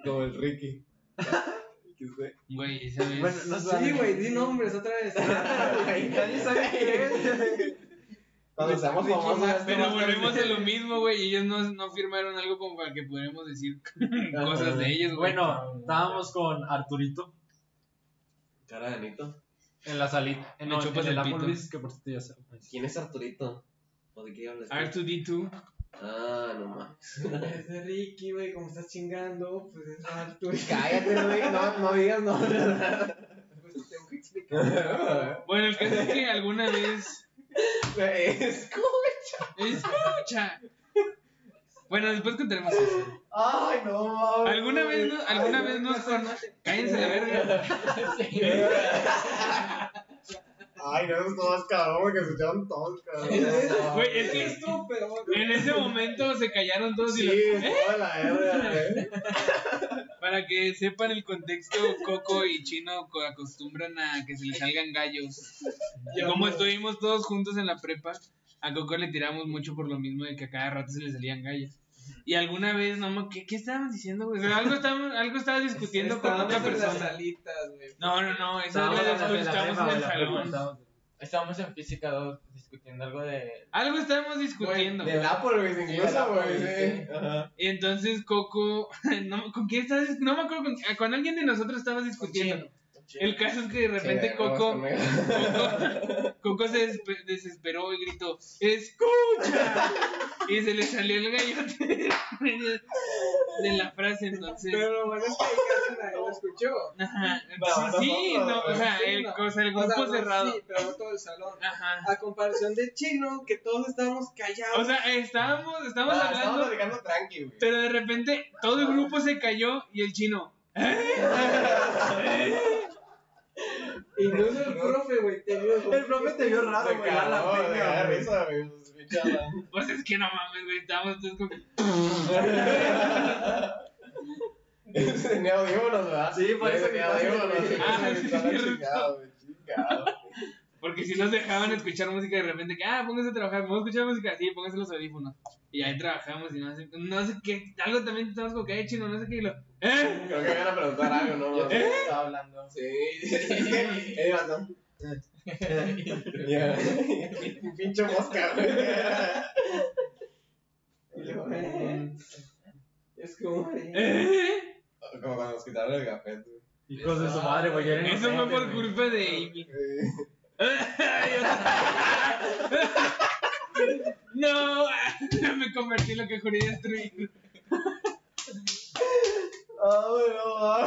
S2: Como el Ricky. ¿Qué sé?
S1: Güey, esa vez.
S4: Bueno, no sé.
S3: Sí, güey, di nombres otra vez.
S4: Nadie sabe qué es.
S2: Cuando seamos famosos. esto va
S1: pero
S2: a
S1: volvemos a
S2: ser-
S1: lo mismo, güey. y Ellos no, no firmaron algo como para que pudiéramos decir cosas de ellos, güey.
S4: Bueno, estábamos con Arturito
S2: Cara de Anito.
S4: en la salita. En,
S1: Me
S4: no,
S1: chupas
S4: en el
S1: el pito.
S4: Applebee's, que por cierto ya sabes.
S2: ¿Quién es Arturito? ¿O de qué hablas? tú?
S1: R2D2.
S2: Ah, no mames.
S3: Es de Ricky, güey, como estás chingando, pues es Arturo.
S2: Cállate, güey. No, no digas no.
S3: Pues te tengo que explicar.
S1: Bueno, el caso es que alguna vez.
S2: Es como-
S1: Escucha. Bueno, después contaremos eso.
S2: Ay, no mames.
S1: ¿Alguna vez, no- alguna vez nos con... Cállense la verga.
S2: Ay, no, todos cabrón, porque se echaron todos cabrón.
S1: Güey, es que
S3: Esto, pero.
S1: en ese momento se callaron todos y
S2: Sí,
S1: los- ¿eh?
S2: toda la verga, eh.
S1: Para que sepan el contexto, Coco y Chino co- acostumbran a que se les salgan gallos. Y como estuvimos todos juntos en la prepa, a Coco le tiramos mucho por lo mismo de que a cada rato se le salían gallos. Y alguna vez, no, ma- ¿qué, qué estaban diciendo? güey? O sea, algo, estaban, algo estabas discutiendo con
S3: Estábamos
S1: otra
S3: en las
S1: persona.
S3: salitas, güey.
S1: No, no, no, esa es la discusión, estábamos en el salón.
S5: Estábamos en física 2 discutiendo algo de.
S1: Algo estábamos discutiendo.
S2: Del Applebee's
S5: Del
S2: incluso, güey.
S5: Applebee's,
S2: sí. Ajá.
S1: Y entonces Coco, no, ¿con quién estabas? No me acuerdo, con, eh, con alguien de nosotros estabas discutiendo. El caso es que de repente
S2: Sí, vamos
S1: Coco...
S2: conmigo.
S1: Coco, Coco se despe- desesperó y gritó, ¡escucha! Y se le salió el gallote de la frase, entonces...
S3: Pero lo bueno es que casi nadie lo escuchó.
S1: Ajá,
S2: No,
S1: sí,
S2: no,
S1: no, o sea,
S3: Sí,
S1: el,
S3: no.
S1: o sea, el
S3: O sea,
S1: grupo
S3: no,
S1: cerrado.
S3: Sí, pero no todo el salón.
S1: Ajá.
S3: A comparación de Chino, que todos estábamos callados.
S1: O sea, estábamos, estábamos
S2: Ah, Estamos
S1: hablando,
S2: platicando tranqui, güey.
S1: pero de repente todo el grupo se cayó y el chino...
S3: Y no es el profe, güey. Te vio.
S4: El profe te vio raro,
S5: Se
S4: güey. ya la
S5: cagó,
S4: tenga,
S5: güey, da
S4: güey.
S5: risa, güey. pues, pinche Alan.
S1: Pues es que no mames, güey. Estábamos todos como.
S5: Tenía audífonos, ¿verdad?
S4: Sí, por eso
S5: Tenía
S4: que-
S5: audífonos.
S1: Ah, sí,
S5: Estaba
S1: cierto.
S5: chingado, güey, chingado.
S1: Porque si nos dejaban escuchar música de repente, que, ah, póngase a trabajar, vamos a escuchar música, sí, póngase los audífonos. Y ahí trabajamos y no sé, no sé qué, algo también estamos como que, eh, chino, no sé qué, y lo, ¿eh?
S2: Creo que me van a preguntar algo, ¿no?
S5: Yo estaba hablando.
S2: Sí. Eh, vato.
S5: Ya. Pinche mosca, güey.
S3: Y luego, ¿eh? Es como. ¿eh?
S1: ¿Eh?
S5: Como cuando nos quitaron el café, güey.
S4: Hijos de su madre, güey. eran
S1: Eso fue
S4: inocentes,
S1: por
S4: güey.
S1: culpa de Amy.
S5: Eh.
S1: no, me convertí en lo que juré destruir.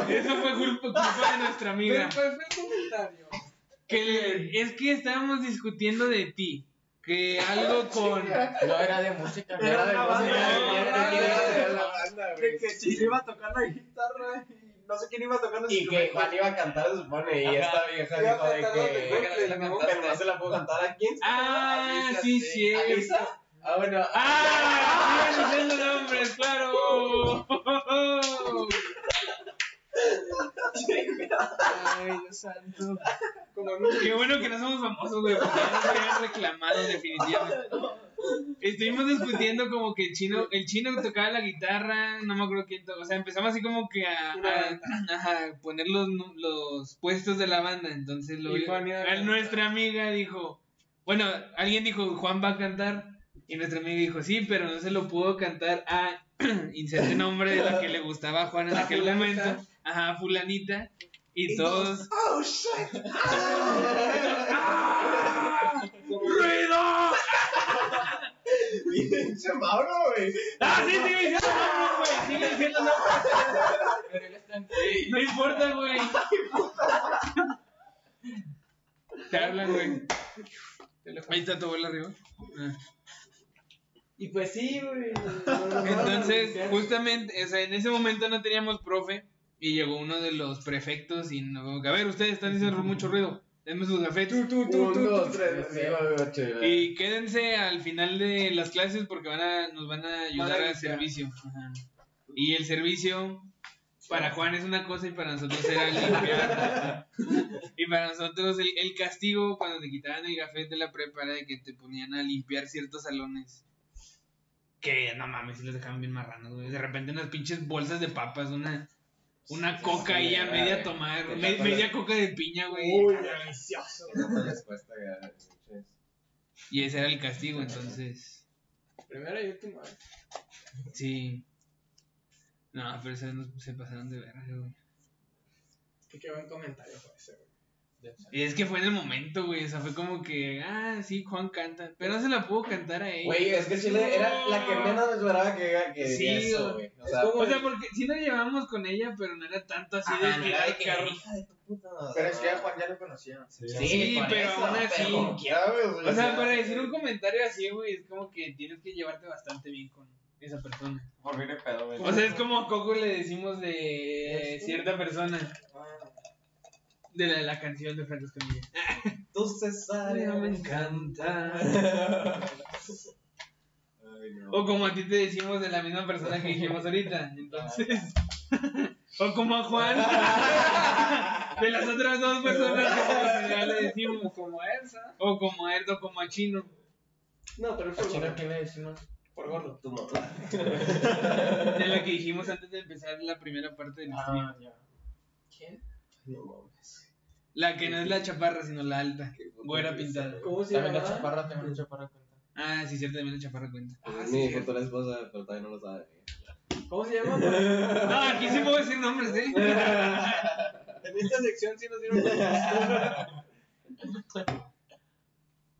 S1: Eso fue culpa, culpa de nuestra amiga.
S3: Pero ¿cuál fue el comentario?
S1: Que le- es que estábamos discutiendo de ti. Que
S5: Ah,
S1: algo con.
S5: No era de música, no
S4: Era
S5: era de
S4: una
S5: música.
S4: banda,
S5: no
S4: güey,
S5: era
S4: era
S5: de-
S4: una
S5: era la banda,
S4: Que,
S5: güey.
S4: que Chile iba a tocar la guitarra y no sé quién iba a tocar los
S2: Y que Juan iba a cantar, se supone, y esta vieja
S3: Iba a
S2: dijo de
S3: cantar la de
S2: que...
S3: Coldplay, ¿no?
S2: Pero no se la puedo cantar a quién.
S1: Ah, sí,
S2: ¿A
S1: cierto.
S2: Lisa? Ah, bueno.
S1: ¡Ah! ¡Sigan diciendo nombres, claro!
S3: Ay, Dios santo. Como no.
S1: Qué bueno que no somos famosos, güey, porque ya nos habían reclamado definitivamente. Estuvimos discutiendo como que el chino, el chino tocaba la guitarra, no me acuerdo quién tocaba. O sea, empezamos así como que a, a- ajá, a poner los, nu- los puestos de la banda. Entonces lo,
S3: Y Juan iba a
S1: a
S3: cantar.
S1: nuestra amiga dijo, bueno, alguien dijo, Juan va a cantar. Y nuestra amiga dijo, sí, pero no se lo pudo cantar a inserte nombre de la que le gustaba a Juan en
S3: A
S1: aquel
S3: fulanita.
S1: momento. Ajá, fulanita. Y, todos...
S3: ¡Oh, shit!
S1: ¡Ruido!
S5: Pinche Mauro, güey.
S1: ¡Ah, sí, sigue diciendo nombres, güey! ¡Sigue diciendo nombres!
S5: Pero él está en-
S1: No importa, güey. Te hablan, güey. Ahí está tu bola arriba. Ah.
S3: Y pues sí, güey. no, no, no,
S1: Entonces,
S3: no, no,
S1: justamente, o sea, en ese momento no teníamos profe y llegó uno de los prefectos y nos dijo, a ver, ustedes están haciendo mucho ruido, denme sus gafetes.
S5: Un, dos, tres, sí, güey, güey, chévere.
S1: Y quédense al final de las clases porque van a, nos van a ayudar al servicio. Ajá. Y el servicio para Juan es una cosa y para nosotros era limpiar. y para nosotros el, el castigo cuando te quitaban el café de la prepa era de que te ponían a limpiar ciertos salones. Que no mames, si los dejaban bien marranos, güey. De repente unas pinches bolsas de papas, una, una coca ahí a
S5: sí,
S1: media
S5: güey.
S1: tomar,
S5: Qué
S1: me-
S5: chafa,
S1: media coca de piña, güey.
S5: Uy,
S2: No les cuesta ganar, pinches.
S1: Y ese era el castigo, entonces.
S3: no. Primera y eh. última. vez.
S1: Sí. No, pero se, nos- se pasaron de verga, güey.
S3: Que qué buen comentario fue ese, güey.
S1: Y es que fue en el momento, güey. O sea, fue como que, ah, sí, Juan canta. Pero no se la pudo cantar a ella.
S2: Güey, es que Chile era la que menos me esperaba que diga que
S1: Sí,
S2: diga eso,
S1: güey.
S2: güey. O sea, pues,
S1: o sea, porque sí nos llevábamos con ella, pero no era tanto así
S2: Ajá,
S1: de
S2: no
S1: que,
S2: era
S1: ay,
S2: de que,
S1: cabrón.
S2: hija de tu puta madre.
S5: Pero es que a Juan ya lo conocía.
S1: Sí, pero aún así.
S5: como quiera, güey, o sea,
S1: O sea, para decir un comentario así, güey, es como que tienes que llevarte bastante bien con esa persona.
S2: Por fin el pedo, güey.
S1: O sea, es como a Coco le decimos
S2: pues,
S1: de cierta persona.
S2: Ah.
S1: De la, la canción de Franco Escamilla.
S2: tú cesárea me encanta. Ay, no.
S1: O como a ti te decimos de la misma persona que dijimos ahorita. Entonces. o como a Juan. de las otras dos personas que por lo general le decimos.
S3: Como esa.
S1: O como a Erdo, como a Chino.
S3: No, pero fue
S5: ¿A Chino
S3: gordo.
S5: quién le decimos?
S3: Por gordo.
S2: Tu mamá.
S1: De la que dijimos antes de empezar la primera parte del stream.
S5: Ah, ya.
S2: No mames.
S1: La que no es la chaparra, sino la alta. Güera pintada.
S3: ¿Cómo se
S5: También
S3: llama?
S5: la chaparra, también la chaparra cuenta.
S1: Ah, sí, cierto, también la chaparra cuenta.
S2: Ah,
S1: Ah,
S2: Es mi futura esposa, pero todavía no lo sabe.
S3: ¿Cómo se llama?
S1: No, aquí sí puedo decir nombres, ¿eh?
S3: En esta sección sí nos dieron cuenta.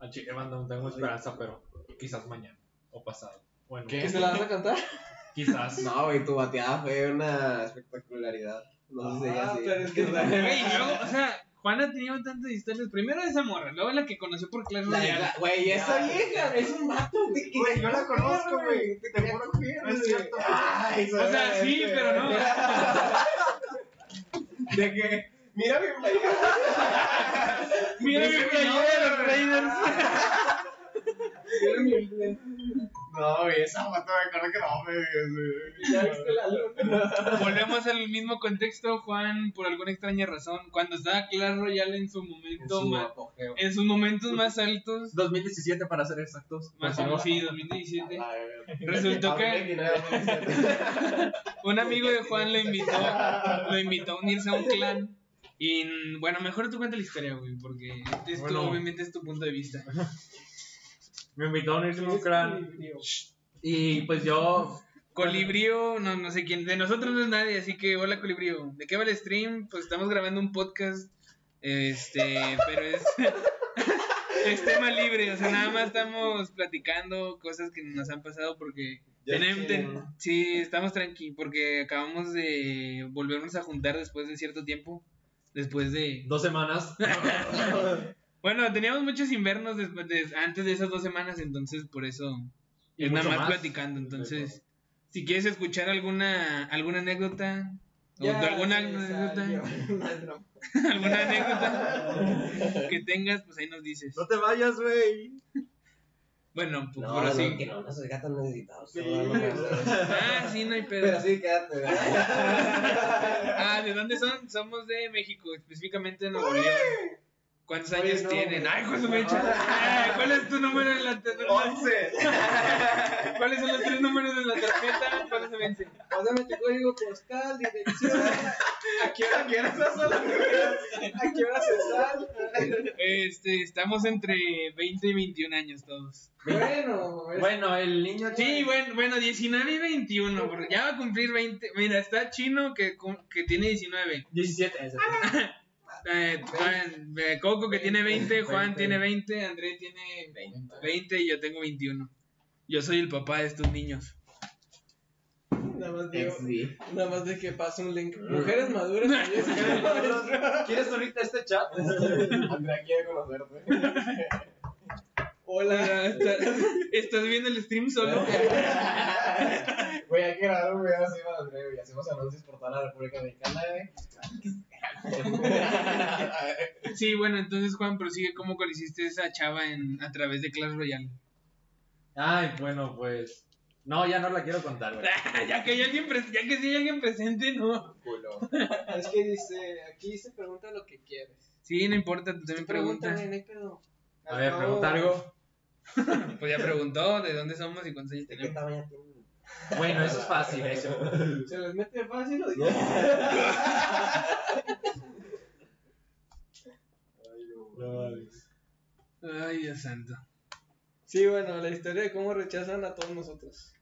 S4: A Chile, banda, no tengo esperanza, pero quizás mañana o pasado. Bueno,
S5: ¿Qué?
S3: ¿Que se la vas a cantar?
S4: quizás.
S2: No, güey, tu bateada fue una espectacularidad. No sé si
S3: Ah,
S2: así.
S3: pero es que-
S1: Güey, y luego, o sea, Juan ha tenido tantas historias. Primero esa morra, luego la que conoció por Clash
S2: La-
S1: Royale.
S2: la- Güey, esa vieja es un vato. Güey, yo la conozco, güey. Te juro que no es cierto.
S1: O sea, sí, pero no.
S2: De que, Mira mi playera.
S1: Mira mi playera de los Raiders. Mira mi playera.
S5: No, güey, esa foto me acuerdo que no me güey.
S2: Ya viste la luna.
S1: Volvemos al mismo contexto, Juan, por alguna extraña razón. Cuando estaba Clash Royale en su momento, más- en sus momentos más altos,
S4: 2017 para ser exactos.
S1: más
S4: Pues,
S1: sí, 2017, resultó
S5: Resultó
S1: que
S5: que.
S1: un amigo de Juan lo invitó, lo invitó a unirse a un clan. Y mm, bueno, mejor tú cuenta la historia, güey, porque este es tu-
S4: Bueno.
S1: obviamente es tu punto de vista.
S4: Me invitó a unirse a un clan. Y pues yo.
S1: Colibrío, no, no sé quién, de nosotros no es nadie, así que hola Colibrío. ¿De qué va el stream? Pues estamos grabando un podcast, este, pero es, es tema libre, o sea, nada más estamos platicando cosas que nos han pasado porque...
S2: Ya
S1: tenem- ten-
S2: chill, ¿no?
S1: sí, estamos tranqui, porque acabamos de volvernos a juntar después de cierto tiempo, después de...
S4: Dos semanas.
S1: Bueno, teníamos muchos invernos después de- antes de esas dos semanas, entonces por eso
S4: Y
S1: es nada
S4: mucho
S1: más,
S4: más.
S1: platicando. Entonces, si quieres escuchar alguna alguna anécdota, o de alguna anécdota, alguna anécdota que tengas, pues ahí nos dices.
S4: No te vayas, güey.
S1: Bueno, pues
S2: No,
S1: por
S2: no,
S1: así.
S2: que no, no soy gato necesitado.
S3: Sí,
S1: Ah, sí, no hay
S2: Pero
S1: pedo.
S2: sí, quédate.
S1: Ah, ¿de dónde son? Somos de México, específicamente de Nuevo León. ¿Cuántos
S3: Oye,
S1: años
S3: no,
S1: tienen?
S3: güey.
S1: Ay, José Mecha. Ay, ¿Cuál es tu número de la tarjeta? ¿Cuáles son los tres números de la tarjeta? ¿Cuáles se vencen?
S3: Pásame tu código postal, dirección. ¿A qué hora quieres ¿A qué hora se sale?
S1: Este, estamos entre 20 y 21 años todos.
S3: Bueno,
S4: Bueno, el niño.
S1: Sí, bueno, bueno, 19 y 21, porque ya va a cumplir 20. Mira, está chino que, cum- que tiene 19.
S4: 17. ese.
S1: Eh, Juan- eh, Coco que tiene 20, Juan tiene 20, André tiene 20 y yo tengo 21. Yo soy el papá de estos niños.
S3: nada más digo. Nada más de que pasa un link.
S2: Mm.
S3: Mujeres maduras.
S2: ¿Quieres ahorita este chat?
S5: Andrea quiere conocerte.
S1: Hola, ¿estás, estás viendo el stream solo?
S5: Güey, hay que grabar un video así para Andrea, güey. Hacemos anuncios por toda la República Mexicana, güey.
S1: Sí, bueno, entonces Juan prosigue cómo conociste a esa chava en, a través de Clash Royale.
S4: Ay, bueno, pues. No, ya no la quiero contar, güey.
S1: ya que hay alguien pres- ya que sí hay alguien presente, no.
S3: Es que dice, aquí se pregunta lo que quieres.
S1: Sí, no importa, tú también
S3: Pregúntame,
S1: preguntas.
S3: no hay pedo.
S4: A ver, pregunta algo.
S1: Pues ya preguntó de dónde somos y cuántos años
S2: ¿De qué
S1: tenemos.
S2: tamaño tiene?
S4: Bueno, eso es fácil, eh. eso.
S3: ¿Se les mete fácil o
S1: Ay, Dios santo.
S3: Sí, bueno, la historia de cómo rechazan a todos nosotros.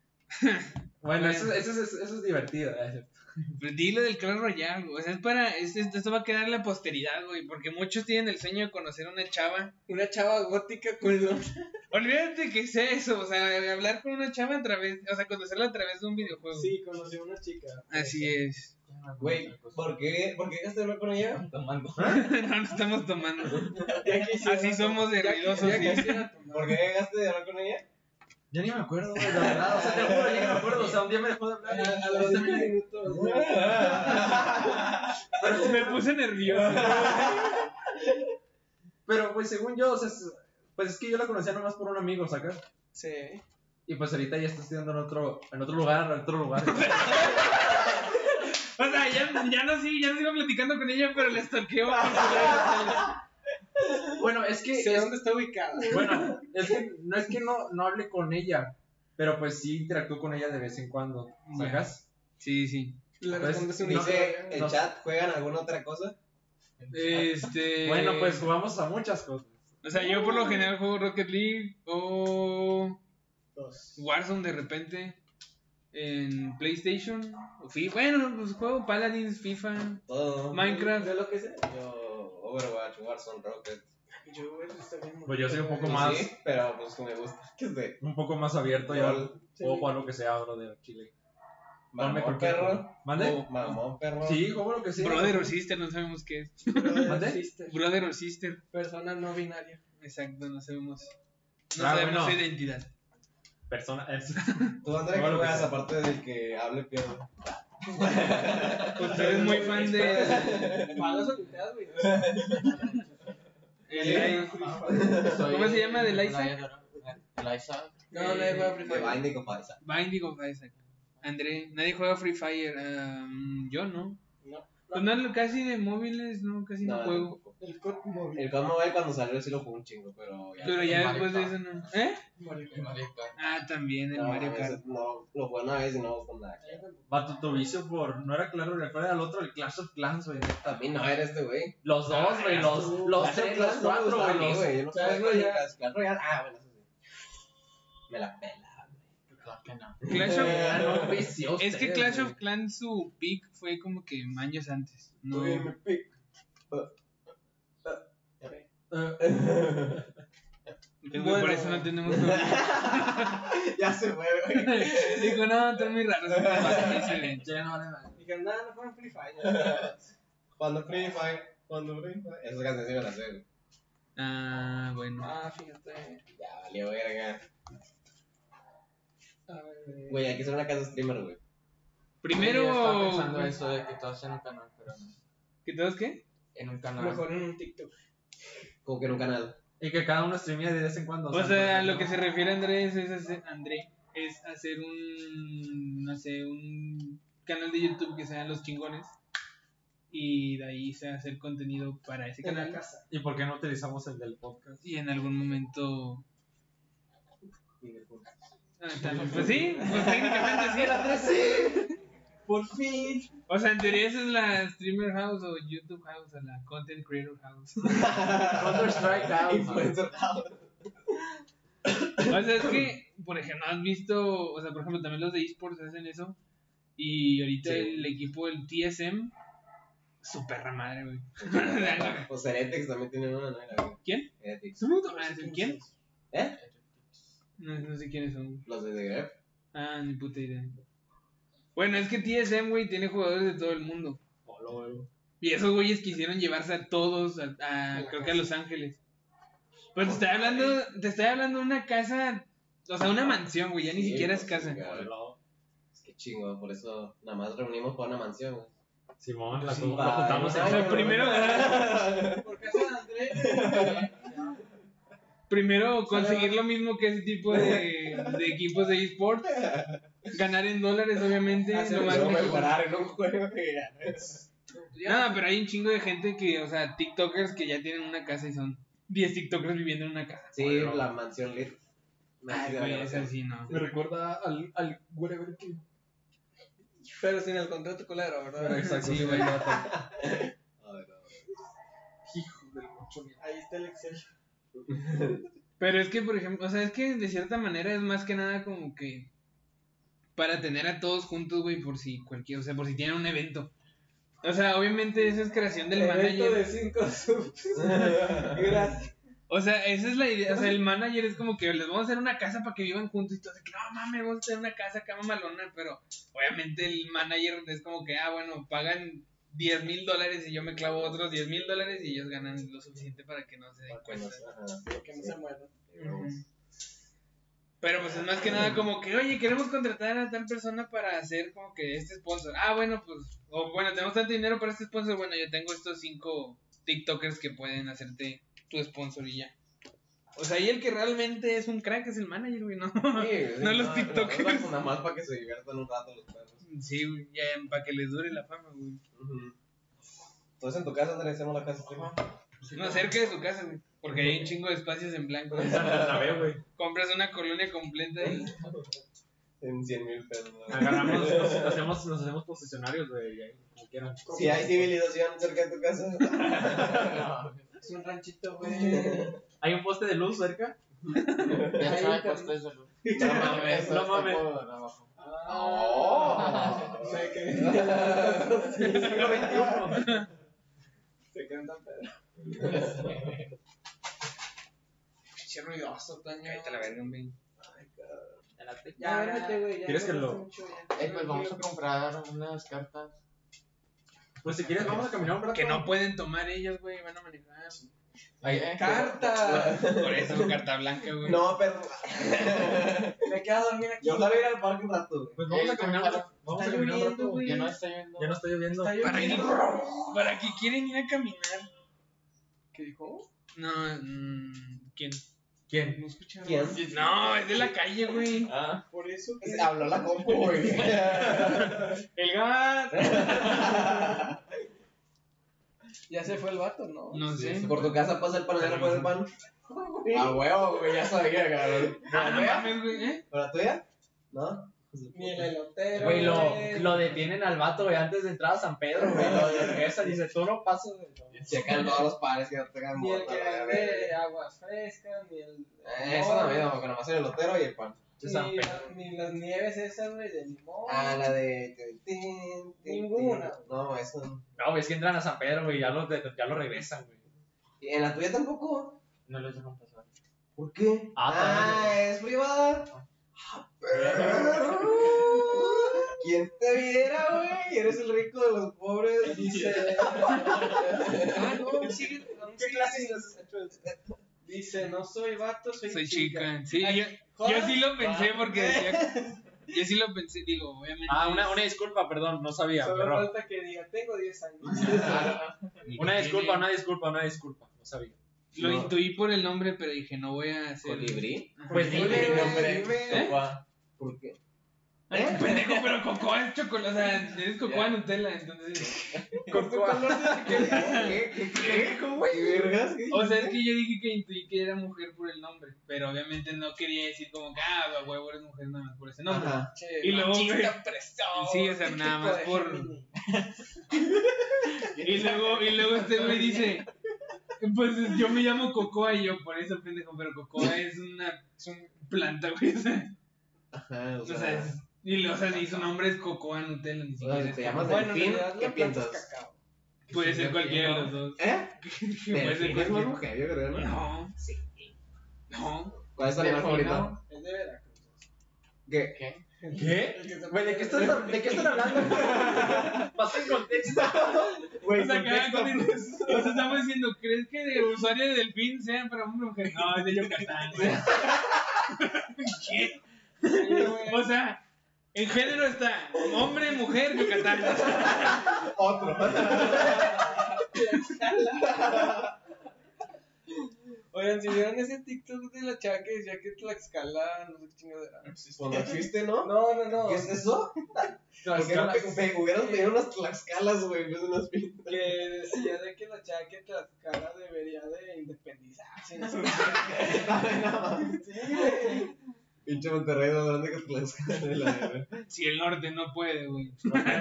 S4: Bueno, eso, eso, es- eso es divertido. eh.
S1: Pero Pues dilo del Clash Royale, güey. O sea, es para. es- es- esto va a quedar en la posteridad, güey. Porque muchos tienen el sueño de conocer a una chava.
S3: Una chava gótica con los...
S1: Olvídate que es eso. O sea, hablar con una chava a través. O sea, conocerla a través de un videojuego.
S3: Sí, conocí a una chica.
S1: Así es.
S5: Ah,
S2: Güey, ¿por qué? ¿Por qué dejaste de hablar con ella? Tomando.
S1: no, no estamos tomando.
S3: Ya quisiera-
S1: Así somos de
S3: ya-
S1: ruidosos,
S3: ya
S1: sí.
S3: quisiera tomar.
S2: ¿Por qué dejaste de hablar con ella?
S4: Yo ni me acuerdo, güey, la verdad. O sea, te lo juro, yo ni me acuerdo. O sea, un día me dejó de
S3: A,
S4: hablar.
S3: a los 10 minutos.
S1: Me puse nervioso.
S4: Pero, pues, según yo, o sea, es- pues es que yo la conocía nomás por un amigo, ¿sacas?
S3: Sí.
S4: Y pues ahorita ya está estudiando en otro, en otro lugar, en otro lugar.
S1: O sea, ya, ya no sí, ya no sigo platicando con ella, pero la stalkeo.
S4: bueno, es que,
S3: Sé
S4: es-
S3: dónde está ubicada.
S4: bueno, es que no es que no, no hable con ella, pero pues sí interactúo con ella de vez en cuando, ¿sacas?
S1: Sí, sí.
S3: Le
S4: Pues,
S3: respondes una
S2: Dice,
S3: historia.
S2: ¿el
S4: no.
S2: chat juegan alguna otra cosa?
S1: Este.
S4: Bueno, pues jugamos a muchas cosas.
S1: O sea, yo por lo general juego Rocket League o
S3: Dos.
S1: Warzone de repente en PlayStation. O FIFA. Bueno, pues juego Paladins, FIFA,
S2: Todo.
S1: Minecraft.
S3: De lo que sea.
S2: Yo, Overwatch, Warzone, Rocket.
S3: Yo, güey, está bien.
S4: Pues yo soy un poco
S2: Sí,
S4: más-
S2: pero pues me gusta. ¿Qué sé?
S4: Un poco más abierto, yo puedo jugar lo que sea, bro, de Chile. Ponme
S2: Mamón,
S4: cualquier
S2: perro.
S4: juego. ¿Mande?
S2: Oh, Mamón, perro.
S4: Sí, juego lo que sea.
S1: Brother or Sister, no sabemos qué es.
S4: ¿Mande?
S3: Sister.
S1: Brother or Sister.
S3: Persona no binaria.
S1: Exacto, no sabemos. No
S4: Ah,
S1: sabemos
S4: bueno.
S1: su identidad.
S4: Persona. es-
S2: Tú, André,
S4: Juego
S2: ¿qué
S4: lo que
S2: juegas
S4: sea.
S2: aparte del que hable, pierdo?
S1: Pues tú eres muy fan de. Eh,
S3: Malas ocultadas, güey.
S1: eh, ¿Cómo se llama? ¿De Liza?
S5: Eliza.
S3: No, no, no, güey,
S2: De
S3: primero.
S2: Binding of Isaac.
S1: Binding of Isaac. André, nadie juega Free Fire. ah, mm, yo no.
S3: No.
S1: Pues no, casi de móviles, no, casi no,
S2: No,
S1: juego.
S3: El cot móvil.
S2: El God Mobile cuando salió sí lo jugó un chingo, pero ya.
S1: Pero ya después de
S5: Mario
S1: eso no. ¿Eh?
S5: Marica.
S1: Ah, también el
S2: No,
S1: Mario Kart.
S2: ese No, lo jugué una vez y no con nada.
S4: Vato, tu vicio por. No era claro, ¿cuál era el otro? El Clash of Clans, güey.
S2: A mí no era este güey.
S4: Los dos, güey. Los, los
S2: Clash of
S4: tres, los
S2: Clans no me gustaba
S4: cuatro,
S2: a mí,
S4: güey.
S2: güey. Yo
S4: los-
S2: no
S4: Clash
S2: jugaba
S4: Royale.
S2: Clash- Clash Royale. Ah, bueno, eso sí. Me la pela.
S5: Claro que no.
S1: Clash of-
S4: Eran un vicio
S1: es que
S4: ustedes,
S1: Clash
S4: güey.
S1: of Clans su peak fue como que años antes.
S4: Mm.
S1: No.
S2: Tuve mi pick.
S4: Eh,
S1: Entonces,
S2: Bueno.
S1: Por eso no tenemos.
S2: Ya se fue, güey.
S1: Digo, no, están muy raros. Excelente.
S4: ya no vale nada.
S3: Dijeron, nada, no fueron Free Fire.
S2: Cuando Free Fire. Cuando Free Fire. Esas canciones sí me las sé, güey.
S1: Ah, bueno.
S3: Ah, fíjate.
S2: Ya valió verga.
S3: A ver.
S2: Güey, hay que hacer una casa streamer, güey.
S1: Primero.
S5: Yo estaba pensando eso de que todos en un canal, pero no.
S1: ¿Qué todos qué?
S5: En un canal.
S3: Mejor en un TikTok.
S2: Como que en un canal.
S4: Y que cada uno streamea de vez en cuando.
S1: O
S4: no-
S1: sea, pues,
S4: no-
S1: lo que se refiere Andrés es hacer, André, es hacer un, no sé, un canal de YouTube que sean los chingones y de ahí se hacer contenido para ese
S3: En la
S1: canal
S3: casa.
S4: ¿Y por qué no utilizamos el del podcast?
S1: y en algún momento... Ah, tal vez, Pues sí, pues técnicamente sí.
S3: Por fin.
S1: O sea, en teoría esa es la streamer house o YouTube house o la content creator house.
S4: Counter Strike pues,
S2: Influencer.
S1: O sea, es que, por ejemplo, has visto, o sea, por ejemplo, también los de esports hacen eso. Y ahorita
S2: Sí.
S1: el equipo, el TSM, su perra madre, güey. ¿Quién?
S2: Pues Heretics también tiene una, ¿no? Era, güey. Heretics.
S1: Su puta
S2: Ah,
S1: madre, Ah, ¿Quién?
S2: ¿Eh?
S1: No, no sé quiénes son.
S2: Los de The Gref.
S1: Ah, ni puta idea. Bueno, es que TSM, güey, tiene jugadores de todo el mundo. Y esos güeyes quisieron llevarse a todos, a, a-
S3: A la
S1: creo que a
S3: casa.
S1: Los Ángeles. Pero te estoy hablando, te estoy hablando de una casa, o sea, una mansión, güey, ya ni
S2: Sí,
S1: siquiera es
S2: pues,
S1: casa.
S2: sí, cabrón. Es que chingo, por eso nada más reunimos para una mansión, güey.
S4: Simón, la
S2: Sí,
S4: lo
S2: va,
S4: juntamos
S2: va,
S1: O
S4: en
S1: sea, primero,
S3: Por casa de Andrés.
S1: primero conseguir lo mismo que ese tipo de, de equipos de esports, ganar en dólares, obviamente, lo más
S2: Luego
S1: mejor.
S2: mejorar en un juego que ganas.
S1: Nada, pero hay un chingo de gente que, o sea, TikTokers que ya tienen una casa y son 10 TikTokers viviendo en una casa.
S2: Sí, la mansión lit.
S1: Ay, güey, eso sí, no.
S4: Me recuerda al, al whatever que.
S3: Pero sin el contrato culero, ¿verdad?
S4: Exacto, sí, güey.
S2: A ver, a ver.
S3: Ahí está el Excel.
S1: Pero es que, por ejemplo, o sea, es que de cierta manera es más que nada como que para tener a todos juntos, güey, por si cualquier, o sea, por si tienen un evento. O sea, obviamente esa es creación del
S3: Evento
S1: manager.
S3: de 5 subs. Gracias.
S1: O sea, esa es la idea. O sea, el manager es como que les vamos a hacer una casa para que vivan juntos y todo. de que, no mames, vamos a hacer una casa acá mamalona. Pero obviamente el manager es como que, ah, bueno, pagan 10 mil dólares y yo me clavo otros 10 mil dólares y ellos ganan lo suficiente para que no se den
S2: Porque
S1: cuenta.
S2: nos- ajá,
S3: Que no se mueran.
S1: Ujú. Pero pues es más que nada como que, oye, queremos contratar a tal persona para hacer como que este sponsor. Ah, bueno, pues, o bueno, tenemos tanto dinero para este sponsor. Bueno, yo tengo estos cinco TikTokers que pueden hacerte tu sponsor y ya. O sea, y el que realmente es un crack es el manager, güey, ¿no?
S2: Sí, sí,
S1: No los
S2: pero
S1: tiktokers.
S2: no, pues, Nada más para que se diviertan un rato los perros.
S1: Sí, güey, ya, para que les dure la fama, güey.
S2: Ujú. Entonces en tu casa Andrés, hacemos la casa streamer.
S1: No, cerca de su casa, güey. Porque hay un chingo de espacios en blanco.
S4: La veo, güey.
S1: Compras una colonia completa y...
S2: En 100 mil pesos. ¿no?
S4: Agarramos, nos hacemos, nos hacemos posicionarios, güey. y ahí, como quieran.
S2: Si hay civilización cerca de tu casa.
S3: Es un ranchito, güey.
S4: Hay un poste de luz cerca.
S5: Ya
S3: Ahí
S5: sabe,
S3: está.
S5: pues, eso, No
S2: No
S5: mames,
S4: no
S5: no
S4: mames.
S5: mames. abajo.
S3: Ah.
S2: Oh.
S3: Se Se quedan tan pedo. Che ruidoso, Toño.
S1: Cállate la verga, güey.
S3: Ya, pues, vérate, güey. ya
S4: ¿Quieres que
S3: no
S4: lo-
S3: hace mucho, ya.
S5: Eh, pues vamos a comprar unas cartas.
S4: Pues si quieres, vamos a caminar un rato.
S1: Que no pueden tomar ellos, güey, van a manejar.
S5: Ahí, eh.
S3: ¡Carta!
S1: Por eso, carta blanca, güey.
S2: No, pero
S3: Me quedo a dormir aquí.
S2: yo solo voy a ir al parque un rato, güey.
S4: Pues vamos a
S5: Eh,
S4: caminar un rato. Vamos a
S3: Está
S4: caminar un
S3: lloviendo,
S4: rato.
S3: güey.
S5: Ya no está lloviendo.
S4: Ya no está lloviendo.
S3: Está
S1: Para ir.
S3: lloviendo.
S1: ¿Para qué quieren ir a caminar?
S3: ¿Qué dijo?
S1: No, mm, ¿quién?
S4: ¿Quién?
S3: No escucharon.
S2: ¿Quién?
S1: No, es de la calle, güey.
S5: Ah,
S3: Por eso. que-
S5: habló la compu, güey.
S1: El gato.
S3: Ya se fue el vato, ¿no?
S1: No sé.
S2: Por tu casa pasa el panadero por el pan.
S5: A huevo, güey, ya sabía, cabrón.
S1: Ah, no mames, güey. ¿eh?
S2: ¿Para tuya? ¿No? Pues,
S3: Ni el elotero.
S6: Güey, lo,
S3: güey.
S6: lo detienen al vato, güey, antes de entrar a San Pedro, güey. Lo regresan y dice, tú no pasas, güey.
S2: Checan todos los pares que no tengan
S3: Ni el
S2: moto,
S3: que
S2: la verga.
S3: vende aguas frescas, ni el.
S2: Eh, Eso
S3: no,
S2: también, porque nomás el elotero y el pan.
S3: Ni,
S6: San
S3: la- ni las nieves esas, güey, de limón.
S2: Ah, la de. tin, tin, tin.
S3: Ninguna.
S2: No, eso. no.
S6: No, güey, es que entran a San Pedro, güey, ya lo, de- ya lo regresan, güey.
S2: ¿Y en la tuya tampoco?
S5: No lo dejan pasar.
S2: ¿Por qué?
S6: Ah,
S2: Ah, es privada. Ah, perro. ¿Quién te viera, güey? Eres el rico de los pobres.
S3: Dice. Ah, no, sigue- sigue- Dice, no soy vato, soy,
S1: Soy chica. Sí, yo, yo sí lo pensé porque decía. Yo sí lo pensé, digo, obviamente.
S6: Ah, una, una disculpa, perdón, no sabía,
S3: Solo
S6: perdón.
S3: falta que diga, tengo 10 años.
S6: Una
S1: Tiene-
S6: disculpa, una disculpa, una disculpa, no sabía.
S1: Lo
S2: No.
S1: intuí por el nombre, pero dije, no voy a hacer.
S2: ¿Colibrí?
S6: Pues
S2: Dime,
S6: dime,
S2: güey,
S6: güey.
S5: ¿eh?
S2: dime.
S5: Guau.
S2: ¿Por qué?
S1: Ay, pendejo, pero cocoa es chocolate. O sea, eres cocoa Nutella, entonces.
S2: ¿Qué? ¿Qué? ¿Qué? ¿Cómo, güey? ¿Qué vergas? ¿Qué?
S1: O sea, es que yo dije que intuí que era mujer por el nombre. Pero obviamente no quería decir como que, ah, a huevo, eres mujer nada más por ese nombre.
S2: Ajá.
S1: Y luego, güey.
S3: preso.
S1: Sí, o sea, nada más por- Y luego, y luego este güey dice. Pues yo me llamo Cocoa y yo por eso pendejo, pero Cocoa es una, es una planta, güey. O sea,
S2: Ajá,
S1: o sea, es- y, lo- o sea, ni su nombre es Cocoa Nutella, ni
S2: O sea,
S1: siquiera
S2: si te
S1: es-
S2: llamas
S3: Bueno,
S2: delfín,
S3: en realidad
S2: ¿qué
S3: la planta es
S2: piensas?
S3: cacao.
S1: Puede ser cualquiera de los dos.
S2: ¿Eh?
S1: Puede ser
S2: Delfín es más
S1: cualquiera.
S2: mujer, yo creo, ¿no?
S1: No. No.
S2: ¿Cuál es tu animal favorito?
S3: Es de Veracruz.
S2: ¿Qué?
S6: ¿Qué?
S3: El que se
S6: Güey, ¿de qué estás, de qué están hablando? Pasa el contexto.
S1: o sea, cada cosa- eso estamos diciendo, ¿crees que de usuario de delfín sean para hombre o mujer? No, es de Yucatán. güey. ¿Qué? O sea, en género está hombre, mujer, Yucatán.
S2: Otro.
S3: Oigan, si vieron ese TikTok de la chava que decía que Tlaxcala, no sé qué chingada era.
S2: Pues no existe, ¿no?
S3: No, no, no.
S2: ¿Qué es eso? ¿Por qué no pe- pe- hubieras pedido unas tlaxcalas, güey? en vez de unas pintas?
S3: Que decía de que la chava que Tlaxcala debería de independizarse. No sé qué.
S2: Pinche Monterrey más grande que Tlaxcala. la verdad.
S1: Si el norte no puede, güey.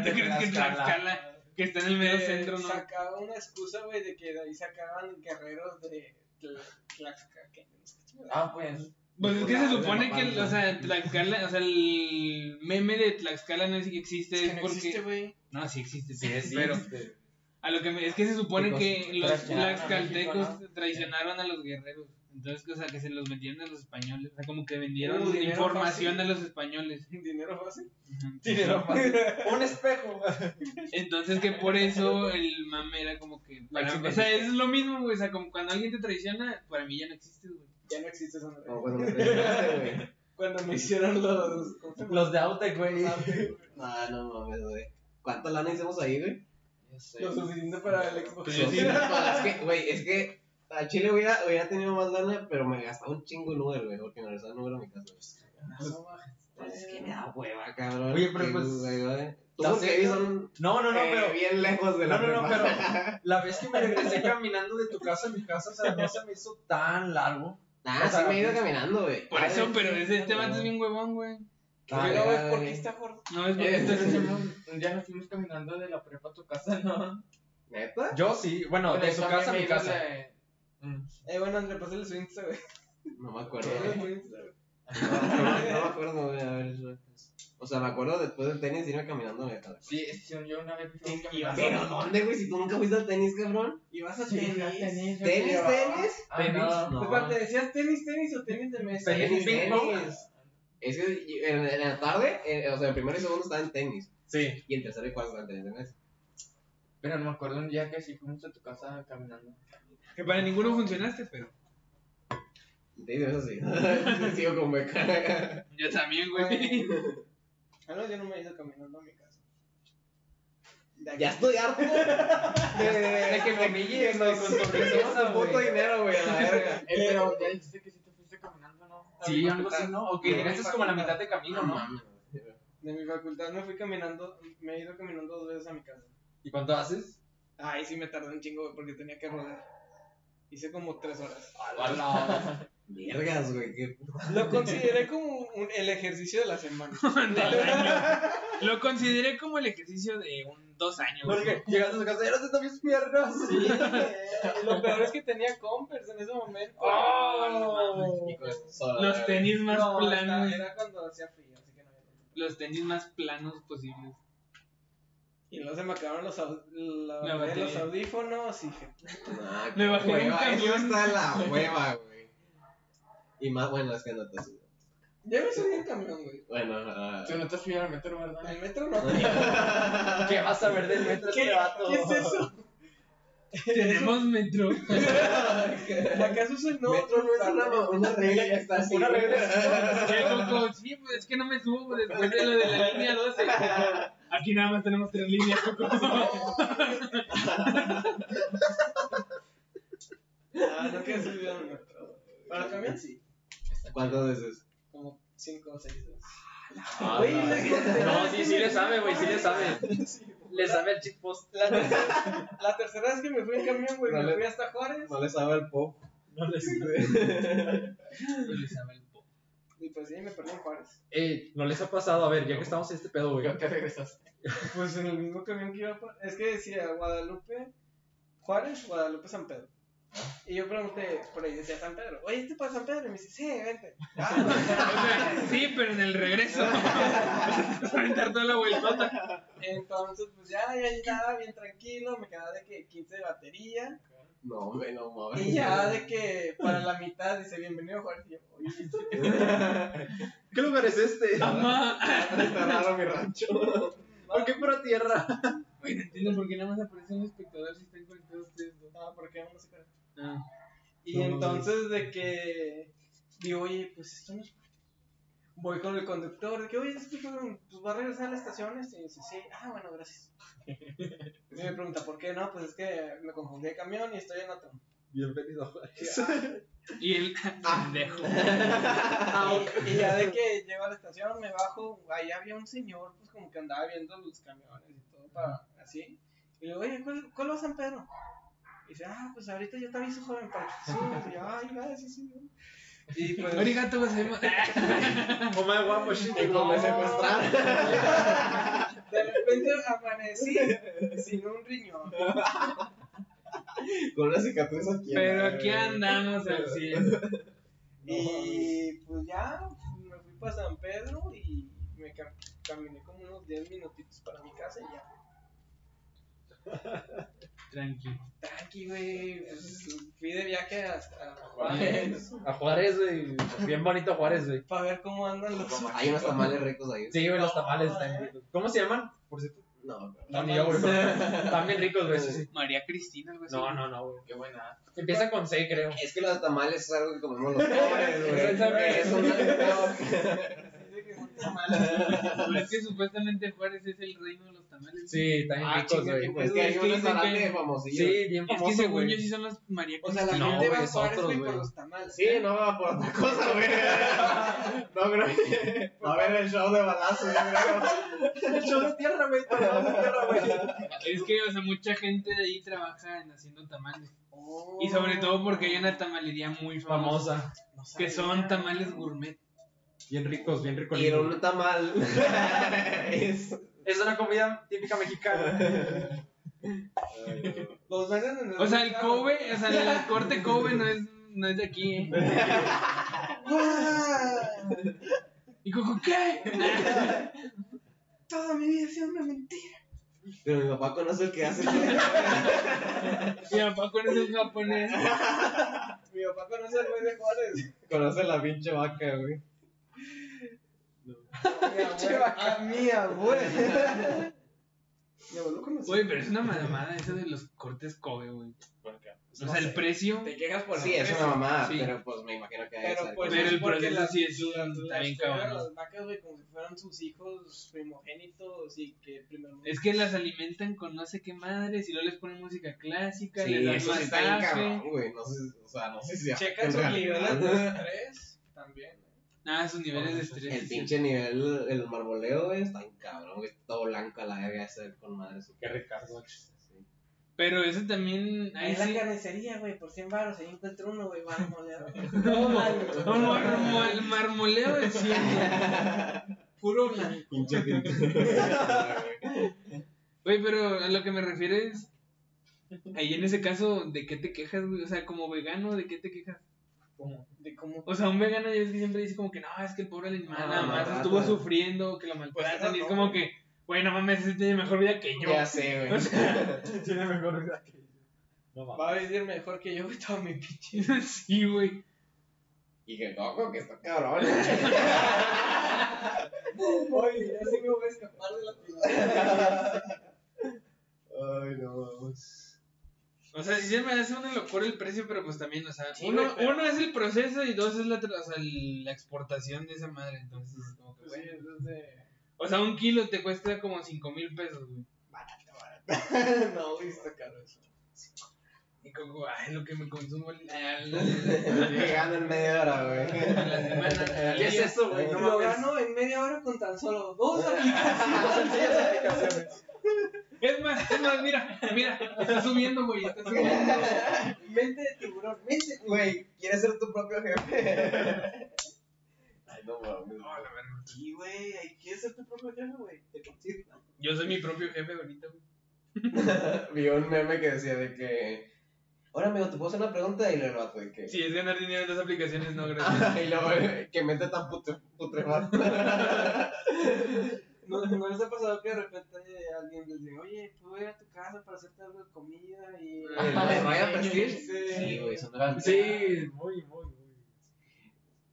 S1: ¿Te crees que Tlaxcala, que está en el medio
S3: Que
S1: centro, no?
S3: Eh, Sacaba una excusa, güey, de que de ahí sacaban guerreros de Tla- Tlaxcala. que no sé qué chingada.
S5: Ah, pues.
S1: Pues es que se
S2: Hola,
S1: supone que,
S2: hola,
S1: o sea, Tlaxcala, o sea, el meme de Tlaxcala no es que existe,
S3: Es
S1: es
S3: que no
S1: porque...
S3: existe, güey.
S1: No, sí existe, pero a lo que me- es que se supone
S2: Porque
S1: que los
S5: traicionaron a
S1: tlaxcaltecos
S5: México,
S1: traicionaron a los guerreros. Entonces, o sea, que se los vendieron a los españoles. O sea, como que vendieron
S3: Uh, dinero
S1: información
S3: fácil.
S1: a los españoles.
S3: Dinero fácil.
S1: Ujú.
S5: Dinero fácil.
S6: Un espejo.
S1: Entonces, que por eso el mame era como que. para- o sea, es lo mismo, güey. O sea, como cuando alguien te traiciona, para mí ya no existe, güey.
S3: Ya no existe esa madre.
S2: No, cuando me traicionaste, güey.
S3: Cuando me hicieron los. ¿cómo se llama?
S6: Los de Autec, güey.
S2: Ah, no mames, güey. ¿Cuánta lana hicimos ahí, güey?
S5: Ya sé.
S3: Lo suficiente para el Xbox.
S1: Sí, sí.
S2: Es que, güey, es que a Chile hubiera, hubiera tenido más lana, pero me gastaba un chingo el número, güey, porque me regresaba el número a mi casa, güey.
S3: No, mames.
S2: Pues Es que me da hueva, cabrón.
S6: Oye, pero
S2: Que,
S6: pues,
S2: güey, güey. Tú
S6: ¿estás
S2: porque
S6: seguro?
S2: son
S6: No, no, no,
S2: eh,
S6: pero.
S2: bien lejos de la
S6: No, no, no,
S2: prepa.
S6: pero la vez que me regresé caminando de tu casa a mi casa, o sea, no se me hizo tan largo.
S2: Ah,
S6: O sea,
S2: sí me he ido caminando, güey.
S1: Por eso, pero ese, este vato es bien huevón, güey.
S2: Ah,
S3: Pero,
S2: ya,
S3: güey, ¿por
S2: güey.
S3: qué está gordo?
S1: No es
S5: Eh,
S1: bonito ese
S5: entonces, un día nos fuimos caminando de la prepa a tu casa, ¿no?
S2: ¿Neta?
S6: Yo sí, bueno, de
S5: Pero
S6: su
S5: también
S6: casa a
S5: me
S6: mi
S5: iba
S6: casa.
S5: de- Mm.
S3: Eh, bueno, André, pásale su Insta, güey.
S2: No me acuerdo,
S3: Pásale
S2: güey.
S3: su Insta, güey.
S2: No, no, no me acuerdo, güey. A ver, eso. O sea, me acuerdo después del tenis irme caminando, güey.
S5: Sí, es que yo una vez fui
S2: Pero
S5: caminando.
S2: ¿dónde, güey? Si tú nunca fuiste al tenis, cabrón.
S3: Y vas a
S5: Ah, Sí,
S3: tenis.
S5: era tenis, yo
S2: ¿Tenis,
S5: creo.
S2: tenis?
S5: Ah, no.
S2: No.
S3: Pues, ¿Te decías tenis, tenis o tenis de mesa?
S2: Tenis,
S6: Tenis, ping pong.
S5: ¿eh?
S2: tenis. Es que yo- en, en la tarde, eh, o sea, en primero y segundo estaba en tenis.
S6: Sí.
S2: Y en tercero y cuarto estaba en tenis de mesa.
S5: Pero me acuerdo un día que sí fuimos a tu casa caminando.
S1: Que para ninguno funcionaste, este, pero.
S2: Te digo eso sí. Sigo con beca.
S1: Yo también, güey.
S3: Ah, no, yo no me he ido caminando a mi casa. De aquí-
S2: Ya estoy harto de,
S5: De que me humilles,
S1: este,
S2: no,
S5: güey, con tu risa,
S2: puto
S5: güey.
S2: dinero, güey, a la verga.
S5: Eh, pero ya dijiste que sí te fuiste caminando, ¿no?
S6: Sí, algo así, ¿no? O que
S3: No,
S6: llegaste
S3: para
S6: como a la
S3: nada.
S6: mitad de camino, ¿no?
S3: De mi facultad me fui caminando, me he ido caminando dos veces a mi casa.
S6: ¿Y cuánto haces?
S3: Ay, sí, me tardé un chingo güey, porque tenía que rodar. Hice como tres horas.
S6: Hola.
S2: Vergas, güey, qué puto.
S3: Lo consideré como un- el ejercicio de la semana.
S1: Del año. Lo consideré como el ejercicio de un dos años.
S2: Porque llegaste a su casa y ahora te están mis piernas.
S3: Y lo peor es que tenía compers en ese momento.
S1: Oh,
S2: Y con esto solo,
S1: Los
S2: güey.
S1: tenis más
S3: No,
S1: planos.
S3: era- era cuando hacía frío, así que no había tanto.
S1: Los tenis más planos posibles.
S3: Y luego se me acabaron los, au- la-
S1: La batería.
S3: los audífonos y dije,
S2: Nah,
S1: Me bajé
S2: hueva,
S1: un camión.
S2: Eso está la hueva, güey. Y más, bueno, es que no te subo.
S3: ya me subí en camión, güey.
S2: Bueno, ah,
S5: Tú no te has subido al metro,
S3: En
S5: ¿verdad?
S3: el metro no. ¿Qué
S6: ¿Qué vas a ver del metro este vato?
S3: es eso?
S1: Tenemos metro.
S3: ¿Acaso soy no?
S2: metro no es una, una regla, ya está así.
S5: Una regla.
S1: Ya como, sí, pues es que no me subo después de lo de la línea 12. Aquí nada más tenemos tres líneas.
S3: Ah, no quiero subir al metro. Para camión sí.
S2: ¿Cuántas veces?
S3: Como 5 o 6 veces. Ah,
S6: Güey, No, sí, sí le sabe, güey, sí le sabe. Le sabe el chip post.
S3: La tercera, la tercera vez que me fui en camión, güey,
S2: No
S3: me
S2: le-
S3: fui hasta Juárez.
S2: No le sabe el pop.
S3: Y pues sí, me perdí en Juárez.
S6: Ey, Eh, no les ha pasado, a ver, ya que estamos en este pedo, güey.
S5: Creo que regresaste.
S3: Pues en el mismo camión que iba a... Es que decía Guadalupe, Juárez, Guadalupe, San Pedro. Y yo pregunté, por ahí decía San Pedro, oye, ¿este para San Pedro? Y me dice, sí, vente.
S1: Sí, pero en el regreso. Vas a aventar toda la vueltota.
S3: Entonces, pues ya, ya estaba bien tranquilo, me quedaba de que 15 de batería.
S2: No, hombre, no mames.
S3: Y ya de que para la mitad dice, bienvenido Juárez. Y yo, oye, ¿esto qué
S6: ¿Qué lugar es este?
S1: Mamá.
S2: Está raro mi rancho.
S6: ¿Por qué pura tierra?
S1: Güey, no entiendo por qué nada más aparece un espectador si están conectados ustedes dos.
S3: Ah, ¿por qué no se quedaron?
S1: Ah.
S3: Y entonces de que digo, oye, pues esto no es Voy con el conductor, de que, oye, este cabrón, pues va a regresar a la estación, este, y dice, sí, ah, bueno, gracias. Y me pregunta, ¿por qué no? Pues es que me confundí de camión y estoy en otro.
S6: Bienvenido a
S1: Y el
S3: Ah.
S1: pendejo.
S3: Y, y ya de que llego a la estación, me bajo, ahí había un señor, pues como que andaba viendo los camiones y todo, para, así. Y le digo, oye, ¿cuál, cuál va a San Pedro? Y dice, ah, pues ahorita yo te aviso, joven, para que subas". Y yo, ay, gracias, señor. Y pues...
S1: Arigato, gozaimasu.
S6: Mamá de guapo, shit.
S2: Como me secuestraron.
S3: Ah. De repente amanecí sin un riñón.
S2: Con una cicatriz aquí.
S1: Pero aquí andamos al cielo.
S3: Y pues ya me fui para San Pedro y me cam- caminé como unos 10 minutitos para mi casa y ya.
S1: Tranquilo.
S3: Tranqui, güey. pues, fui de viaje hasta Juárez
S6: Juárez. A Juárez, güey. Bien bonito Juárez, güey.
S3: para ver cómo andan los.
S2: Hay unos tamales ricos ahí.
S6: Sí, güey, los tamales están bien ricos. ¿Cómo se llaman? Por cierto.
S2: No, pero-
S6: No, ni yo, güey. Están bien ricos, güey. sí, sí.
S1: María Cristina, algo así.
S6: No, no, no, güey.
S5: Qué buena.
S6: Empieza con C, creo.
S2: Es que los tamales es algo que comemos los pobres, güey.
S6: Yo también.
S2: Es una-
S1: Pero Pues es que supuestamente Juárez es el reino de los tamales.
S6: Sí, están bien
S1: Ah,
S6: ricos,
S1: chinga,
S6: güey.
S1: qué
S2: Es que hay
S1: Es que
S2: un
S1: dicen
S2: restaurante
S1: que-
S2: famosillo.
S6: Sí, bien
S1: Es que
S6: famoso,
S1: según
S6: güey.
S1: yo sí son las María
S3: O sea, la
S1: Cristina.
S6: No,
S3: gente va
S6: güey,
S3: a
S6: es
S3: Juárez,
S6: otro,
S3: güey,
S6: güey.
S3: por los tamales.
S2: Sí, no va por otra cosa, güey. No creo que. A ver el show de balazo, yo creo.
S6: El show de tierra, güey. Torneos de tierra, güey.
S1: Es que, o sea, mucha gente de ahí trabaja en haciendo tamales.
S3: Oh.
S1: Y sobre todo porque hay una tamalería muy famosa.
S6: Famosa.
S3: No sabía.
S1: Que son tamales gourmet.
S6: Bien ricos, bien ricos.
S2: Y en un tamal. Es-
S6: Es una comida típica mexicana.
S3: Los venden en
S1: O sea, el
S3: mercado.
S1: Kobe, o sea, el corte Kobe no es, no es de aquí, ¿eh?
S3: ¡Ah!
S1: Y Coco, ¿qué?
S3: Toda mi vida ha sido una mentira.
S2: Pero mi papá conoce el que hace el
S1: Mi papá conoce un japonés.
S3: Mi papá conoce al güey de Juárez.
S2: Conoce la pinche vaca, güey.
S3: Mi abuela. A mi abuela. Ah, Mi abuelo conocía.
S1: Oye, pero es una mamada esa de los cortes Kobe, güey.
S5: ¿Por qué?
S1: O sea, el precio.
S6: Te quejas por
S2: Sí,
S6: el
S2: es
S6: precio.
S2: una mamada,
S1: Sí.
S2: pero pues me imagino que debe
S3: Pero
S2: ser.
S3: pues
S1: Pero
S3: es
S1: el
S3: porque
S1: proceso
S3: las-
S1: sí es
S3: las-
S1: un- está
S3: las
S1: bien
S3: cuidan
S1: cabrón, ¿no?
S3: Las vacas, güey, como si fueran sus hijos primogénitos y que primero.
S1: Es que las alimentan con no sé qué madres y luego les ponen música clásica,
S2: Sí,
S1: les dan
S2: eso sí
S1: más
S2: está bien cabrón,
S1: café.
S2: güey. No sé, o sea, no sé si sea.
S3: Checa
S2: en
S3: sus
S2: realidad.
S3: niveles de estrés también.
S1: Ah, sus niveles de
S2: El
S1: estrés.
S2: pinche nivel, el marboleo, güey, está bien cabrón, güey. Todo blanco a la verga, ser con madre. su-
S5: Qué Ricardo.
S2: Sí.
S1: Pero eso también.
S3: Ahí
S1: Ahí
S3: en la
S1: Ah, sí.
S3: carnicería, güey, por 100 baros, ahí encuentro uno, güey, vamos a moler.
S1: Un marmol- marmoleo de siempre.
S3: Puro blanco.
S2: Pinche gente.
S1: Güey, pero a lo que me refiero es. Ahí en ese caso, ¿de qué te quejas, güey? O sea, como vegano, ¿de qué te quejas?
S3: De cómo.
S1: O sea, un vegano ya es que siempre dice como que no, es que el pobre animal
S2: Ah,
S1: nada más
S2: maltrata.
S1: estuvo sufriendo, que lo maltratan.
S5: Pues,
S1: y es
S5: no,
S1: como
S5: no.
S1: que, güey, no mames, ese tiene mejor vida que yo.
S2: Ya sé, güey.
S5: Tiene mejor vida que yo. No mames.
S3: Va a vivir mejor que yo, güey, toda mi pinche.
S1: sí, güey.
S2: Y que coco, que está cabrón.
S3: Oye, ya sé cómo voy a escapar de la prisión.
S2: Ay, no, vamos.
S1: O sea, sí se me hace una locura el precio, pero pues también, o sea,
S3: Sí,
S1: uno,
S3: güey, pero-
S1: uno es el proceso y dos es la, tra- o sea, el- la exportación de esa madre. Entonces, es como que,
S3: Sí,
S1: güey.
S3: entonces.
S1: O sea, un kilo te cuesta como cinco mil pesos, güey.
S3: No, güey, está caro eso.
S1: Y como, ay, lo que me consumo el-
S2: Llegando en media hora,
S1: en
S2: güey.
S1: la semana.
S6: ¿Qué es eso, güey? Eh, No
S3: Lo
S6: mames.
S3: gano en media hora con tan solo dos aplicaciones.
S1: Es más, es más, mira, mira, está subiendo, güey, está subiendo.
S3: Mente de tiburón, mente.
S2: Güey, quieres ser tu propio jefe. Ay, no, mames.
S3: Sí, güey, ahí quieres ser tu propio jefe, güey. Te consigo.
S1: Yo soy mi propio jefe ahorita, güey.
S2: Vi un meme que decía de que. Ahora, amigo, ¿te puedo hacer una pregunta? Y luego el vato de que.
S1: Si es ganar dinero en las aplicaciones, no, gracias.
S2: y luego, eh, que mente tan putre, putrefacta.
S3: ¿No, ¿No les ha pasado que de repente alguien les dice, oye, puedo ir a tu casa para hacerte algo de comida? Y.
S2: El
S6: Ay,
S2: pues,
S6: sí.
S2: Sí, güey, son las
S6: Sí, muy, muy, muy.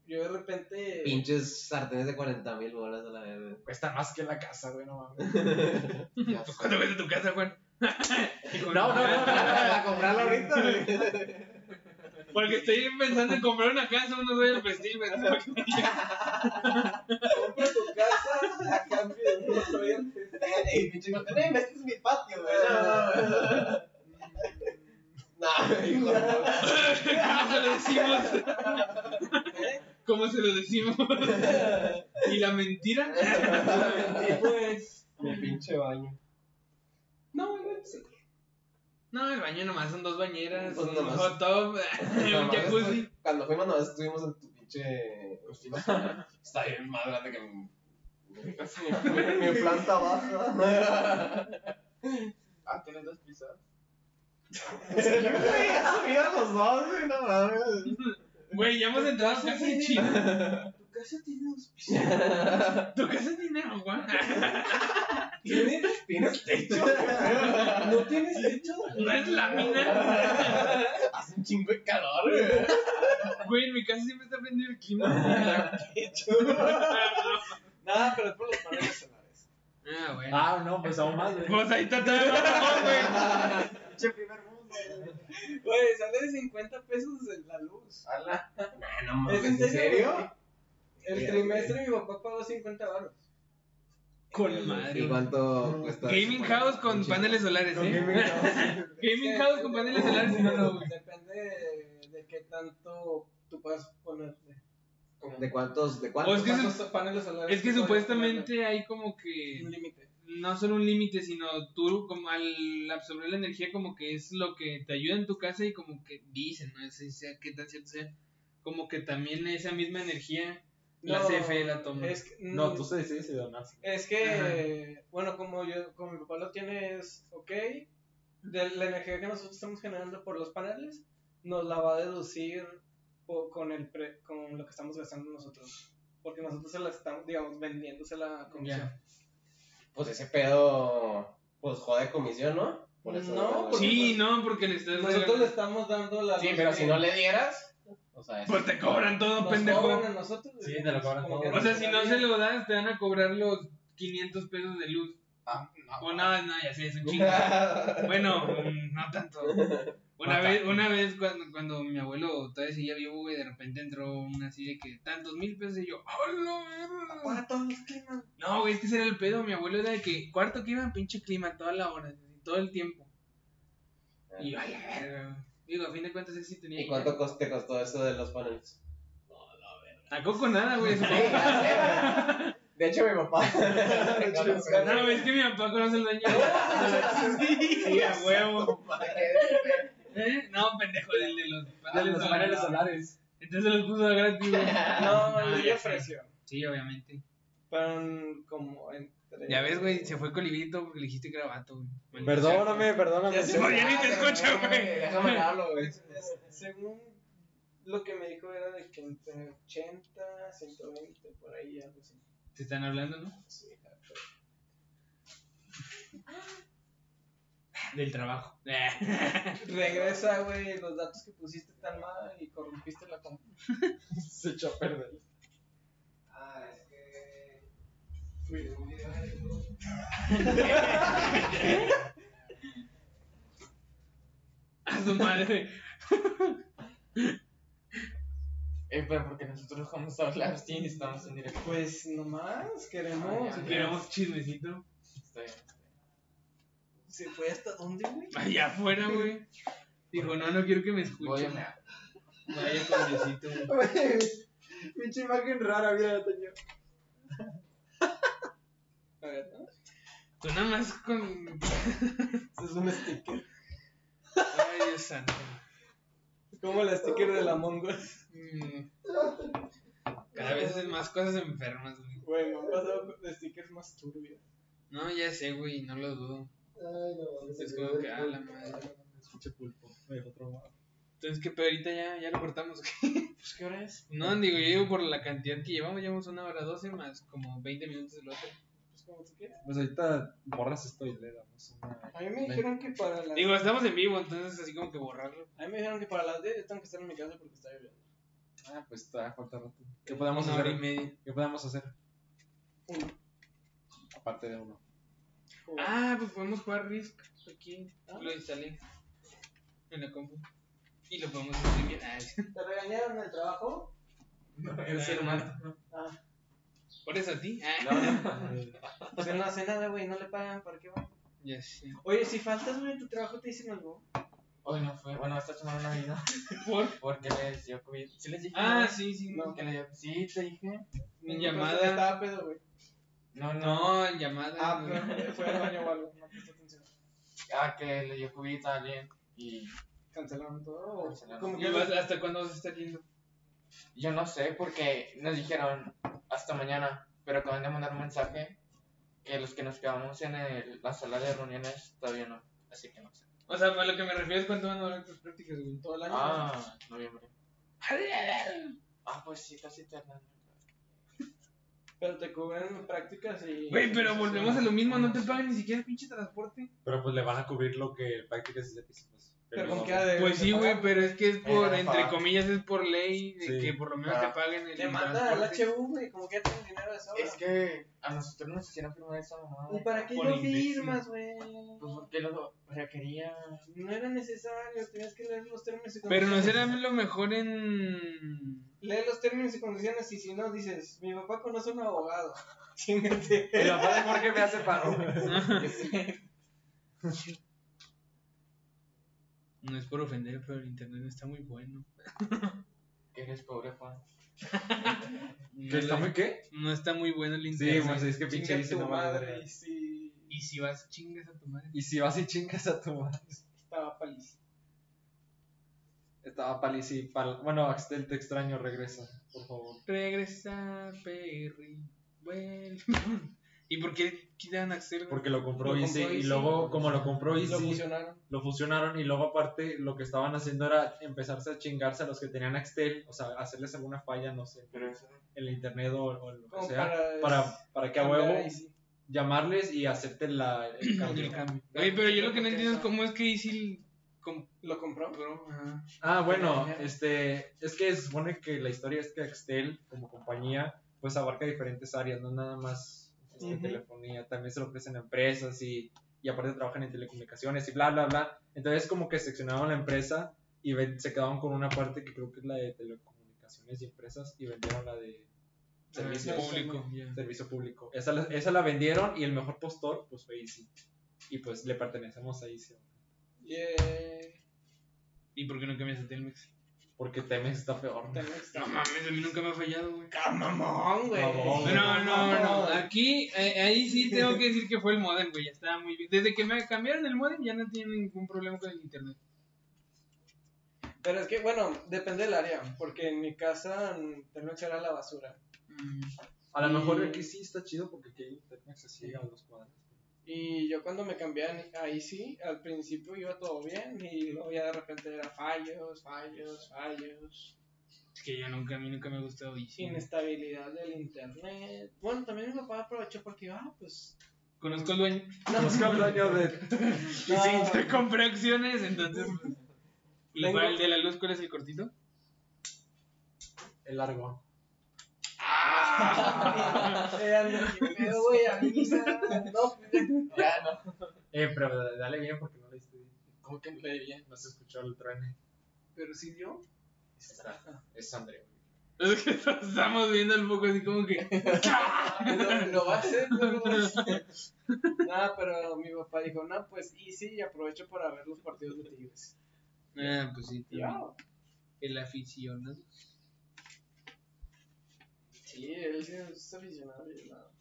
S3: Yo de repente.
S2: pinches sartenes de 40 mil bolas a la vez.
S6: Cuesta más que la casa, güey, no mames.
S1: Pues cuando ves a tu casa, Juan. Hijo de
S6: No, no, no, no.
S2: Para comprarla ahorita, güey.
S1: Porque estoy pensando en comprar una casa, uno soy el festín, ¿verdad?
S3: Compra tu casa a cambio de un soyante.
S2: Y pinche no, no, este es mi patio, güey. No, no, no, hijo de puta.
S1: ¿Cómo se lo decimos? ¿Cómo se lo decimos? ¿Y la mentira?
S3: Y pues.
S2: Mi pinche baño.
S3: No, güey, sí.
S1: No, el baño nomás son dos bañeras,
S2: Pues
S1: un
S2: nomás.
S1: hot tub, un
S2: Nomás
S1: jacuzzi.
S2: estu- pues, Cuando fuimos, nomás estuvimos en tu pinche cocina. Está bien más grande que mi. Mi mi planta baja.
S5: Ah, tienes dos pisos.
S2: Mira los dos, güey, no mames.
S1: Güey, ya hemos entrado casi en China.
S3: Tu casa tiene dos pisos.
S1: ¿Tu casa tiene agua?
S3: ¿Tienes?
S2: Tienes techo,
S3: ¿No tienes techo?
S1: ¿No es lámina?
S2: Hace un chingo de calor, güey.
S1: Güey, en mi casa siempre está prendido el clima. Ah,
S3: Nada, pero es por los paneles solares.
S1: bueno.
S6: Ah, no, pues aún más, güey.
S1: Pues ahí está todo el mejor, güey.
S3: Güey, sale de 50 pesos de la luz.
S5: Ala.
S2: No
S3: ¿Es
S2: mames,
S3: en
S2: ¿en
S3: serio?
S2: serio?
S3: El
S2: Fíjate.
S3: trimestre mi papá pagó 50 baros.
S1: Con madre.
S2: ¿Y cuánto cuesta?
S1: Gaming house con paneles solares, ¿eh? Gaming house con paneles solares, si no, no, güey.
S3: Depende de, de qué tanto tú puedas ponerte.
S2: ¿De cuántos? ¿De cuántos?
S1: O es que
S2: ¿Cuántos?
S1: se-
S3: ¿Cuántos paneles solares?
S1: Es que
S3: tú puedes
S1: supuestamente hay como que
S3: ponerle? Un límite.
S1: no solo un límite, sino tú como al absorber la energía como que es lo que te ayuda en tu casa y como que dicen, no sé si sea qué tan cierto sea, como que también esa misma energía la
S3: No,
S1: CFE la toma.
S3: Es que, mm,
S6: No, tú se decides si donas.
S3: Es que, bueno, como yo, como mi papá lo tiene, es ok. De la energía que nosotros estamos generando por los paneles, nos la va a deducir po- con, el pre- con lo que estamos gastando nosotros. Porque nosotros se la estamos, digamos, vendiéndosela a comisión.
S1: Ya.
S2: Pues ese pedo, pues jode comisión, ¿no?
S3: No,
S2: la-
S1: Mm, pues, Sí, no, porque le estás
S3: Nosotros le
S1: regalando-
S3: estamos dando la.
S2: Sí,
S3: luz
S2: pero
S3: que
S2: si no le dieras, o sea, es-
S1: pues te cobran todo,
S3: nos
S1: pendejo.
S3: cobran a nosotros.
S6: Sí, te lo cobran
S3: Como
S6: todo.
S3: que
S1: O sea, si no
S3: nos
S1: se lo das, te van a cobrar los 500 pesos de luz.
S3: Ah, no.
S1: O no, no, ya sé, es un chingo. Bueno, mm, no tanto. Una vez, una vez cuando, cuando mi abuelo todavía seguía vivo, güey, de repente entró una así de que tantos mil pesos y yo, ¡hola! verga!
S3: Para todos los climas.
S1: No, güey, es que ese era el pedo. Mi abuelo era de que cuarto que iba en pinche clima toda la hora, así, todo el tiempo. Y yo, a la verga. Digo, a fin de cuentas, ese sí tenía.
S2: ¿Y cuánto cos- te costó eso de los paneles?
S1: Tacó con nada, güey.
S5: Sí,
S1: supongo.
S5: ya sé, güey. De hecho, mi papá.
S1: No, güey, es que mi papá conoce el dueño. Sí, a huevo. ¿Eh? No, pendejo, del de los
S6: De los paneles
S1: solares.
S6: solares.
S1: Entonces los puso gratis, güey.
S3: No,
S1: Ah, ya
S3: yo le
S1: sé.
S3: ofreció.
S1: Sí, obviamente.
S3: Pero mm, como entre.
S1: Ya ves, güey, se fue colibito porque le dijiste que era vato, güey. Maldita
S2: Perdóname, perdóname.
S3: Ya se
S1: Oye, ni te escucha, güey.
S5: Déjame hablo, güey.
S3: Es- es- Este, Según lo que me dijo era de que entre 80, 120, por ahí algo así.
S1: sea. Te están hablando, ¿no?
S3: Sí, exacto.
S1: Del trabajo.
S3: Regresa, güey, los datos que pusiste tan mal y corrompiste la compra.
S5: Se echó a perder.
S3: Ah, es que. Fui un video
S1: A su madre.
S5: Eh, pero porque nosotros vamos a hablar, sí, estamos en directo.
S3: Pues nomás queremos.
S5: Ah, ya, ya.
S1: Queremos chismecito.
S5: Está bien.
S3: ¿Se fue hasta dónde, güey?
S1: Allá afuera, güey. Dijo, no, no quiero que me
S5: Voy
S1: escuchen.
S5: a.
S1: Vaya con Diosito, güey.
S3: Pinche imagen rara, mira, Toño. A ver, ¿no?
S1: Tú nada más con.
S3: Este es un sticker.
S1: Ay, Dios santo.
S3: Es como el sticker de la Mongo.
S1: Mm. Cada vez hacen más cosas enfermas, güey.
S3: Güey, me han pasado de stickers más turbios.
S1: No, ya sé, güey, no lo dudo.
S3: Ay, no,
S1: Es como que, ah, la madre.
S4: Escuche pulpo. Me dejó traumado.
S1: Entonces, ¿qué pedo? Ahorita ya, ya lo cortamos.
S5: Pues, ¿qué hora es?
S1: No, digo, yo digo por la cantidad que llevamos, llevamos una hora doce más como 20 minutos del otro.
S3: Pues como tú quieras.
S4: Pues ahorita borras esto y le damos una.
S3: A mí me dijeron que para las.
S1: Digo, estamos en vivo, entonces así como que borrarlo.
S3: A mí me dijeron que para las 10 yo tengo que estar en mi casa porque está lloviendo.
S4: Ah, pues está, falta rato. ¿Qué podemos
S1: Una hora y
S4: hacer?
S1: media.
S4: ¿Qué podemos hacer?
S3: Uno.
S4: Aparte de uno.
S1: Ah, pues podemos jugar Risk aquí.
S3: Ah.
S1: Lo instalé en la compu. Y lo podemos Ah, streamear. Ay,
S3: ¿Te regañaron en el trabajo?
S1: el
S4: Eh,
S1: ser humano.
S3: Ah.
S1: Por eso a ti. Ah.
S3: Pues él no hace nada, güey, no le pagan, ¿para qué va?
S1: Ya sé.
S3: Oye, si faltas, güey, en tu trabajo te dicen algo.
S5: Hoy no fue. Bueno, esta semana no vino.
S1: ¿Por?
S5: Porque les dio COVID. ¿Sí les dije?
S1: Ah,
S5: no?
S1: sí, sí.
S3: No.
S5: Que le dio- Sí, te dije.
S1: Mi
S3: Pues,
S1: llamada.
S3: Estaba pedo, güey.
S5: No, no.
S1: No, llamada.
S3: Ah, pero fue al baño o algo, no presté atención.
S5: Ah, que le dio COVID a alguien. Y
S3: ¿Cancelaron todo? o-
S5: Cancelaron.
S3: Como
S1: ¿Y
S3: que
S1: vas- ¿Hasta cuándo vas a estar yendo?
S5: yo no sé, porque nos dijeron hasta mañana. Pero acaban de mandar un mensaje que los que nos quedamos en el- la sala de reuniones todavía no. Así que no sé.
S1: O sea, a lo que me refiero es cuánto van a durar tus prácticas, güey.
S3: todo el año.
S5: Ah, noviembre. Ah, pues sí, casi te andan.
S3: Pero te cubren prácticas y. pues,
S1: Güey, pero volvemos a lo mismo, no te pagan ni siquiera el pinche transporte.
S4: Pero pues le van a cubrir lo que prácticas y pues.
S3: Pero con
S4: no.
S3: qué ha de.
S1: Pues sí, güey, pero es que es por,
S5: Eh,
S1: entre
S5: pa.
S1: comillas, es por ley de
S4: Sí.
S1: que por lo menos
S5: Pa.
S1: te paguen el
S3: Le manda al
S1: transporte.
S3: HU, güey, como que ya tienen dinero de sobra.
S5: Es que a nosotros nos hicieron firmar esa
S3: ¿Y
S5: mamada.
S3: para qué
S1: Por
S3: lo
S1: imbécil.
S3: firmas, güey?
S5: Pues porque lo requería.
S3: No era necesario, tenías que leer los términos y
S1: Pero no
S3: condiciones.
S1: será lo mejor en...
S3: Lee los términos y condiciones y si no dices, mi papá conoce a un abogado. Chingate.
S4: El papá de Jorge me hace paro.
S1: No es por ofender, pero el internet no está muy bueno.
S5: Que eres pobre, Juan.
S1: No,
S4: ¿Qué está
S1: la-
S4: muy qué?
S1: no está muy bueno el
S4: Sí,
S1: internet.
S4: pues es que pinche
S3: Chinga
S4: dice
S3: tu
S4: no
S3: madre.
S4: madre.
S3: Y si
S1: Y si vas, chingas a tu madre.
S4: Y si vas y chingas a tu madre.
S3: estaba paliza.
S4: Estaba palis y pal. Bueno, Axel, te extraño, regresa, por favor.
S1: Regresa, Perry. Vuelve. ¿Y por qué quitan a Axel?
S4: Porque lo compró
S3: Lo
S4: Easy
S3: compró
S4: y
S3: Easy.
S4: luego, como lo compró
S3: Y lo
S4: Easy,
S3: fusionaron.
S4: lo fusionaron y luego, aparte, lo que estaban haciendo era empezarse a chingarse a los que tenían Axel, o sea, hacerles alguna falla, no sé,
S5: Pero eso.
S4: en el internet o, o en lo que
S3: Como
S4: sea,
S3: para.
S4: para, para que a
S3: cambiar
S4: huevo
S3: ahí, sí.
S4: llamarles y hacerte la, el
S1: El
S4: cambio.
S1: cambio. Güey, pero yo lo que no entiendo es cómo es que Isil compró.
S3: ¿Lo compró?
S1: ajá.
S4: Ah, bueno, este, es que se supone que la historia es que Axtel, como compañía, pues abarca diferentes áreas, no nada más este,
S3: Ujú.
S4: telefonía, también se lo ofrecen a empresas y, y aparte trabajan en telecomunicaciones y bla, bla, bla. Entonces como que seccionaban la empresa y ven- se quedaban con una parte que creo que es la de telecomunicaciones y empresas y vendieron la de servicio
S1: público.
S4: Servicio público. Esa la, esa la vendieron y el mejor postor pues fue Easy. Y pues le pertenecemos a Easy.
S3: eh,
S1: ¿Y por qué no cambias a Telmex?
S4: Porque Temex está peor.
S1: No mames, a mí nunca me ha fallado, güey.
S3: Camamón, güey.
S4: Mamón, güey.
S1: No, no, no. Aquí, eh, ahí sí tengo que decir que fue el modem, güey. Estaba muy bien. Desde que me cambiaron el modem ya no tiene ningún problema con el internet.
S3: Pero es que, bueno, depende del área, porque en mi casa mm, Telmex era la basura.
S1: Mm.
S4: A lo mejor
S3: Y-
S4: aquí sí está chido porque aquí hay Temex así a los cuadros.
S3: Y yo cuando me cambié a- ahí sí, al principio iba todo bien y luego ya de repente era fallos, fallos, fallos.
S1: Es que yo nunca, a mí nunca me ha gustado Easy.
S3: Inestabilidad del internet. Bueno, también mi papá aprovechó porque iba, ah, pues...
S1: Conozco al dueño.
S4: Los cablaños de...
S1: Y sí, yo compré acciones, entonces. pues, ¿le-
S3: Tengo-
S1: ¿El de la luz cuál es el cortito?
S4: El largo.
S3: Eh, anda, qué pedo, güey, a mí me da- no,
S5: Ya, no.
S4: Eh, pero dale bien porque no le diste bien.
S5: ¿Cómo que le bien?
S4: No se escuchó el tren.
S3: Pero sí dio.
S4: Es André.
S1: Es que estamos viendo el foco así como que.
S3: Lo, lo va a hacer, no lo va a hacer. Nada, pero mi papá dijo, no, pues y sí, y aprovecho para ver los partidos de Tigres.
S1: Ah, pues sí,
S3: Y
S1: tío.
S3: yo, ah,
S1: El aficionado.
S3: sí, él sí es aficionado. y yo, no.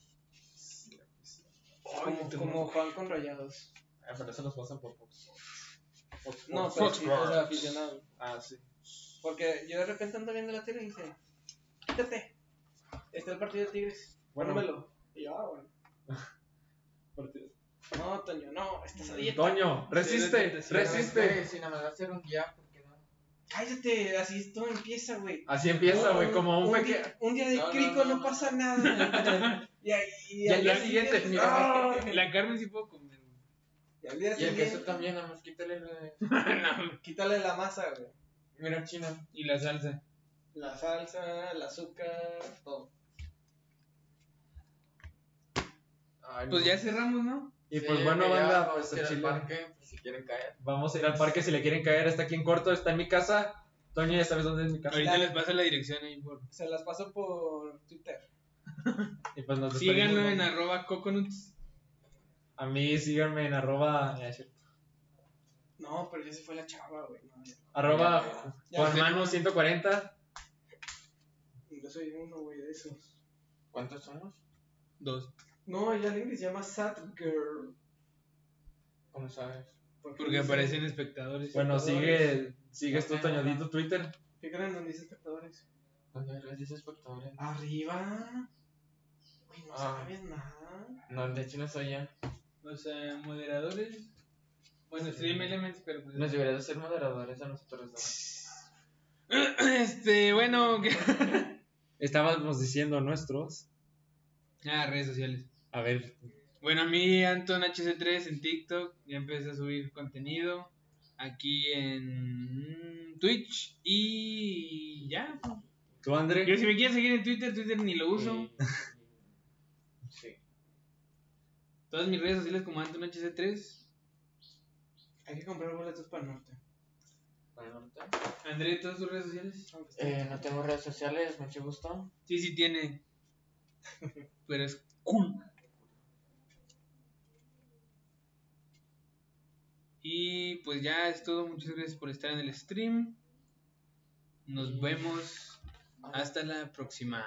S3: Como, como Juan con rayados.
S4: Ah, pero eso nos pasan por Fox. Fox
S3: No,
S4: Sports.
S3: pero sí, o sea, aficionado.
S4: Ah, sí.
S3: Porque yo de repente ando viendo la tele y dice, quítate, está el partido de Tigres,
S4: Bueno.
S3: pónmelo. Y yo, ah, bueno.
S4: Partido.
S3: No, Toño, no, estás a dieta.
S4: Toño, resiste, resiste.
S5: Resiste. Si no me va a hacer un guía, ¿por qué no?
S3: Cállate, así todo empieza, güey.
S4: Así empieza, güey, como un
S3: día-
S4: pequeño.
S3: un día de
S5: No, no,
S3: crico no,
S5: no, no.
S3: pasa nada. y, ahí-
S4: Y al
S3: al
S4: día siguiente,
S3: ¡ah!
S1: La carne sí puedo comer, güey.
S3: Y al día
S5: Y el
S3: siguiente,
S5: queso también, nada más quítale la...
S3: quítale la masa, güey.
S5: Mira, China.
S1: Y la salsa.
S3: La salsa, el azúcar, todo.
S5: Ay,
S1: Pues
S5: no.
S1: ya cerramos, ¿no?
S4: Y
S5: Sí,
S4: pues bueno,
S5: que ya
S4: banda,
S5: vamos
S4: pues
S5: a ir
S4: el
S5: al
S4: chile.
S5: parque, pues, si quieren caer.
S4: Vamos a ir al parque si le quieren caer. Está aquí en corto, está en mi casa. Toño, ya sabes dónde es mi casa.
S1: Ahorita les paso la dirección ahí por.
S3: Se las paso por Twitter.
S4: Y pues nos despedimos,
S1: Síganlo
S4: ¿no?
S1: en arroba coconuts.
S4: A mí síganme en arroba,
S3: No, pero ya se fue la chava, güey. No, ya no.
S4: arroba
S3: Ya, ya.
S4: Juanmanu140.
S3: Yo soy uno, güey, de esos.
S5: ¿Cuántos somos?
S1: Dos.
S3: No, ella alguien se llama Sad Girl.
S5: ¿Cómo sabes?
S1: Porque aparecen espectadores.
S4: Bueno, sigue, sigues tú, Toño, di tu Twitter.
S3: ¿Qué creen donde dice espectadores?
S5: ¿Dónde les dices espectadores?
S3: Arriba. Güey, no
S5: Ah.
S3: sabes nada.
S5: No, de hecho no soy yo.
S1: O sea, moderadores. Bueno, stream elements, pero. pues-
S5: Nos deberías hacer moderadores a nosotros dos.
S1: Este, bueno. ¿qué?
S4: Estábamos diciendo nuestros.
S1: Ah, redes sociales.
S4: A ver,
S1: Bueno, a mí Anton HC3 en TikTok, ya empecé a subir contenido aquí en mm, Twitch y ya.
S4: tú, André.
S1: Yo si me quieren seguir en Twitter, Twitter ni lo uso.
S5: Y- Sí.
S1: Todas mis redes sociales como Anton HC3.
S3: Hay que comprar boletos para el norte.
S5: Bueno, ahorita.
S1: André, ¿todas tus redes sociales?
S5: Eh, no tengo redes sociales, mucho gusto.
S1: Sí, sí tiene. Pero es cool. Y pues ya es todo. Muchas gracias por estar en el stream. Nos vemos. Hasta la próxima.